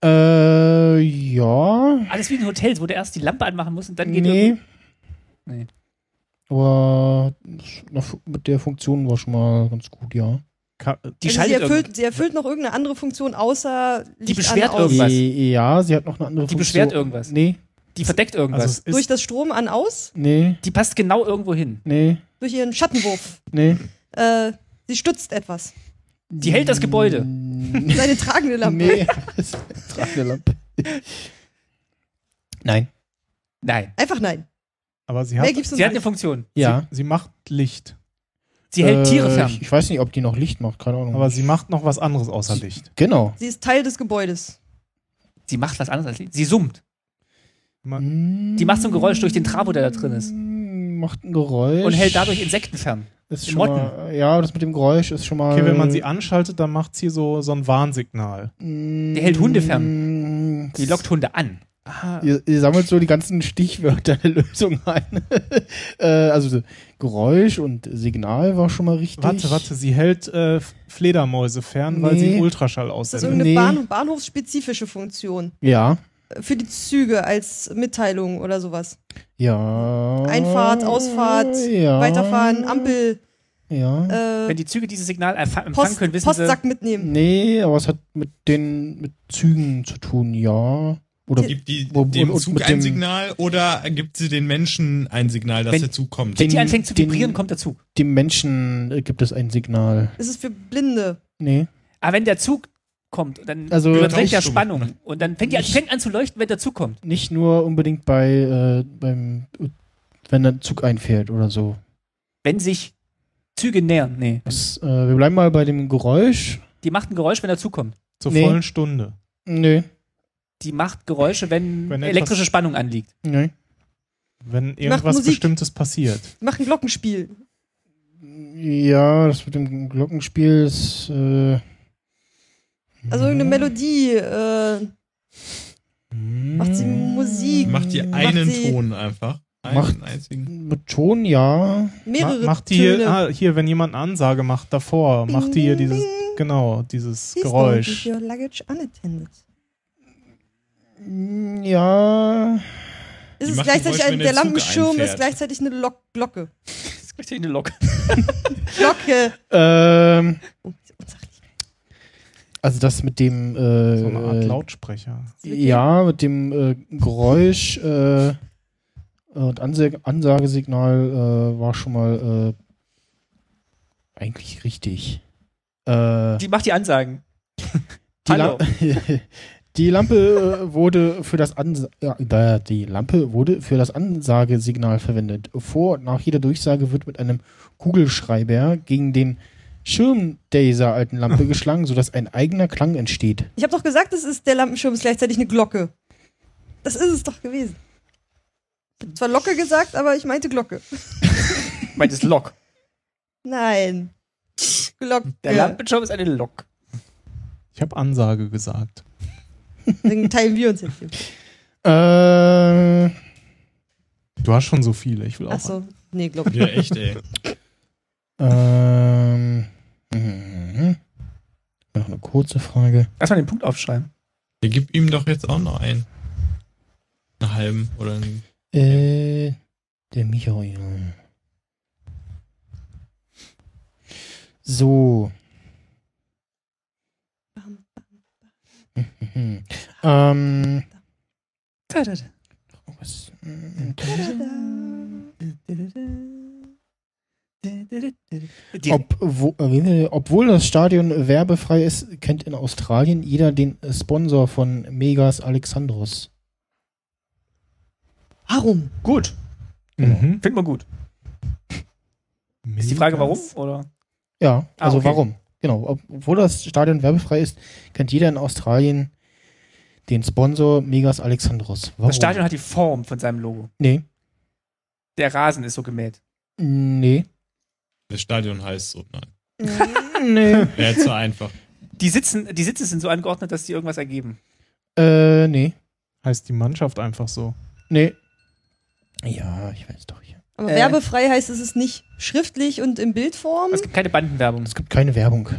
B: Äh, ja.
C: Alles wie in Hotels, wo du erst die Lampe anmachen musst und dann geht
B: nee.
C: Nee.
B: Aber noch mit der Funktion war schon mal ganz gut, ja.
G: Ka
C: die
D: also sie,
C: schaltet irgendwas.
D: erfüllt, sie erfüllt noch irgendeine andere Funktion außer Licht
C: beschwert
D: an, aus.
C: irgendwas.
B: Äh, ja, sie hat noch eine andere
C: Die
B: Funktion.
C: beschwert irgendwas.
B: Nee,
C: Die verdeckt
G: also es
C: irgendwas.
D: Durch
G: ist,
D: das Strom an aus,
B: nee,
C: Die passt genau irgendwo hin.
B: nee,
D: durch ihren Schattenwurf.
B: nee.
D: Äh, sie stützt etwas.
C: Die hält das Gebäude.
B: Gebäude.
D: Seine tragende Lampe.
B: nee, das ist eine tragende Lampe. Nein.
C: Nein.
D: Einfach nein.
G: aber sie hat,
D: Mehr gibt's uns
C: Sie hat eine
D: nicht.
C: Funktion.
B: Ja.
G: sie macht Licht.
C: Sie hält Tiere
B: Äh,
C: fern.
B: Ich, ich weiß nicht, ob die noch Licht macht, keine Ahnung.
G: Aber sie macht noch was anderes außer Licht.
B: genau.
D: Sie ist Teil des Gebäudes.
C: Sie macht was anderes als Lied. Sie summt.
G: Man,
B: Die
C: Die macht so ein Geräusch durch den Trabo, der da drin ist.
B: Hm, Macht ein Geräusch.
C: Und hält dadurch Insekten fern.
B: Ist schon
C: Motten.
B: mal, äh, ja, das mit dem Geräusch ist schon mal.
G: okay, wenn man sie anschaltet, dann macht sie so, so ein Warnsignal.
B: Der
C: Der hält Hunde
B: fern.
C: Sie lockt Hunde an.
B: Ihr, ihr sammelt so die ganzen Stichwörter der Lösung ein. äh, also so Geräusch und Signal war schon mal richtig.
G: Warte, warte, sie hält äh, Fledermäuse fern, weil
B: Nee.
G: sie Ultraschall
D: Ist das
G: aussendet.
D: irgendeine
B: Nee.
D: Bahn bahnhofsspezifische Funktion?
B: Ja.
D: Äh, Für die Züge als Mitteilung oder sowas.
B: Ja.
D: Einfahrt, Ausfahrt,
B: ja, Ah.
D: Weiterfahren, Ampel,
B: Ja.
D: äh,
C: Wenn die Züge dieses Signal erfa- empfangen
D: Post,
C: können, wissen sie,
D: Postsack mitnehmen.
B: Nee, aber es hat mit den mit Zügen zu tun, ja. Oder
E: Gibt die
B: Wo-
E: dem
B: und- und
E: Zug
B: mit
E: ein
B: dem-
E: Signal oder gibt sie den Menschen ein Signal, dass
C: Wenn-
E: der Zug kommt?
C: wenn die
B: den-
C: anfängt zu
B: den-
C: vibrieren, kommt der Zug.
B: dem Menschen äh, gibt es ein Signal.
D: Ist es für Blinde?
B: Nee.
C: Aber wenn der Zug kommt, dann
B: Also-
C: überträgt der
E: Taubstumme.
C: Spannung. Und dann fängt die an, die fängt an zu leuchten, wenn der Zug kommt.
B: Nicht nur unbedingt bei äh, beim wenn der Zug einfährt oder so.
C: Wenn sich Züge nähern. Nee.
B: Das, äh, wir bleiben mal bei dem Geräusch.
C: Die macht ein Geräusch, wenn der Zug kommt.
G: Zur
B: Nee.
G: vollen Stunde.
B: Nee.
C: Die macht Geräusche, wenn,
G: Wenn etwas-
C: elektrische Spannung anliegt.
B: Nee.
G: Wenn
D: macht
G: irgendwas
D: Musik.
G: Bestimmtes passiert.
D: Mach ein Glockenspiel.
B: Ja, das mit dem Glockenspiel ist. Äh,
D: Also irgendeine Melodie. Äh, macht sie Musik?
E: Macht die
D: Macht
E: einen
D: sie-
E: Ton einfach. Einen
B: Macht-
E: einzigen.
B: mit Ton, ja.
D: Mehrere
G: Ma macht die
D: Töne.
G: hier, ah, hier, wenn jemand eine Ansage macht, davor, macht die hier dieses, genau, dieses
D: Please don't
G: Geräusch.
D: leave your luggage unattended.
B: Ja.
D: Ist es
E: macht
D: gleichzeitig
E: Geräusche,
D: ein,
E: wenn
D: der
E: der Zug
D: Lampenschirm ist
E: einfährt.
D: gleichzeitig eine Lok Glocke.
C: Das ist gleich eine Lok.
D: Glocke.
B: Ähm,
D: Oh, ist unsachlich.
B: also das mit dem. Äh,
G: So eine Art
B: äh,
G: Lautsprecher.
B: Ja, mit dem äh, Geräusch äh, und Anse Ansagesignal äh, war schon mal äh, eigentlich richtig. Äh,
C: Die macht die Ansagen.
B: die,
C: Hallo.
B: Lam- die Lampe äh, wurde für das Ans ja, da- die Lampe wurde für das Ansagesignal verwendet. Vor und nach jeder Durchsage wird mit einem Kugelschreiber gegen den Schirm dieser alten Lampe geschlagen, sodass ein eigener Klang entsteht.
D: Ich habe doch gesagt, das ist der Lampenschirm ist gleichzeitig eine Glocke. Das ist es doch gewesen. Ich hab zwar Locke gesagt, aber ich meinte Glocke.
C: Meint es Lok.
D: Nein. Glocke.
C: Der Lampenschirm ist eine Lok.
G: Ich habe Ansage gesagt.
D: Deswegen teilen wir uns jetzt hier.
B: Äh,
G: Du hast schon so viele, ich will auch.
D: Achso. Nee, Glocke.
E: Ja, echt, ey.
B: Ähm. mhm. Noch eine kurze Frage.
C: Erstmal den Punkt aufschreiben.
E: Ja, gib ihm doch jetzt auch noch einen. Einen halben oder einen.
B: Äh, der Michael. So. ähm,
C: Tada.
B: was,
C: Die-
B: obwo, äh, obwohl das Stadion werbefrei ist, kennt in Australien jeder den äh, Sponsor von Megas Alexandros.
D: Warum?
C: Gut,
G: Mhm.
C: finden wir gut. Ist die Frage, warum? Oder?
B: Ja,
C: Ah,
B: also
C: okay.
B: warum? Genau, ob, obwohl das Stadion werbefrei ist, kennt jeder in Australien den Sponsor Megas Alexandros. Warum?
C: Das Stadion hat die Form von seinem Logo.
B: Nee,
C: Der Rasen ist so gemäht.
B: nee,
E: Das Stadion heißt so. Nein.
B: nee,
E: Wäre zu einfach.
C: Die, sitzen, die Sitze sind so angeordnet, dass die irgendwas ergeben.
B: äh, nee,
G: Heißt die Mannschaft einfach so.
B: nee. Ja, ich weiß doch. ja.
D: Aber
C: Äh.
D: werbefrei heißt, es ist nicht schriftlich und in Bildform,
C: Es gibt keine Bandenwerbung.
B: Es gibt keine Werbung.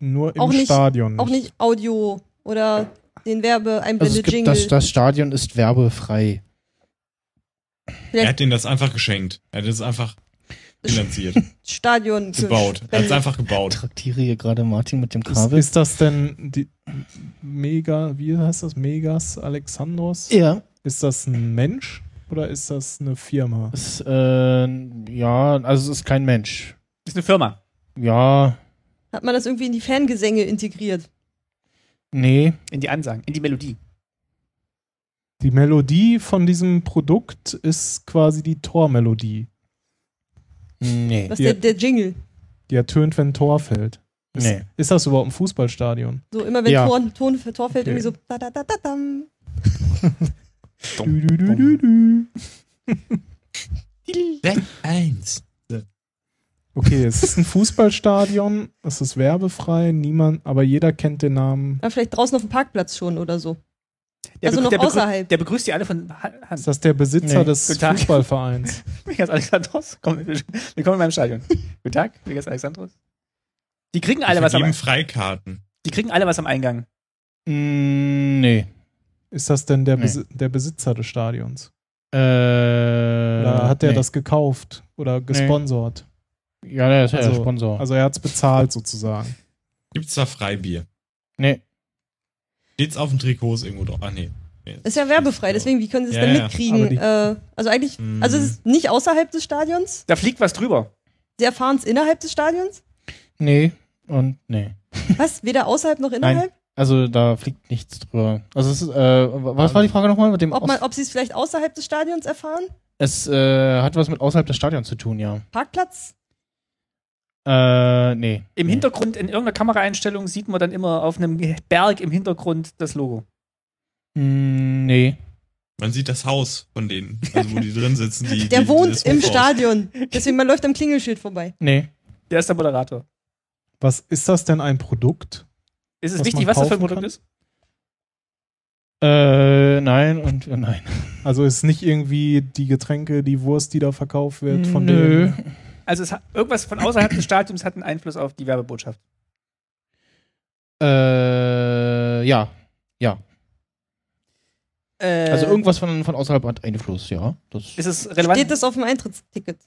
G: Nur im
D: Auch nicht-
G: Stadion.
D: auch nicht Audio oder den Werbe
B: Also es
D: einblende
B: gibt
D: Jingle.
B: das, das Stadion ist werbefrei.
E: Er hat denen das einfach geschenkt. Er hat es einfach finanziert,
D: Stadion
E: gebaut. Er hat es einfach gebaut.
B: Traktiere hier gerade Martin mit dem
G: Ist,
B: Kabel.
G: ist das denn die Mega, wie heißt das? Megas Alexandros?
B: ja,
G: Ist das ein Mensch oder ist das eine Firma?
B: ist, äh, ja, also es ist kein Mensch.
C: Ist eine Firma.
B: Ja,
D: Hat man das irgendwie in die Fangesänge integriert?
B: nee,
C: In die Ansagen, in die Melodie.
G: Die Melodie von diesem Produkt ist quasi die Tormelodie,
B: nee,
D: Das ist
G: Ja.
D: der, der Jingle.
G: die ertönt, wenn Tor fällt. Ist,
B: nee.
G: ist das überhaupt ein Fußballstadion?
D: So immer wenn
B: Ja.
D: Tor, Ton für Tor fällt,
G: Okay.
D: irgendwie so da, da, da, da, dam.
G: Dü, dü, dü, dü, dü.
E: Eins.
G: Okay, es ist ein Fußballstadion, es ist werbefrei, niemand, aber jeder kennt den Namen.
D: Aber vielleicht draußen auf dem Parkplatz schon oder so.
C: Der
D: Also
C: begrü-
D: noch
C: der begrü-
D: außerhalb.
C: Der begrüßt die alle von Ha-
G: Ist
C: Hand.
G: das der Besitzer
B: Nee.
G: des
C: Guten Tag.
G: Fußballvereins?
C: Vegas Alexandros. Komm, willkommen in meinem Stadion. Guten Tag, Vegas Alexandros. Die kriegen alle was am
E: Vergeben Freikarten.
C: Die kriegen alle was am Eingang.
B: Mm, nee.
G: Ist das denn der,
B: Nee.
G: Besi der Besitzer des Stadions?
B: Äh,
G: Oder hat der
B: nee.
G: das gekauft oder gesponsert?
B: Ja, der ist ja der
G: Also-
B: Sponsor.
G: Also er hat es bezahlt sozusagen.
E: Gibt es da Freibier?
B: nee.
E: Steht's auf dem Trikot ist irgendwo drauf? Ach nee. nee.
D: Ist ja werbefrei, deswegen, wie können sie es
E: Ja,
D: denn
E: ja.
D: mitkriegen? äh,
G: Aber die-
D: also eigentlich,
E: Mm.
D: also es ist nicht außerhalb des Stadions.
C: Da fliegt was drüber.
D: Sie erfahren es innerhalb des Stadions.
B: Nee und nee.
D: Was? Weder außerhalb noch innerhalb?
B: Also da fliegt nichts drüber. Also es ist, äh, wa- was war die Frage nochmal mit dem
D: Ob,
B: Aus-
D: man- ob sie es vielleicht außerhalb des Stadions erfahren?
B: Es äh, hat was mit außerhalb des Stadions zu tun, ja.
D: Parkplatz?
B: Äh, nee.
C: Im
B: nee.
C: Hintergrund, in irgendeiner Kameraeinstellung, sieht man dann immer auf einem Berg im Hintergrund das Logo.
B: Mm, nee.
E: Man sieht das Haus von denen, also wo die drin sitzen. Die,
D: Der
E: die,
D: wohnt
E: das
D: im
E: Hochhaus.
D: Stadion. Deswegen, man läuft am Klingelschild vorbei.
B: Nee.
C: Der ist der Moderator.
G: Was ist das denn ein Produkt?
C: Ist es
G: Was
C: wichtig,
G: man
C: was das für ein
G: kaufen
C: Produkt
G: kann?
C: ist?
B: Äh, nein und äh, nein.
G: Also ist nicht irgendwie die Getränke, die Wurst, die da verkauft wird von
B: Nö.
G: denen.
C: Also es hat, irgendwas von außerhalb des Stadions hat einen Einfluss auf die Werbebotschaft.
B: Äh, ja.
C: Äh,
B: Also irgendwas von, von außerhalb hat Einfluss, ja. Das,
C: ist es relevant.
D: Steht das auf dem Eintrittsticket?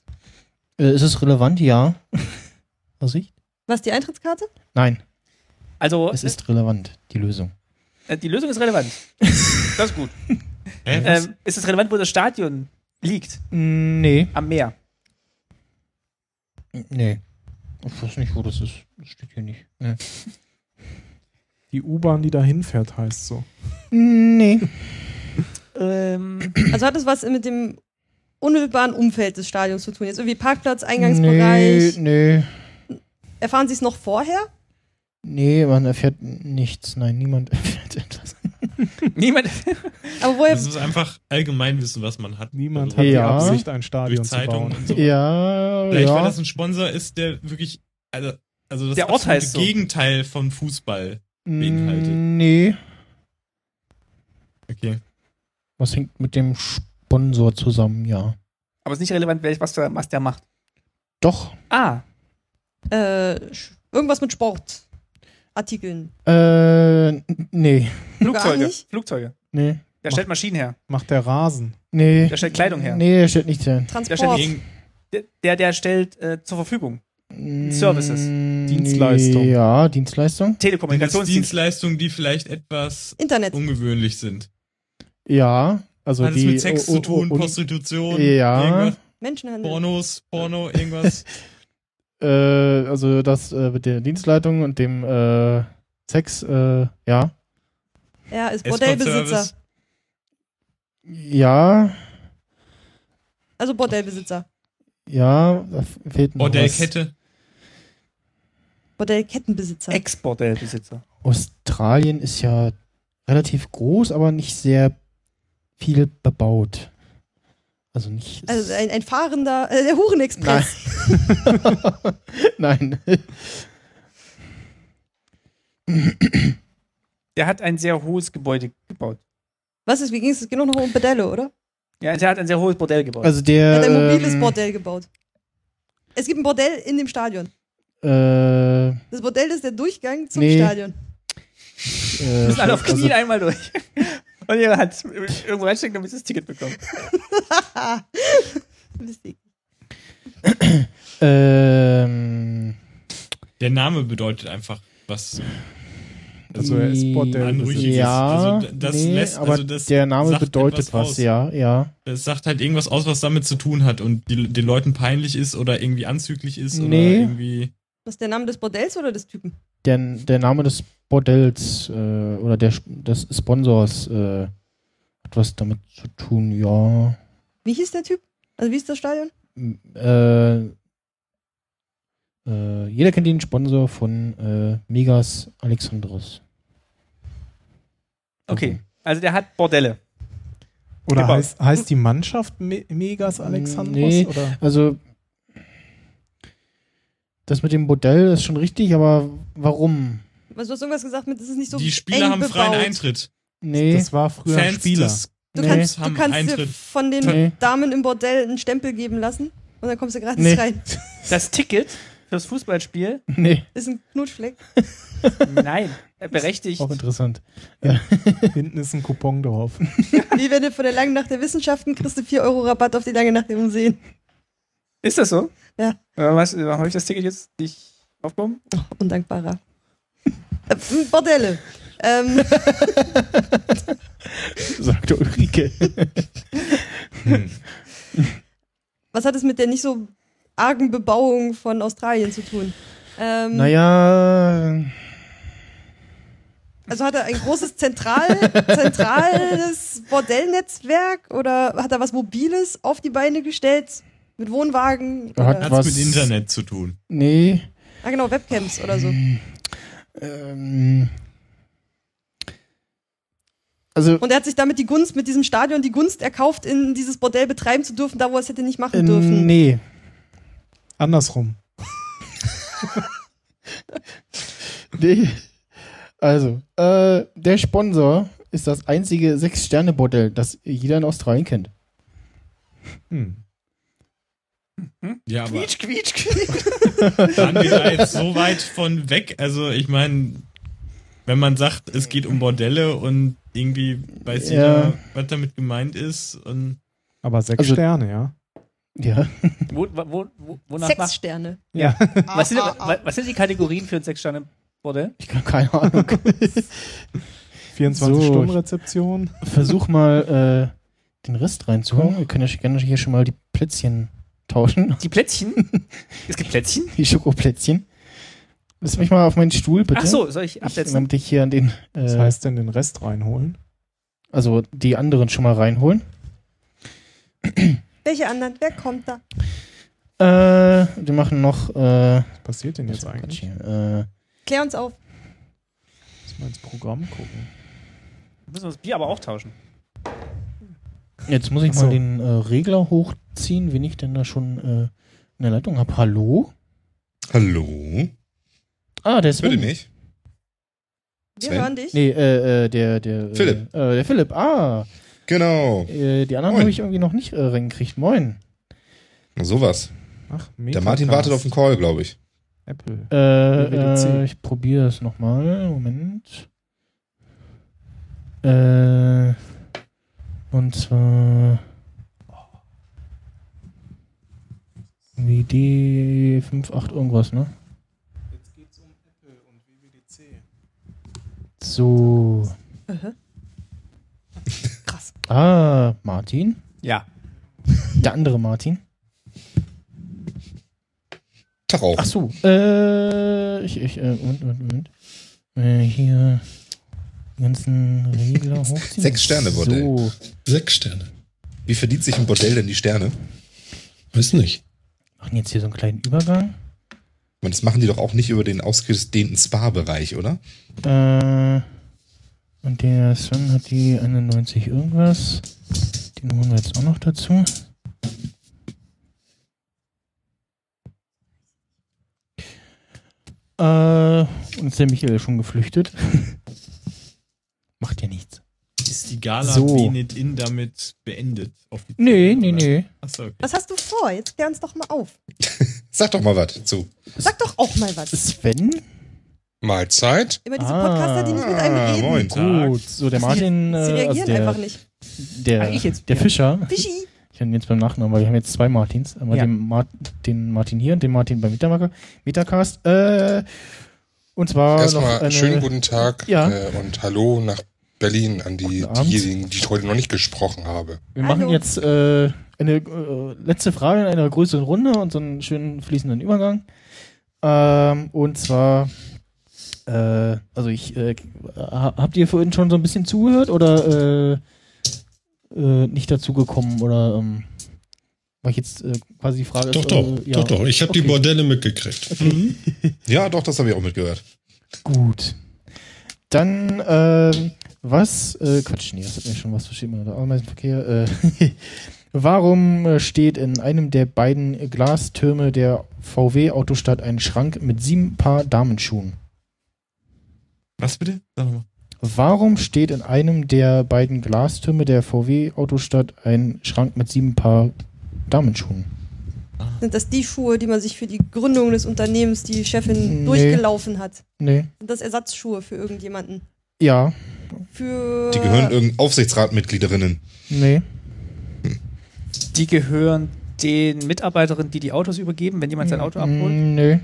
B: äh, ist es relevant? Ja. Was ich?
D: Was, die Eintrittskarte?
B: Nein,
C: also
B: es ist relevant, die Lösung.
C: äh, die Lösung ist relevant. das ist gut.
E: Hä, was?
C: Ähm, ist es relevant, wo das Stadion liegt?
B: Mm, Nee.
C: Am Meer.
B: Nee. Ich weiß nicht, wo das ist. Das steht hier nicht. Nee.
G: Die U-Bahn, die da hinfährt, heißt so.
B: Nee.
C: Ähm,
D: Also hat es was mit dem unmittelbaren Umfeld des Stadions zu tun? Jetzt irgendwie Parkplatz, Eingangsbereich.
B: Nee, nee,
D: Erfahren sie es noch vorher?
B: nee, man erfährt nichts. Nein, niemand erfährt etwas.
C: niemand.
D: Aber woher,
E: Das ist einfach Allgemeinwissen, was man hat.
G: Niemand
E: Also
G: hat
B: Ja.
G: die Absicht, ein
E: durch
G: Stadion zu
E: Zeitungen
G: bauen.
E: und so.
B: Ja,
E: Vielleicht, weil
B: ja.
E: das ein Sponsor ist, der wirklich, also, also das
C: Der Ort
E: absolute
C: heißt so.
E: Gegenteil von Fußball. beinhaltet.
B: Mm, Nee.
E: Okay.
B: Was hängt mit dem Sponsor zusammen? Ja.
C: Aber es ist nicht relevant, welch- was der, was der macht.
B: Doch.
C: Ah,
D: äh, sch- irgendwas mit Sportartikeln?
B: Äh, n- nee.
C: Flugzeuge.
D: nicht?
C: Flugzeuge.
B: Nee.
C: Der stellt Maschinen her.
G: Macht der Rasen.
B: Nee.
C: Der stellt Kleidung her.
B: Nee, der stellt nichts hin.
D: Transport?
C: Der steht- Der, der stellt äh, zur Verfügung. Services.
G: Dienstleistung.
B: Ja, Dienstleistung.
C: Telekommunikationsdienst.
E: Dienstleistungen, die vielleicht etwas
D: Internet.
E: ungewöhnlich sind.
B: Ja, also
E: Hat es
B: die
E: mit Sex
B: oh, oh,
E: zu tun,
B: oh, und-
E: Prostitution,
B: Ja.
E: irgendwas,
D: Menschenhandel.
E: Pornos, Porno, irgendwas.
B: äh, also das äh, mit der Dienstleitung und dem äh, Sex, äh, ja.
D: Er
E: Escort-Service.
D: ist Bordellbesitzer.
B: Ja,
D: Also Bordellbesitzer.
B: ja, da f- fehlt noch was.
E: Bordellkette.
D: Bordellkettenbesitzer.
C: Ex-Bordellbesitzer.
B: Australien ist ja relativ groß, aber nicht sehr viel bebaut. Also nicht.
D: also ein, ein fahrender, äh, der Hurenexpress.
B: Nein.
C: Der hat ein sehr hohes Gebäude gebaut.
D: Was ist, wie ging es? Es ging doch noch um Bordelle, oder?
C: Ja, der hat ein sehr hohes Bordell gebaut.
B: Also der.
D: Er hat ein mobiles
B: ähm,
D: Bordell gebaut. Es gibt ein Bordell in dem Stadion.
B: Äh, äh,
D: Das Bordell ist der Durchgang zum
B: Nee.
D: Stadion.
C: Wir müssen alle auf
B: also
C: Knien einmal durch. Und ihre Hand irgendwo reinstecken, damit sie das Ticket bekommen.
D: Lustig.
B: Ähm,
E: Der Name bedeutet einfach was
G: Also er ist Bordellbesitzer.
E: Anrüchiges.
B: Ja,
E: Also das
B: nee,
E: lässt-
B: aber
E: also das
B: der Name
E: sagt
B: bedeutet
E: etwas
B: was,
E: aus.
B: ja, ja.
E: Es sagt halt irgendwas aus, was damit zu tun hat und die, den Leuten peinlich ist oder irgendwie anzüglich ist
B: Nee.
E: oder irgendwie.
D: Was ist der Name des Bordells oder des Typen?
B: Der, der Name des Bordells äh, oder der, des Sponsors äh, hat was damit zu tun, ja.
D: Wie hieß der Typ? Also wie ist das Stadion?
B: M- Äh, äh, jeder kennt den Sponsor von äh, Megas Alexandros.
C: Okay. Also der hat Bordelle.
G: Oder
C: Genau.
G: heißt, heißt die Mannschaft Me Megas Alexandros?
B: Nee.
G: Oder?
B: Also, das mit dem Bordell ist schon richtig, aber warum?
D: Also, du hast irgendwas gesagt mit, es ist nicht so
E: die Spieler
D: eng
E: haben
D: bebaut.
E: freien Eintritt.
B: Nee.
G: Das war früher ein
E: Fans
G: Spieler.
E: des
D: Du
B: Nee.
D: kannst, du
E: Haben
D: kannst dir
E: Eintritt.
D: von den
B: Nee.
D: Damen im Bordell einen Stempel geben lassen und dann kommst du gratis
B: Nee.
D: rein.
C: Das Ticket fürs Fußballspiel?
B: nee.
D: Ist ein Knutschfleck.
C: Nein. Berechtigt.
B: Auch interessant.
G: Hinten ist ein Coupon drauf.
D: Wie wenn du von der langen Nacht der Wissenschaften kriegst du 4 Euro Rabatt auf die lange Nacht der Museen.
C: Ist das so?
D: Ja.
C: Äh, Was, äh, habe ich das Ticket jetzt nicht aufgehoben?
D: Undankbarer. Äh, Bordelle. Ähm,
B: Sagt Ulrike.
D: was hat es mit der nicht so argen Bebauung von Australien zu tun? Ähm,
B: Naja,
D: Also hat er ein großes zentral, zentrales Bordellnetzwerk oder hat er was Mobiles auf die Beine gestellt? Mit Wohnwagen?
B: Er hat
D: Oder,
E: Hat's
B: Was-
E: mit Internet zu tun.
B: nee.
D: ah genau, Webcams oder so.
B: Ähm, also,
D: Und er hat sich damit die Gunst, mit diesem Stadion die Gunst erkauft, in dieses Bordell betreiben zu dürfen, da wo er es hätte nicht
B: äh,
D: machen dürfen.
B: nee.
G: Andersrum.
B: nee. Also, äh, der Sponsor ist das einzige Sechs-Sterne-Bordell, das jeder in Australien kennt.
G: Hm.
E: Ja, aber
C: Quietsch, quietsch, quietsch.
E: waren wir da jetzt so weit von weg? Also ich meine, wenn man sagt, es geht um Bordelle und irgendwie weiß
B: Ja.
E: jeder, was damit gemeint ist und
G: Aber sechs
B: Also-
G: Sterne, ja.
B: Ja.
C: Wo, wo, wo, wonach
D: Sechs
C: macht,
D: Sterne.
G: Ja.
C: was, sind, wa- was sind die Kategorien für ein Sechs-Sterne-Bordell?
B: Ich kann keine Ahnung.
G: 24
B: So.
G: Stunden Rezeption.
B: Versuch mal, äh, den Rest reinzuhauen. Wir können ja gerne hier schon mal die Plätzchen tauschen.
C: Die Plätzchen? es gibt Plätzchen?
B: Die Schokoplätzchen. Lass mich mal auf meinen Stuhl, bitte.
C: Ach so, soll ich
B: Ich,
C: absetzen?
B: damit ich hier an den, äh,
G: Das heißt denn den Rest reinholen?
B: also die anderen schon mal reinholen.
D: Welche anderen? Wer kommt da?
B: Äh, wir machen noch, äh,
G: Was passiert denn jetzt
B: Quatsch
G: eigentlich?
B: hier, äh,
D: Klär uns auf.
G: Muss man ins Programm gucken.
C: Müssen wir das Bier aber auch tauschen.
B: Jetzt muss ich
G: Ach so.
B: mal den äh, Regler hochziehen, wen ich denn da schon äh, in der Leitung habe. Hallo?
I: Hallo? Oh.
B: Ah, der Sven.
I: Hört ihr mich?
D: Wir
I: Sven?
D: hören dich.
B: Nee, äh, äh, der, der.
I: Philipp.
B: Äh, äh, der Philipp, ah.
I: Genau.
B: Äh, die anderen
I: Moin.
B: habe ich irgendwie noch nicht äh, reingekriegt. Moin.
I: Sowas.
G: Ach,
I: Der Martin wartet auf den Call, glaube ich.
G: Apple.
B: Äh,
G: WWDC.
B: äh, ich probiere es nochmal. Moment. Äh, und zwar. Wie D 58 irgendwas, ne?
G: Jetzt geht's um Apple und WWDC.
B: So.
C: Krass.
B: Ah, Martin.
C: Ja.
B: Der andere Martin.
I: Tag auf.
B: Ach so. Äh, ich, ich, äh, Moment, Moment, Moment. Äh, hier. die Ganzen Regler hochziehen.
I: Sechs Sterne, Bordell.
B: So.
J: Sechs Sterne.
I: Wie verdient sich ein Bordell denn die Sterne?
J: Weiß nicht.
B: Machen jetzt hier so einen kleinen Übergang.
I: Und das machen die doch auch nicht über den ausgedehnten Spa-Bereich, oder?
B: Äh, und der Sven hat die 91 irgendwas. Den holen wir jetzt auch noch dazu. Äh, und ist der Michael schon geflüchtet? Macht ja nichts.
E: Ist die Gala
B: So.
E: Benet in damit beendet? offiziell,
B: Nee, nee,
E: oder?
B: nee.
E: Achso, okay.
D: Was hast du vor? Jetzt klär uns doch mal auf.
I: Sag doch mal was zu.
D: Sag doch auch mal was.
B: Sven?
J: Mahlzeit.
D: Immer diese
B: Ah.
D: Podcaster, die nicht mit einem
I: Ah,
D: reden.
I: moin.
E: Tag.
B: Gut, so der Martin, äh,
D: Sie
B: also
D: reagieren
B: der,
D: einfach nicht.
B: der,
C: Ah, ich jetzt.
B: der
C: Ja.
B: Fischer,
D: Fischi.
B: ich nenne ihn jetzt beim Nachnamen, weil wir haben jetzt zwei Martins. Einmal
C: Ja.
B: den, Mar den Martin hier und den Martin beim Metamaker, Metacast. Äh, und zwar Ah, noch
J: Erstmal
B: eine,
J: schönen guten Tag
B: Ja.
J: äh, und hallo nach Berlin an die,
B: Guten Abend.
J: diejenigen, die ich heute noch nicht gesprochen habe.
B: wir machen
D: Hallo.
B: jetzt äh, eine äh, letzte Frage in einer größeren Runde und so einen schönen fließenden Übergang. Ähm, und zwar, äh, also ich, äh, ha- habt ihr vorhin schon so ein bisschen zugehört oder äh, äh, nicht dazu gekommen oder ähm, war ich jetzt äh, quasi die Frage
J: Doch,
B: ist,
J: doch,
B: äh, ja.
J: doch, doch. Ich habe
B: Okay. Mhm.
J: die Bordelle mitgekriegt.
I: Ja, doch, das habe ich auch mitgehört.
B: Gut. Dann, ähm, was, äh, Quatsch, nee, das hat mir schon was versteht man unter Ameisenverkehr. Äh, warum äh, steht in einem der beiden Glastürme der VW-Autostadt ein Schrank mit sieben Paar Damenschuhen?
E: Was bitte? Sag nochmal.
B: Warum steht in einem der beiden Glastürme der VW-Autostadt ein Schrank mit sieben Paar Damenschuhen?
D: Sind das die Schuhe, die man sich für die Gründung des Unternehmens, die Chefin
B: Nee.
D: durchgelaufen hat?
B: Nee.
D: Sind das Ersatzschuhe für irgendjemanden?
B: Ja.
D: Für.
B: Äh.
I: Die gehören irgendeinen Aufsichtsratmitgliederinnen.
B: Nee.
C: Die gehören den Mitarbeiterinnen, die die Autos übergeben, wenn jemand sein Auto abholt.
B: Mm, Nee.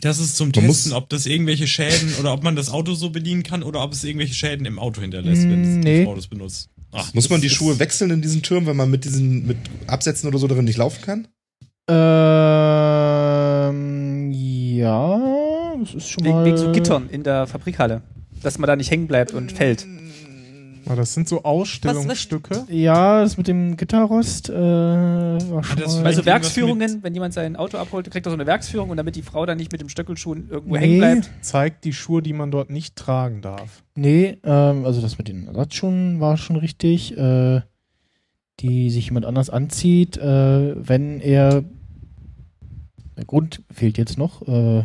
E: Das ist zum
I: Man muss-
E: Testen, ob das irgendwelche Schäden oder ob man das Auto so bedienen kann oder ob es irgendwelche Schäden im Auto hinterlässt, wenn es
B: Mm, nee.
E: das Auto benutzt. Ach,
I: Muss man die
E: das ist-
I: Schuhe wechseln in diesen Türmen, wenn man mit diesen mit Absätzen oder so darin nicht laufen kann?
B: Ähm, ja, das ist schon
C: Wegen,
B: mal... Mm,
C: wegen so Gittern in der Fabrikhalle. Dass man da nicht hängen bleibt und fällt. Also
G: Ah, das sind so Ausstellungsstücke.
B: Ja, das mit dem Gitterrost äh, war schon
E: das
B: mal...
E: vielleicht-
C: Also
E: irgendwas
C: Werksführungen, wenn jemand sein Auto abholt, kriegt er so eine Werksführung und damit die Frau dann nicht mit dem Stöckelschuhen irgendwo
B: Nee.
C: hängen bleibt.
G: Zeigt die Schuhe, die man dort nicht tragen darf.
B: nee, ähm, also das mit den Ersatzschuhen war schon richtig. Äh, die sich jemand anders anzieht, äh, wenn er... Der Grund fehlt jetzt noch. Äh,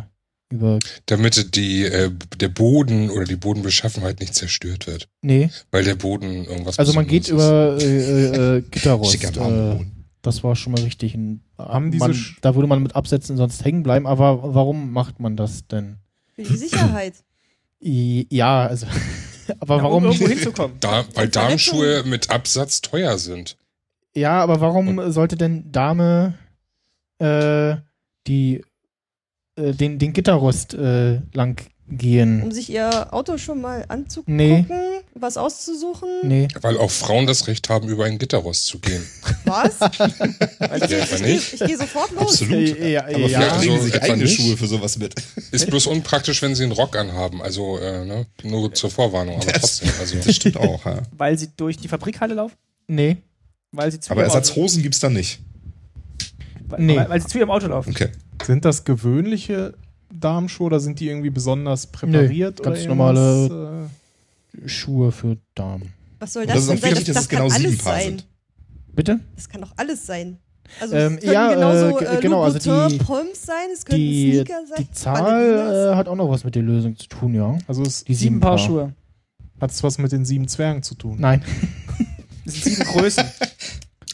B: über...
J: Damit die, äh, der Boden oder die Bodenbeschaffenheit nicht zerstört wird.
B: Nee,
J: Weil der Boden irgendwas.
B: also man geht
J: Besonderes
B: über äh, äh, äh, Gitterrost.
I: Schicker
B: äh,
I: Rahmen.
B: Das war schon mal richtig. Ein,
G: Haben diese
B: man,
G: Sch-
B: da würde man mit Absätzen sonst hängen bleiben, aber warum macht man das denn?
D: Für die Sicherheit.
B: I, ja, also. aber
C: Ja, Um
B: warum?
C: irgendwo hinzukommen.
J: ist. Da, weil Darmschuhe mit Absatz teuer sind.
B: Ja, aber warum sollte denn Dame äh, die äh, den, den Gitterrost äh, lang
D: Um
B: gehen?
D: sich ihr Auto schon mal anzugucken,
B: Nee.
D: was auszusuchen.
B: Nee.
J: Weil auch Frauen das Recht haben, über ein Gitterrost zu gehen.
D: Was?
J: Weiß ich einfach nicht.
D: Also Ich gehe sofort los.
I: Absolut.
B: Ja,
I: Aber
B: ja.
I: vielleicht legen
J: So
I: sie sich
J: Also etwa
I: eigene
J: nicht.
I: Schuhe für sowas mit.
J: Ist bloß unpraktisch, wenn sie einen Rock anhaben. Also äh, ne? nur zur Vorwarnung, aber
I: Das-
J: trotzdem. Also
I: Das stimmt auch, ja.
C: Weil sie durch die Fabrikhalle laufen?
B: Nee.
C: Weil sie zu
I: Aber
C: ihrem
I: Ersatzhosen gibt's da nicht.
C: Auto, weil,
B: Nee.
C: weil, weil sie zu ihrem Auto laufen.
I: Okay.
G: Sind das gewöhnliche Darmschuhe oder sind die irgendwie besonders präpariert?
B: ganz
G: oder
B: normale-
G: irgendwas? Äh,
B: Schuhe für Damen.
D: Was soll
I: Und das
D: das,
I: ist
D: denn
I: auch
D: sein?
I: wichtig, dass es genau
D: kann
I: sieben
D: alles
I: Paar
D: sein.
I: sind.
B: Bitte?
D: Das kann doch alles sein. Also
B: Ähm,
D: es können
B: ja, äh,
D: genauso
B: ge-
D: äh,
B: genau, also
D: Louboutin
B: die-
D: Pumps sein, es können
B: Die,
D: Sneaker sein.
B: die Zahl
D: Ballerinas.
B: äh, hat auch noch was mit der Lösung zu tun, ja.
G: Also es,
B: Die
C: Sieben Paar Schuhe.
G: hat es was mit den sieben Zwergen zu tun?
B: Nein.
C: Das sind sieben Größen.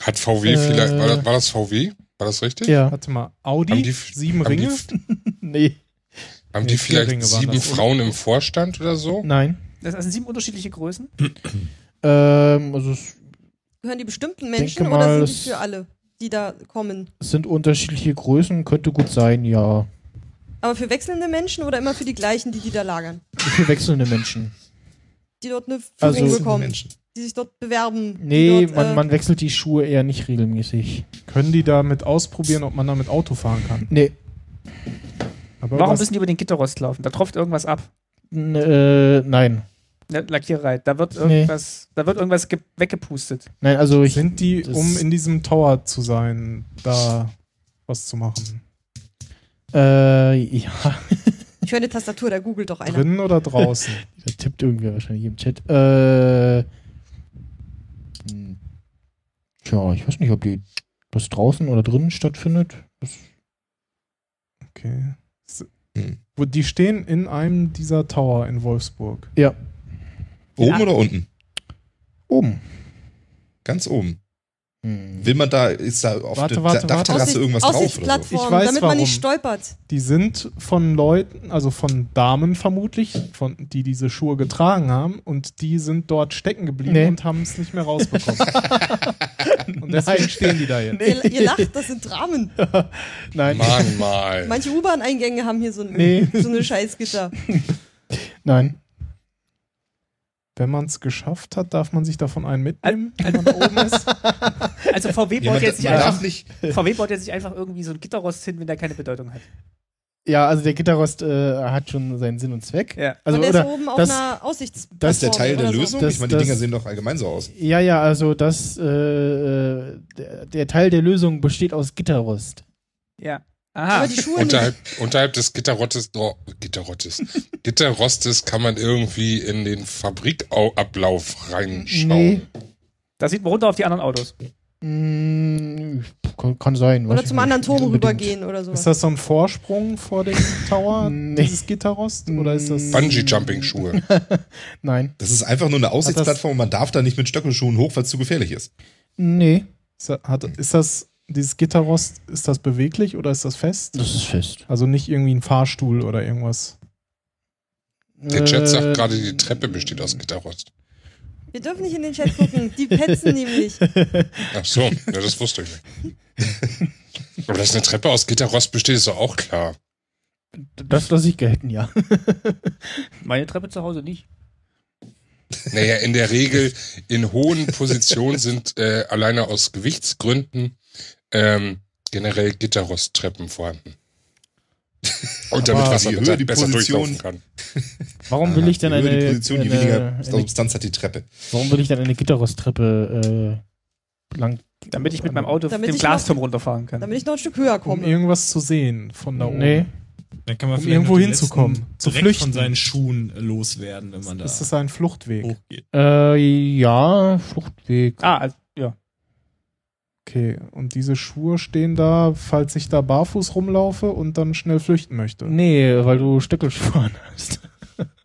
J: hat VW
B: Äh.
J: vielleicht. War das, war das VW? War das richtig?
B: Ja.
G: Warte mal,
J: Haben
G: Audi,
J: die-
G: sieben
J: Haben die,
G: Ringe?
B: Nee.
J: haben
G: Nee, vier
J: die vielleicht
G: Ringe waren
J: sieben
G: das.
J: Frauen im Vorstand oder so?
B: Nein.
C: Das sind sieben unterschiedliche Größen.
B: Ähm, also es
D: Gehören die bestimmten
B: denke
D: Menschen
B: mal,
D: oder sind
B: das-
D: die für alle? die da kommen.
B: Es sind unterschiedliche Größen, könnte gut sein, ja.
D: Aber für wechselnde Menschen oder immer für die gleichen, die die da lagern?
B: Für wechselnde Menschen.
D: Die dort eine
B: Also-
D: Führung bekommen,
I: Menschen.
D: die sich dort bewerben. die
B: Nee,
D: dort,
B: man,
D: äh,
B: man wechselt die Schuhe eher nicht regelmäßig.
G: Können die damit ausprobieren, ob man damit Auto fahren kann?
B: Nee,
G: Aber
C: Warum
G: was,
C: müssen die über den Gitterrost laufen? Da tropft irgendwas ab.
B: n- äh, nein.
C: Ne, Lackiererei. Da wird
B: Nee.
C: irgendwas, da wird irgendwas ge- weggepustet.
B: Nein, also ich.
G: sind die,
B: das-
G: um in diesem Tower zu sein, da was zu machen?
B: Äh, ja,
D: Ich höre eine Tastatur, da googelt doch einer.
G: Drinnen oder draußen?
B: da tippt irgendwer wahrscheinlich im Chat. Äh. hm. Tja, ich weiß nicht, ob die das draußen oder drinnen stattfindet. Das,
G: Okay. S-
I: Hm.
G: Wo- Die stehen in einem dieser Tower in Wolfsburg.
B: ja,
I: Oben oder unten?
B: oben.
I: Ganz oben.
B: Hm.
I: Will man da, ist da auf
G: Warte,
I: der
G: warte,
I: Ta- Dachterrasse
D: warte.
I: irgendwas drauf oder so?
D: Aussichtsplattform,
G: Ich weiß,
D: damit man
G: warum.
D: nicht stolpert.
G: Die sind von Leuten, also von Damen vermutlich, von, die diese Schuhe getragen haben und die sind dort stecken geblieben
B: Nee.
G: und haben es nicht mehr rausbekommen. und deswegen stehen die da jetzt.
D: Ihr, ihr lacht, das sind Dramen.
B: Nein,
J: Mann, mal.
D: Manche U-Bahn-Eingänge haben hier so, ein,
B: Nee.
D: so eine Scheißgitter.
B: nein.
G: Wenn man es geschafft hat, darf man sich davon einen mitnehmen.
C: Also VW
I: Ja, man,
C: baut
I: man
C: jetzt nicht einfach,
I: darf nicht,
C: VW baut jetzt nicht einfach irgendwie so einen Gitterrost hin, wenn der keine Bedeutung hat.
B: Ja, also der Gitterrost äh, hat schon seinen Sinn und Zweck.
C: Ja.
B: Also,
D: und der
B: oder
D: ist oben auf
B: das-
D: einer Aussichtsplattform.
I: das ist der Teil der
D: oder so.
I: Lösung.
B: Das-
I: ich meine, die
B: das-
I: Dinger sehen doch allgemein so aus.
B: Ja, ja, also das, äh, äh, der, der Teil der Lösung besteht aus Gitterrost.
C: Ja.
D: Aber
C: Aha.
D: die Schuhe nicht.
J: Unterhalb, unterhalb des Gitterrottes, oh, Gitterrottes, Gitterrostes kann man irgendwie in den Fabrikablauf reinschauen.
C: Da sieht man runter auf die anderen Autos.
B: Mm, kann, kann sein. weiß
D: Oder
B: ich
D: zum
B: nicht.
D: anderen Turm
B: Unbedingt.
D: rübergehen oder so.
G: Ist das so ein Vorsprung vor dem Tower,
B: Nee.
G: dieses Gitterrost? Oder ist das.
J: Bungee-Jumping-Schuhe.
B: Nein.
I: Das ist einfach nur eine Aussichtsplattform und man darf da nicht mit Stöckelschuhen hoch, weil es zu gefährlich ist.
B: Nee.
G: Ist das, hat, ist das dieses Gitterrost, ist das beweglich oder ist das fest?
B: Das ist fest.
G: Also nicht irgendwie ein Fahrstuhl oder irgendwas.
J: Der Chat
B: Äh.
D: Äh,
J: sagt gerade, die Treppe besteht aus Gitterrost.
D: Wir dürfen nicht in den Chat gucken, die petzen nämlich.
J: Ach so, ja, das wusste ich nicht. Aber dass eine Treppe aus Gitterrost besteht, ist doch auch klar.
B: Das lasse ich gelten, ja.
C: Meine Treppe zu Hause nicht.
J: Naja, in der Regel in hohen Positionen sind äh, alleine aus Gewichtsgründen ähm, generell Gitterrosttreppen vorhanden. Und damit
B: Aber
J: Wasser
I: je
J: besser,
I: höher die
J: besser
I: Position-
J: durchlaufen kann.
B: Warum will ich denn
I: Je höher
B: eine,
I: die Position, je
B: eine,
I: weniger
B: eine,
I: Substanz hat die Treppe.
B: warum will ich denn eine Gitterrosttreppe äh, lang?
C: Damit ich mit meinem Auto
D: Damit
C: dem
D: ich
C: Glasturm runterfahren kann.
D: Damit ich noch ein Stück höher
G: Um
D: komme.
G: irgendwas zu sehen von da oben.
B: Nee.
E: Dann kann man
G: Um
E: vielleicht
G: irgendwo
E: noch die
G: hinzukommen,
E: letzten
G: zu
E: Dreck
G: flüchten.
E: von seinen Schuhen äh, loswerden, wenn man da
G: Ist das ein Fluchtweg?
E: hochgeht.
B: Äh, ja, Fluchtweg.
C: ah, also, ja.
G: Okay, und diese Schuhe stehen da, falls ich da barfuß rumlaufe und dann schnell flüchten möchte.
B: Nee, weil du Stöckelschuhe an hast.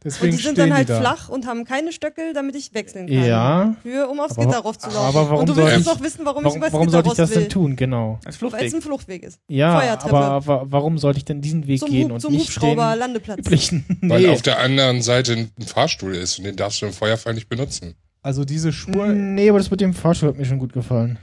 G: Deswegen
D: Und die sind
G: stehen
D: dann halt
G: die da.
D: flach und haben keine Stöckel, damit ich wechseln kann.
B: Ja.
D: Für, um aufs
B: Aber-
D: Gitterrost zu laufen.
B: aber warum
D: und du
B: soll
D: willst
J: ich-
D: doch wissen, warum, ich
B: Warum,
D: übers
B: warum sollte ich
D: Gitterrost
B: das denn
D: will.
B: tun? Genau.
C: Als
D: Weil es
C: Fluchtweg.
D: ein Fluchtweg ist.
B: Ja,
D: Feuertreppe.
B: aber wa warum sollte ich denn diesen Weg
D: Zum,
B: gehen
D: Hub-
B: und
D: zum
B: nicht den
D: Hubschrauber-Landeplatz.
B: üblichen?
J: Weil
B: Nee.
J: auf der anderen Seite ein Fahrstuhl ist und den darfst du im Feuerfall nicht benutzen.
G: Also diese
D: Mhm.
G: Schuhe,
B: Nee, aber das mit dem Fahrstuhl hat mir schon gut gefallen.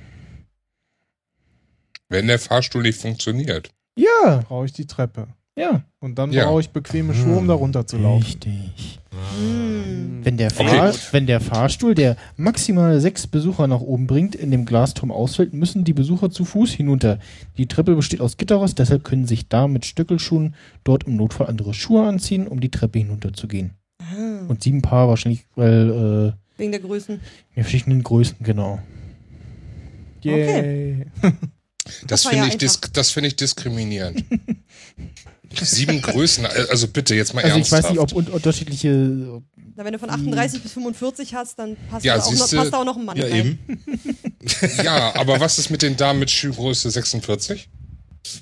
J: Wenn der Fahrstuhl nicht funktioniert.
B: Ja,
G: brauche ich die Treppe.
B: ja.
G: Und dann
J: Ja.
G: brauche ich bequeme Schuhe, um da
B: Mhm.
G: runterzulaufen.
B: Richtig.
D: Hm.
B: Wenn der,
J: Okay,
B: Fahr
J: gut.
B: wenn der Fahrstuhl, der maximal sechs Besucher nach oben bringt, in dem Glasturm ausfällt, müssen die Besucher zu Fuß hinunter. Die Treppe besteht aus Gitterrost, deshalb können sich da mit Stöckelschuhen dort im Notfall andere Schuhe anziehen, um die Treppe hinunterzugehen.
D: Ah.
B: Und sieben Paar wahrscheinlich, weil
D: Wegen der Größen.
B: äh, in verschiedenen Größen, genau.
G: Yay.
J: Das
D: Das war ja
J: finde ich,
D: einfach.
J: disk das finde ich diskriminierend. Sieben Größen, also bitte, jetzt mal
B: Also ich
J: ernsthaft.
B: weiß nicht, ob un unterschiedliche äh,
D: Na, wenn du von
B: Hm.
D: 38 bis 45 hast, dann passt,
J: Ja,
D: da, auch noch,
J: siehste,
D: passt da auch noch ein Mann
I: Ja, eben.
D: rein.
J: ja, aber was ist mit den Damen mit Schuhgröße 46?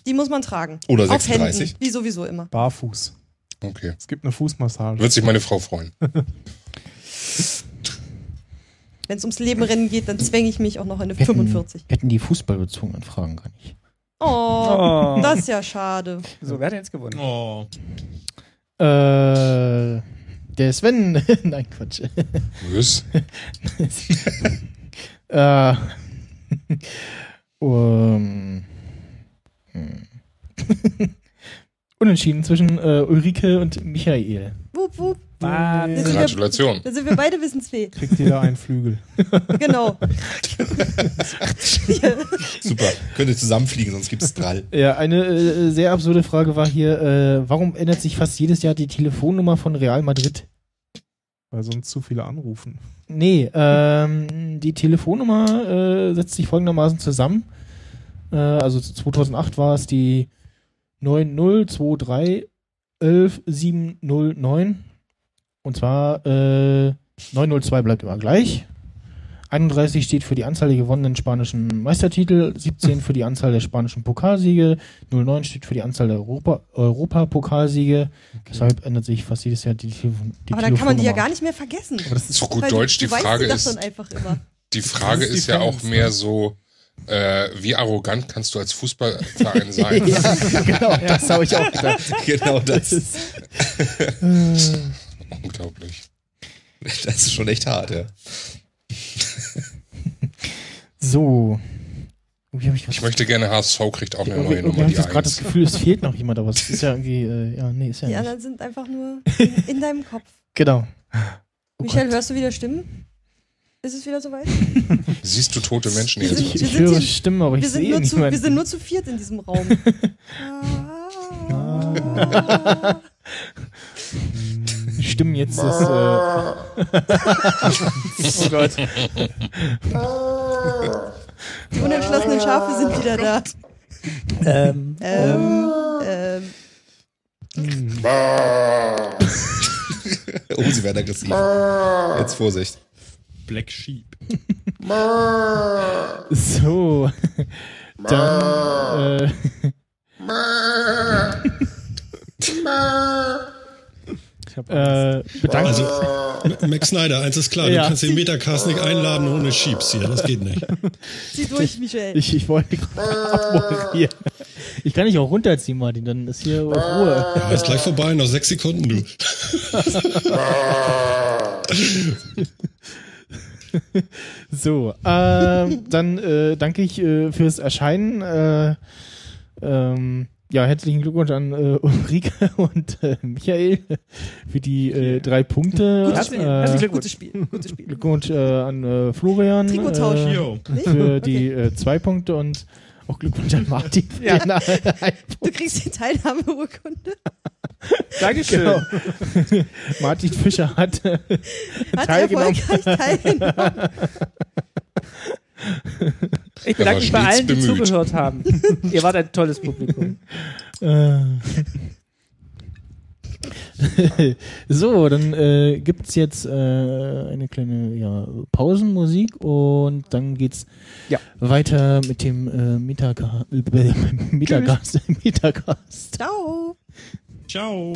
D: Die muss man tragen.
I: Oder
D: Auf
I: 36.
D: Händen, wie sowieso immer.
G: Barfuß.
J: Okay.
G: Es gibt eine Fußmassage.
J: Wird sich meine Frau freuen.
D: Wenn es ums Leben rennen geht, dann zwänge ich mich auch noch in eine
B: Wir hätten-
D: 45.
B: Hätten die fußballbezogenen Fragen gar nicht.
D: Oh,
C: Oh.
D: das ist ja schade.
C: So, wer hat denn jetzt gewonnen?
E: Oh,
B: Äh, der Sven. Nein, Quatsch.
J: Was?
B: äh, Ähm, hm.
H: Unentschieden zwischen äh, Ulrike und Michael.
D: Wupp, wupp.
C: Wahnsinn.
D: sind wir-
J: Gratulation.
D: Da sind wir beide Wissensfee.
G: Kriegt jeder einen Flügel.
D: Genau.
I: Super. Könnt ihr zusammenfliegen, sonst gibt es Drall.
B: Ja, eine äh, sehr absurde Frage war hier, äh, warum ändert sich fast jedes Jahr die Telefonnummer von Real Madrid?
G: Weil sonst zu viele anrufen.
B: Nee, ähm, die Telefonnummer äh, setzt sich folgendermaßen zusammen. Äh, also 2008 war es die 902311709. Und zwar äh, 902 bleibt immer gleich. 31 steht für die Anzahl der gewonnenen spanischen Meistertitel, 17 für die Anzahl der spanischen Pokalsiege, 09 steht für die Anzahl der Europa- Europa-Pokalsiege. Deshalb ändert sich fast jedes Jahr die, Telefon- die
D: Aber dann kann man die ja
B: Telefonnummer.
D: gar nicht mehr vergessen.
J: Zu
D: Weil
J: gut Deutsch, die
D: du weißt
J: Frage
D: doch
J: ist,
D: dann einfach immer.
J: die Frage
G: Das ist die
J: ist ja auch
G: Fans,
J: mehr so, äh, wie arrogant kannst du als Fußballverein sein?
B: genau, das habe ich auch gedacht.
I: genau das.
J: Unglaublich.
I: Das ist schon echt hart, ja.
B: So. Irgendwie habe ich
J: Ich möchte gerne HSV kriegt auch eine
B: irgendwie,
J: neue
B: irgendwie
J: Nummer,
B: habe ich
J: die
B: jetzt gerade das
J: eins.
B: Gefühl, es fehlt noch jemand, aber es ist ja irgendwie, äh, ja, nee, ist ja
D: Die
B: nicht.
D: anderen sind einfach nur in, in deinem Kopf.
B: Genau.
D: Michelle, hörst du wieder Stimmen? Ist es wieder soweit?
J: Siehst du tote
I: Oh,
J: Menschen
D: Wir
J: jetzt?
D: sind-
B: Also Ich,
D: wir
B: ich höre
D: hier-
B: Stimmen, aber ich
D: Wir sind,
B: sehe
D: nur zu, wir sind
B: niemanden.
D: nur zu viert in diesem Raum.
B: Ah. Stimmen jetzt ist, äh, Oh Gott.
D: Die unentschlossenen Schafe sind wieder da.
C: Ähm,
D: Ähm, ähm,
I: Oh, sie werden aggressiv. Jetzt Vorsicht.
E: Black Sheep.
G: Äh.
B: So. Dann, äh, äh, bedanke
K: Also, Max Snyder, eins ist klar,
B: Ja.
K: du kannst den Metacast nicht einladen ohne Sheeps hier, das geht nicht.
D: zieh durch, Michelle.
B: ich, ich wollte gerade abmoderieren. Ich kann dich auch runterziehen, Martin, dann ist hier Ruhe.
K: Ja, ist gleich vorbei, noch sechs Sekunden, du.
B: So, ähm, dann äh, danke ich äh, fürs Erscheinen. Äh, ähm, ja, herzlichen Glückwunsch an äh, Ulrike und äh, Michael für die äh, drei Punkte.
D: Gutes Spiel.
B: Äh,
D: Glückwunsch. Gutes Spiel. Gutes Spiel.
B: Glückwunsch äh, an äh, Florian
D: Trikottausch.
B: äh,
E: Yo.
D: Nicht?
B: für
D: Okay.
B: die äh, zwei Punkte und auch Glückwunsch an Martin Genau. für
C: Ja.
B: den einen
D: Du kriegst die Teilnahmeurkunde.
C: Dankeschön.
B: Genau. Martin Fischer hat äh,
D: Hat
B: teilgenommen.
D: erfolgreich teilgenommen.
C: Ich
J: Er war
C: bedanke mich bei
J: stets
C: allen, die
J: bemüht.
C: zugehört haben. Ihr wart ein tolles Publikum.
B: Äh. so, dann äh, gibt es jetzt äh, eine kleine ja, Pausenmusik und dann geht's
C: Ja.
B: weiter mit dem äh, Metagast. Äh, Metagast. Metagast.
D: Ciao.
E: Ciao.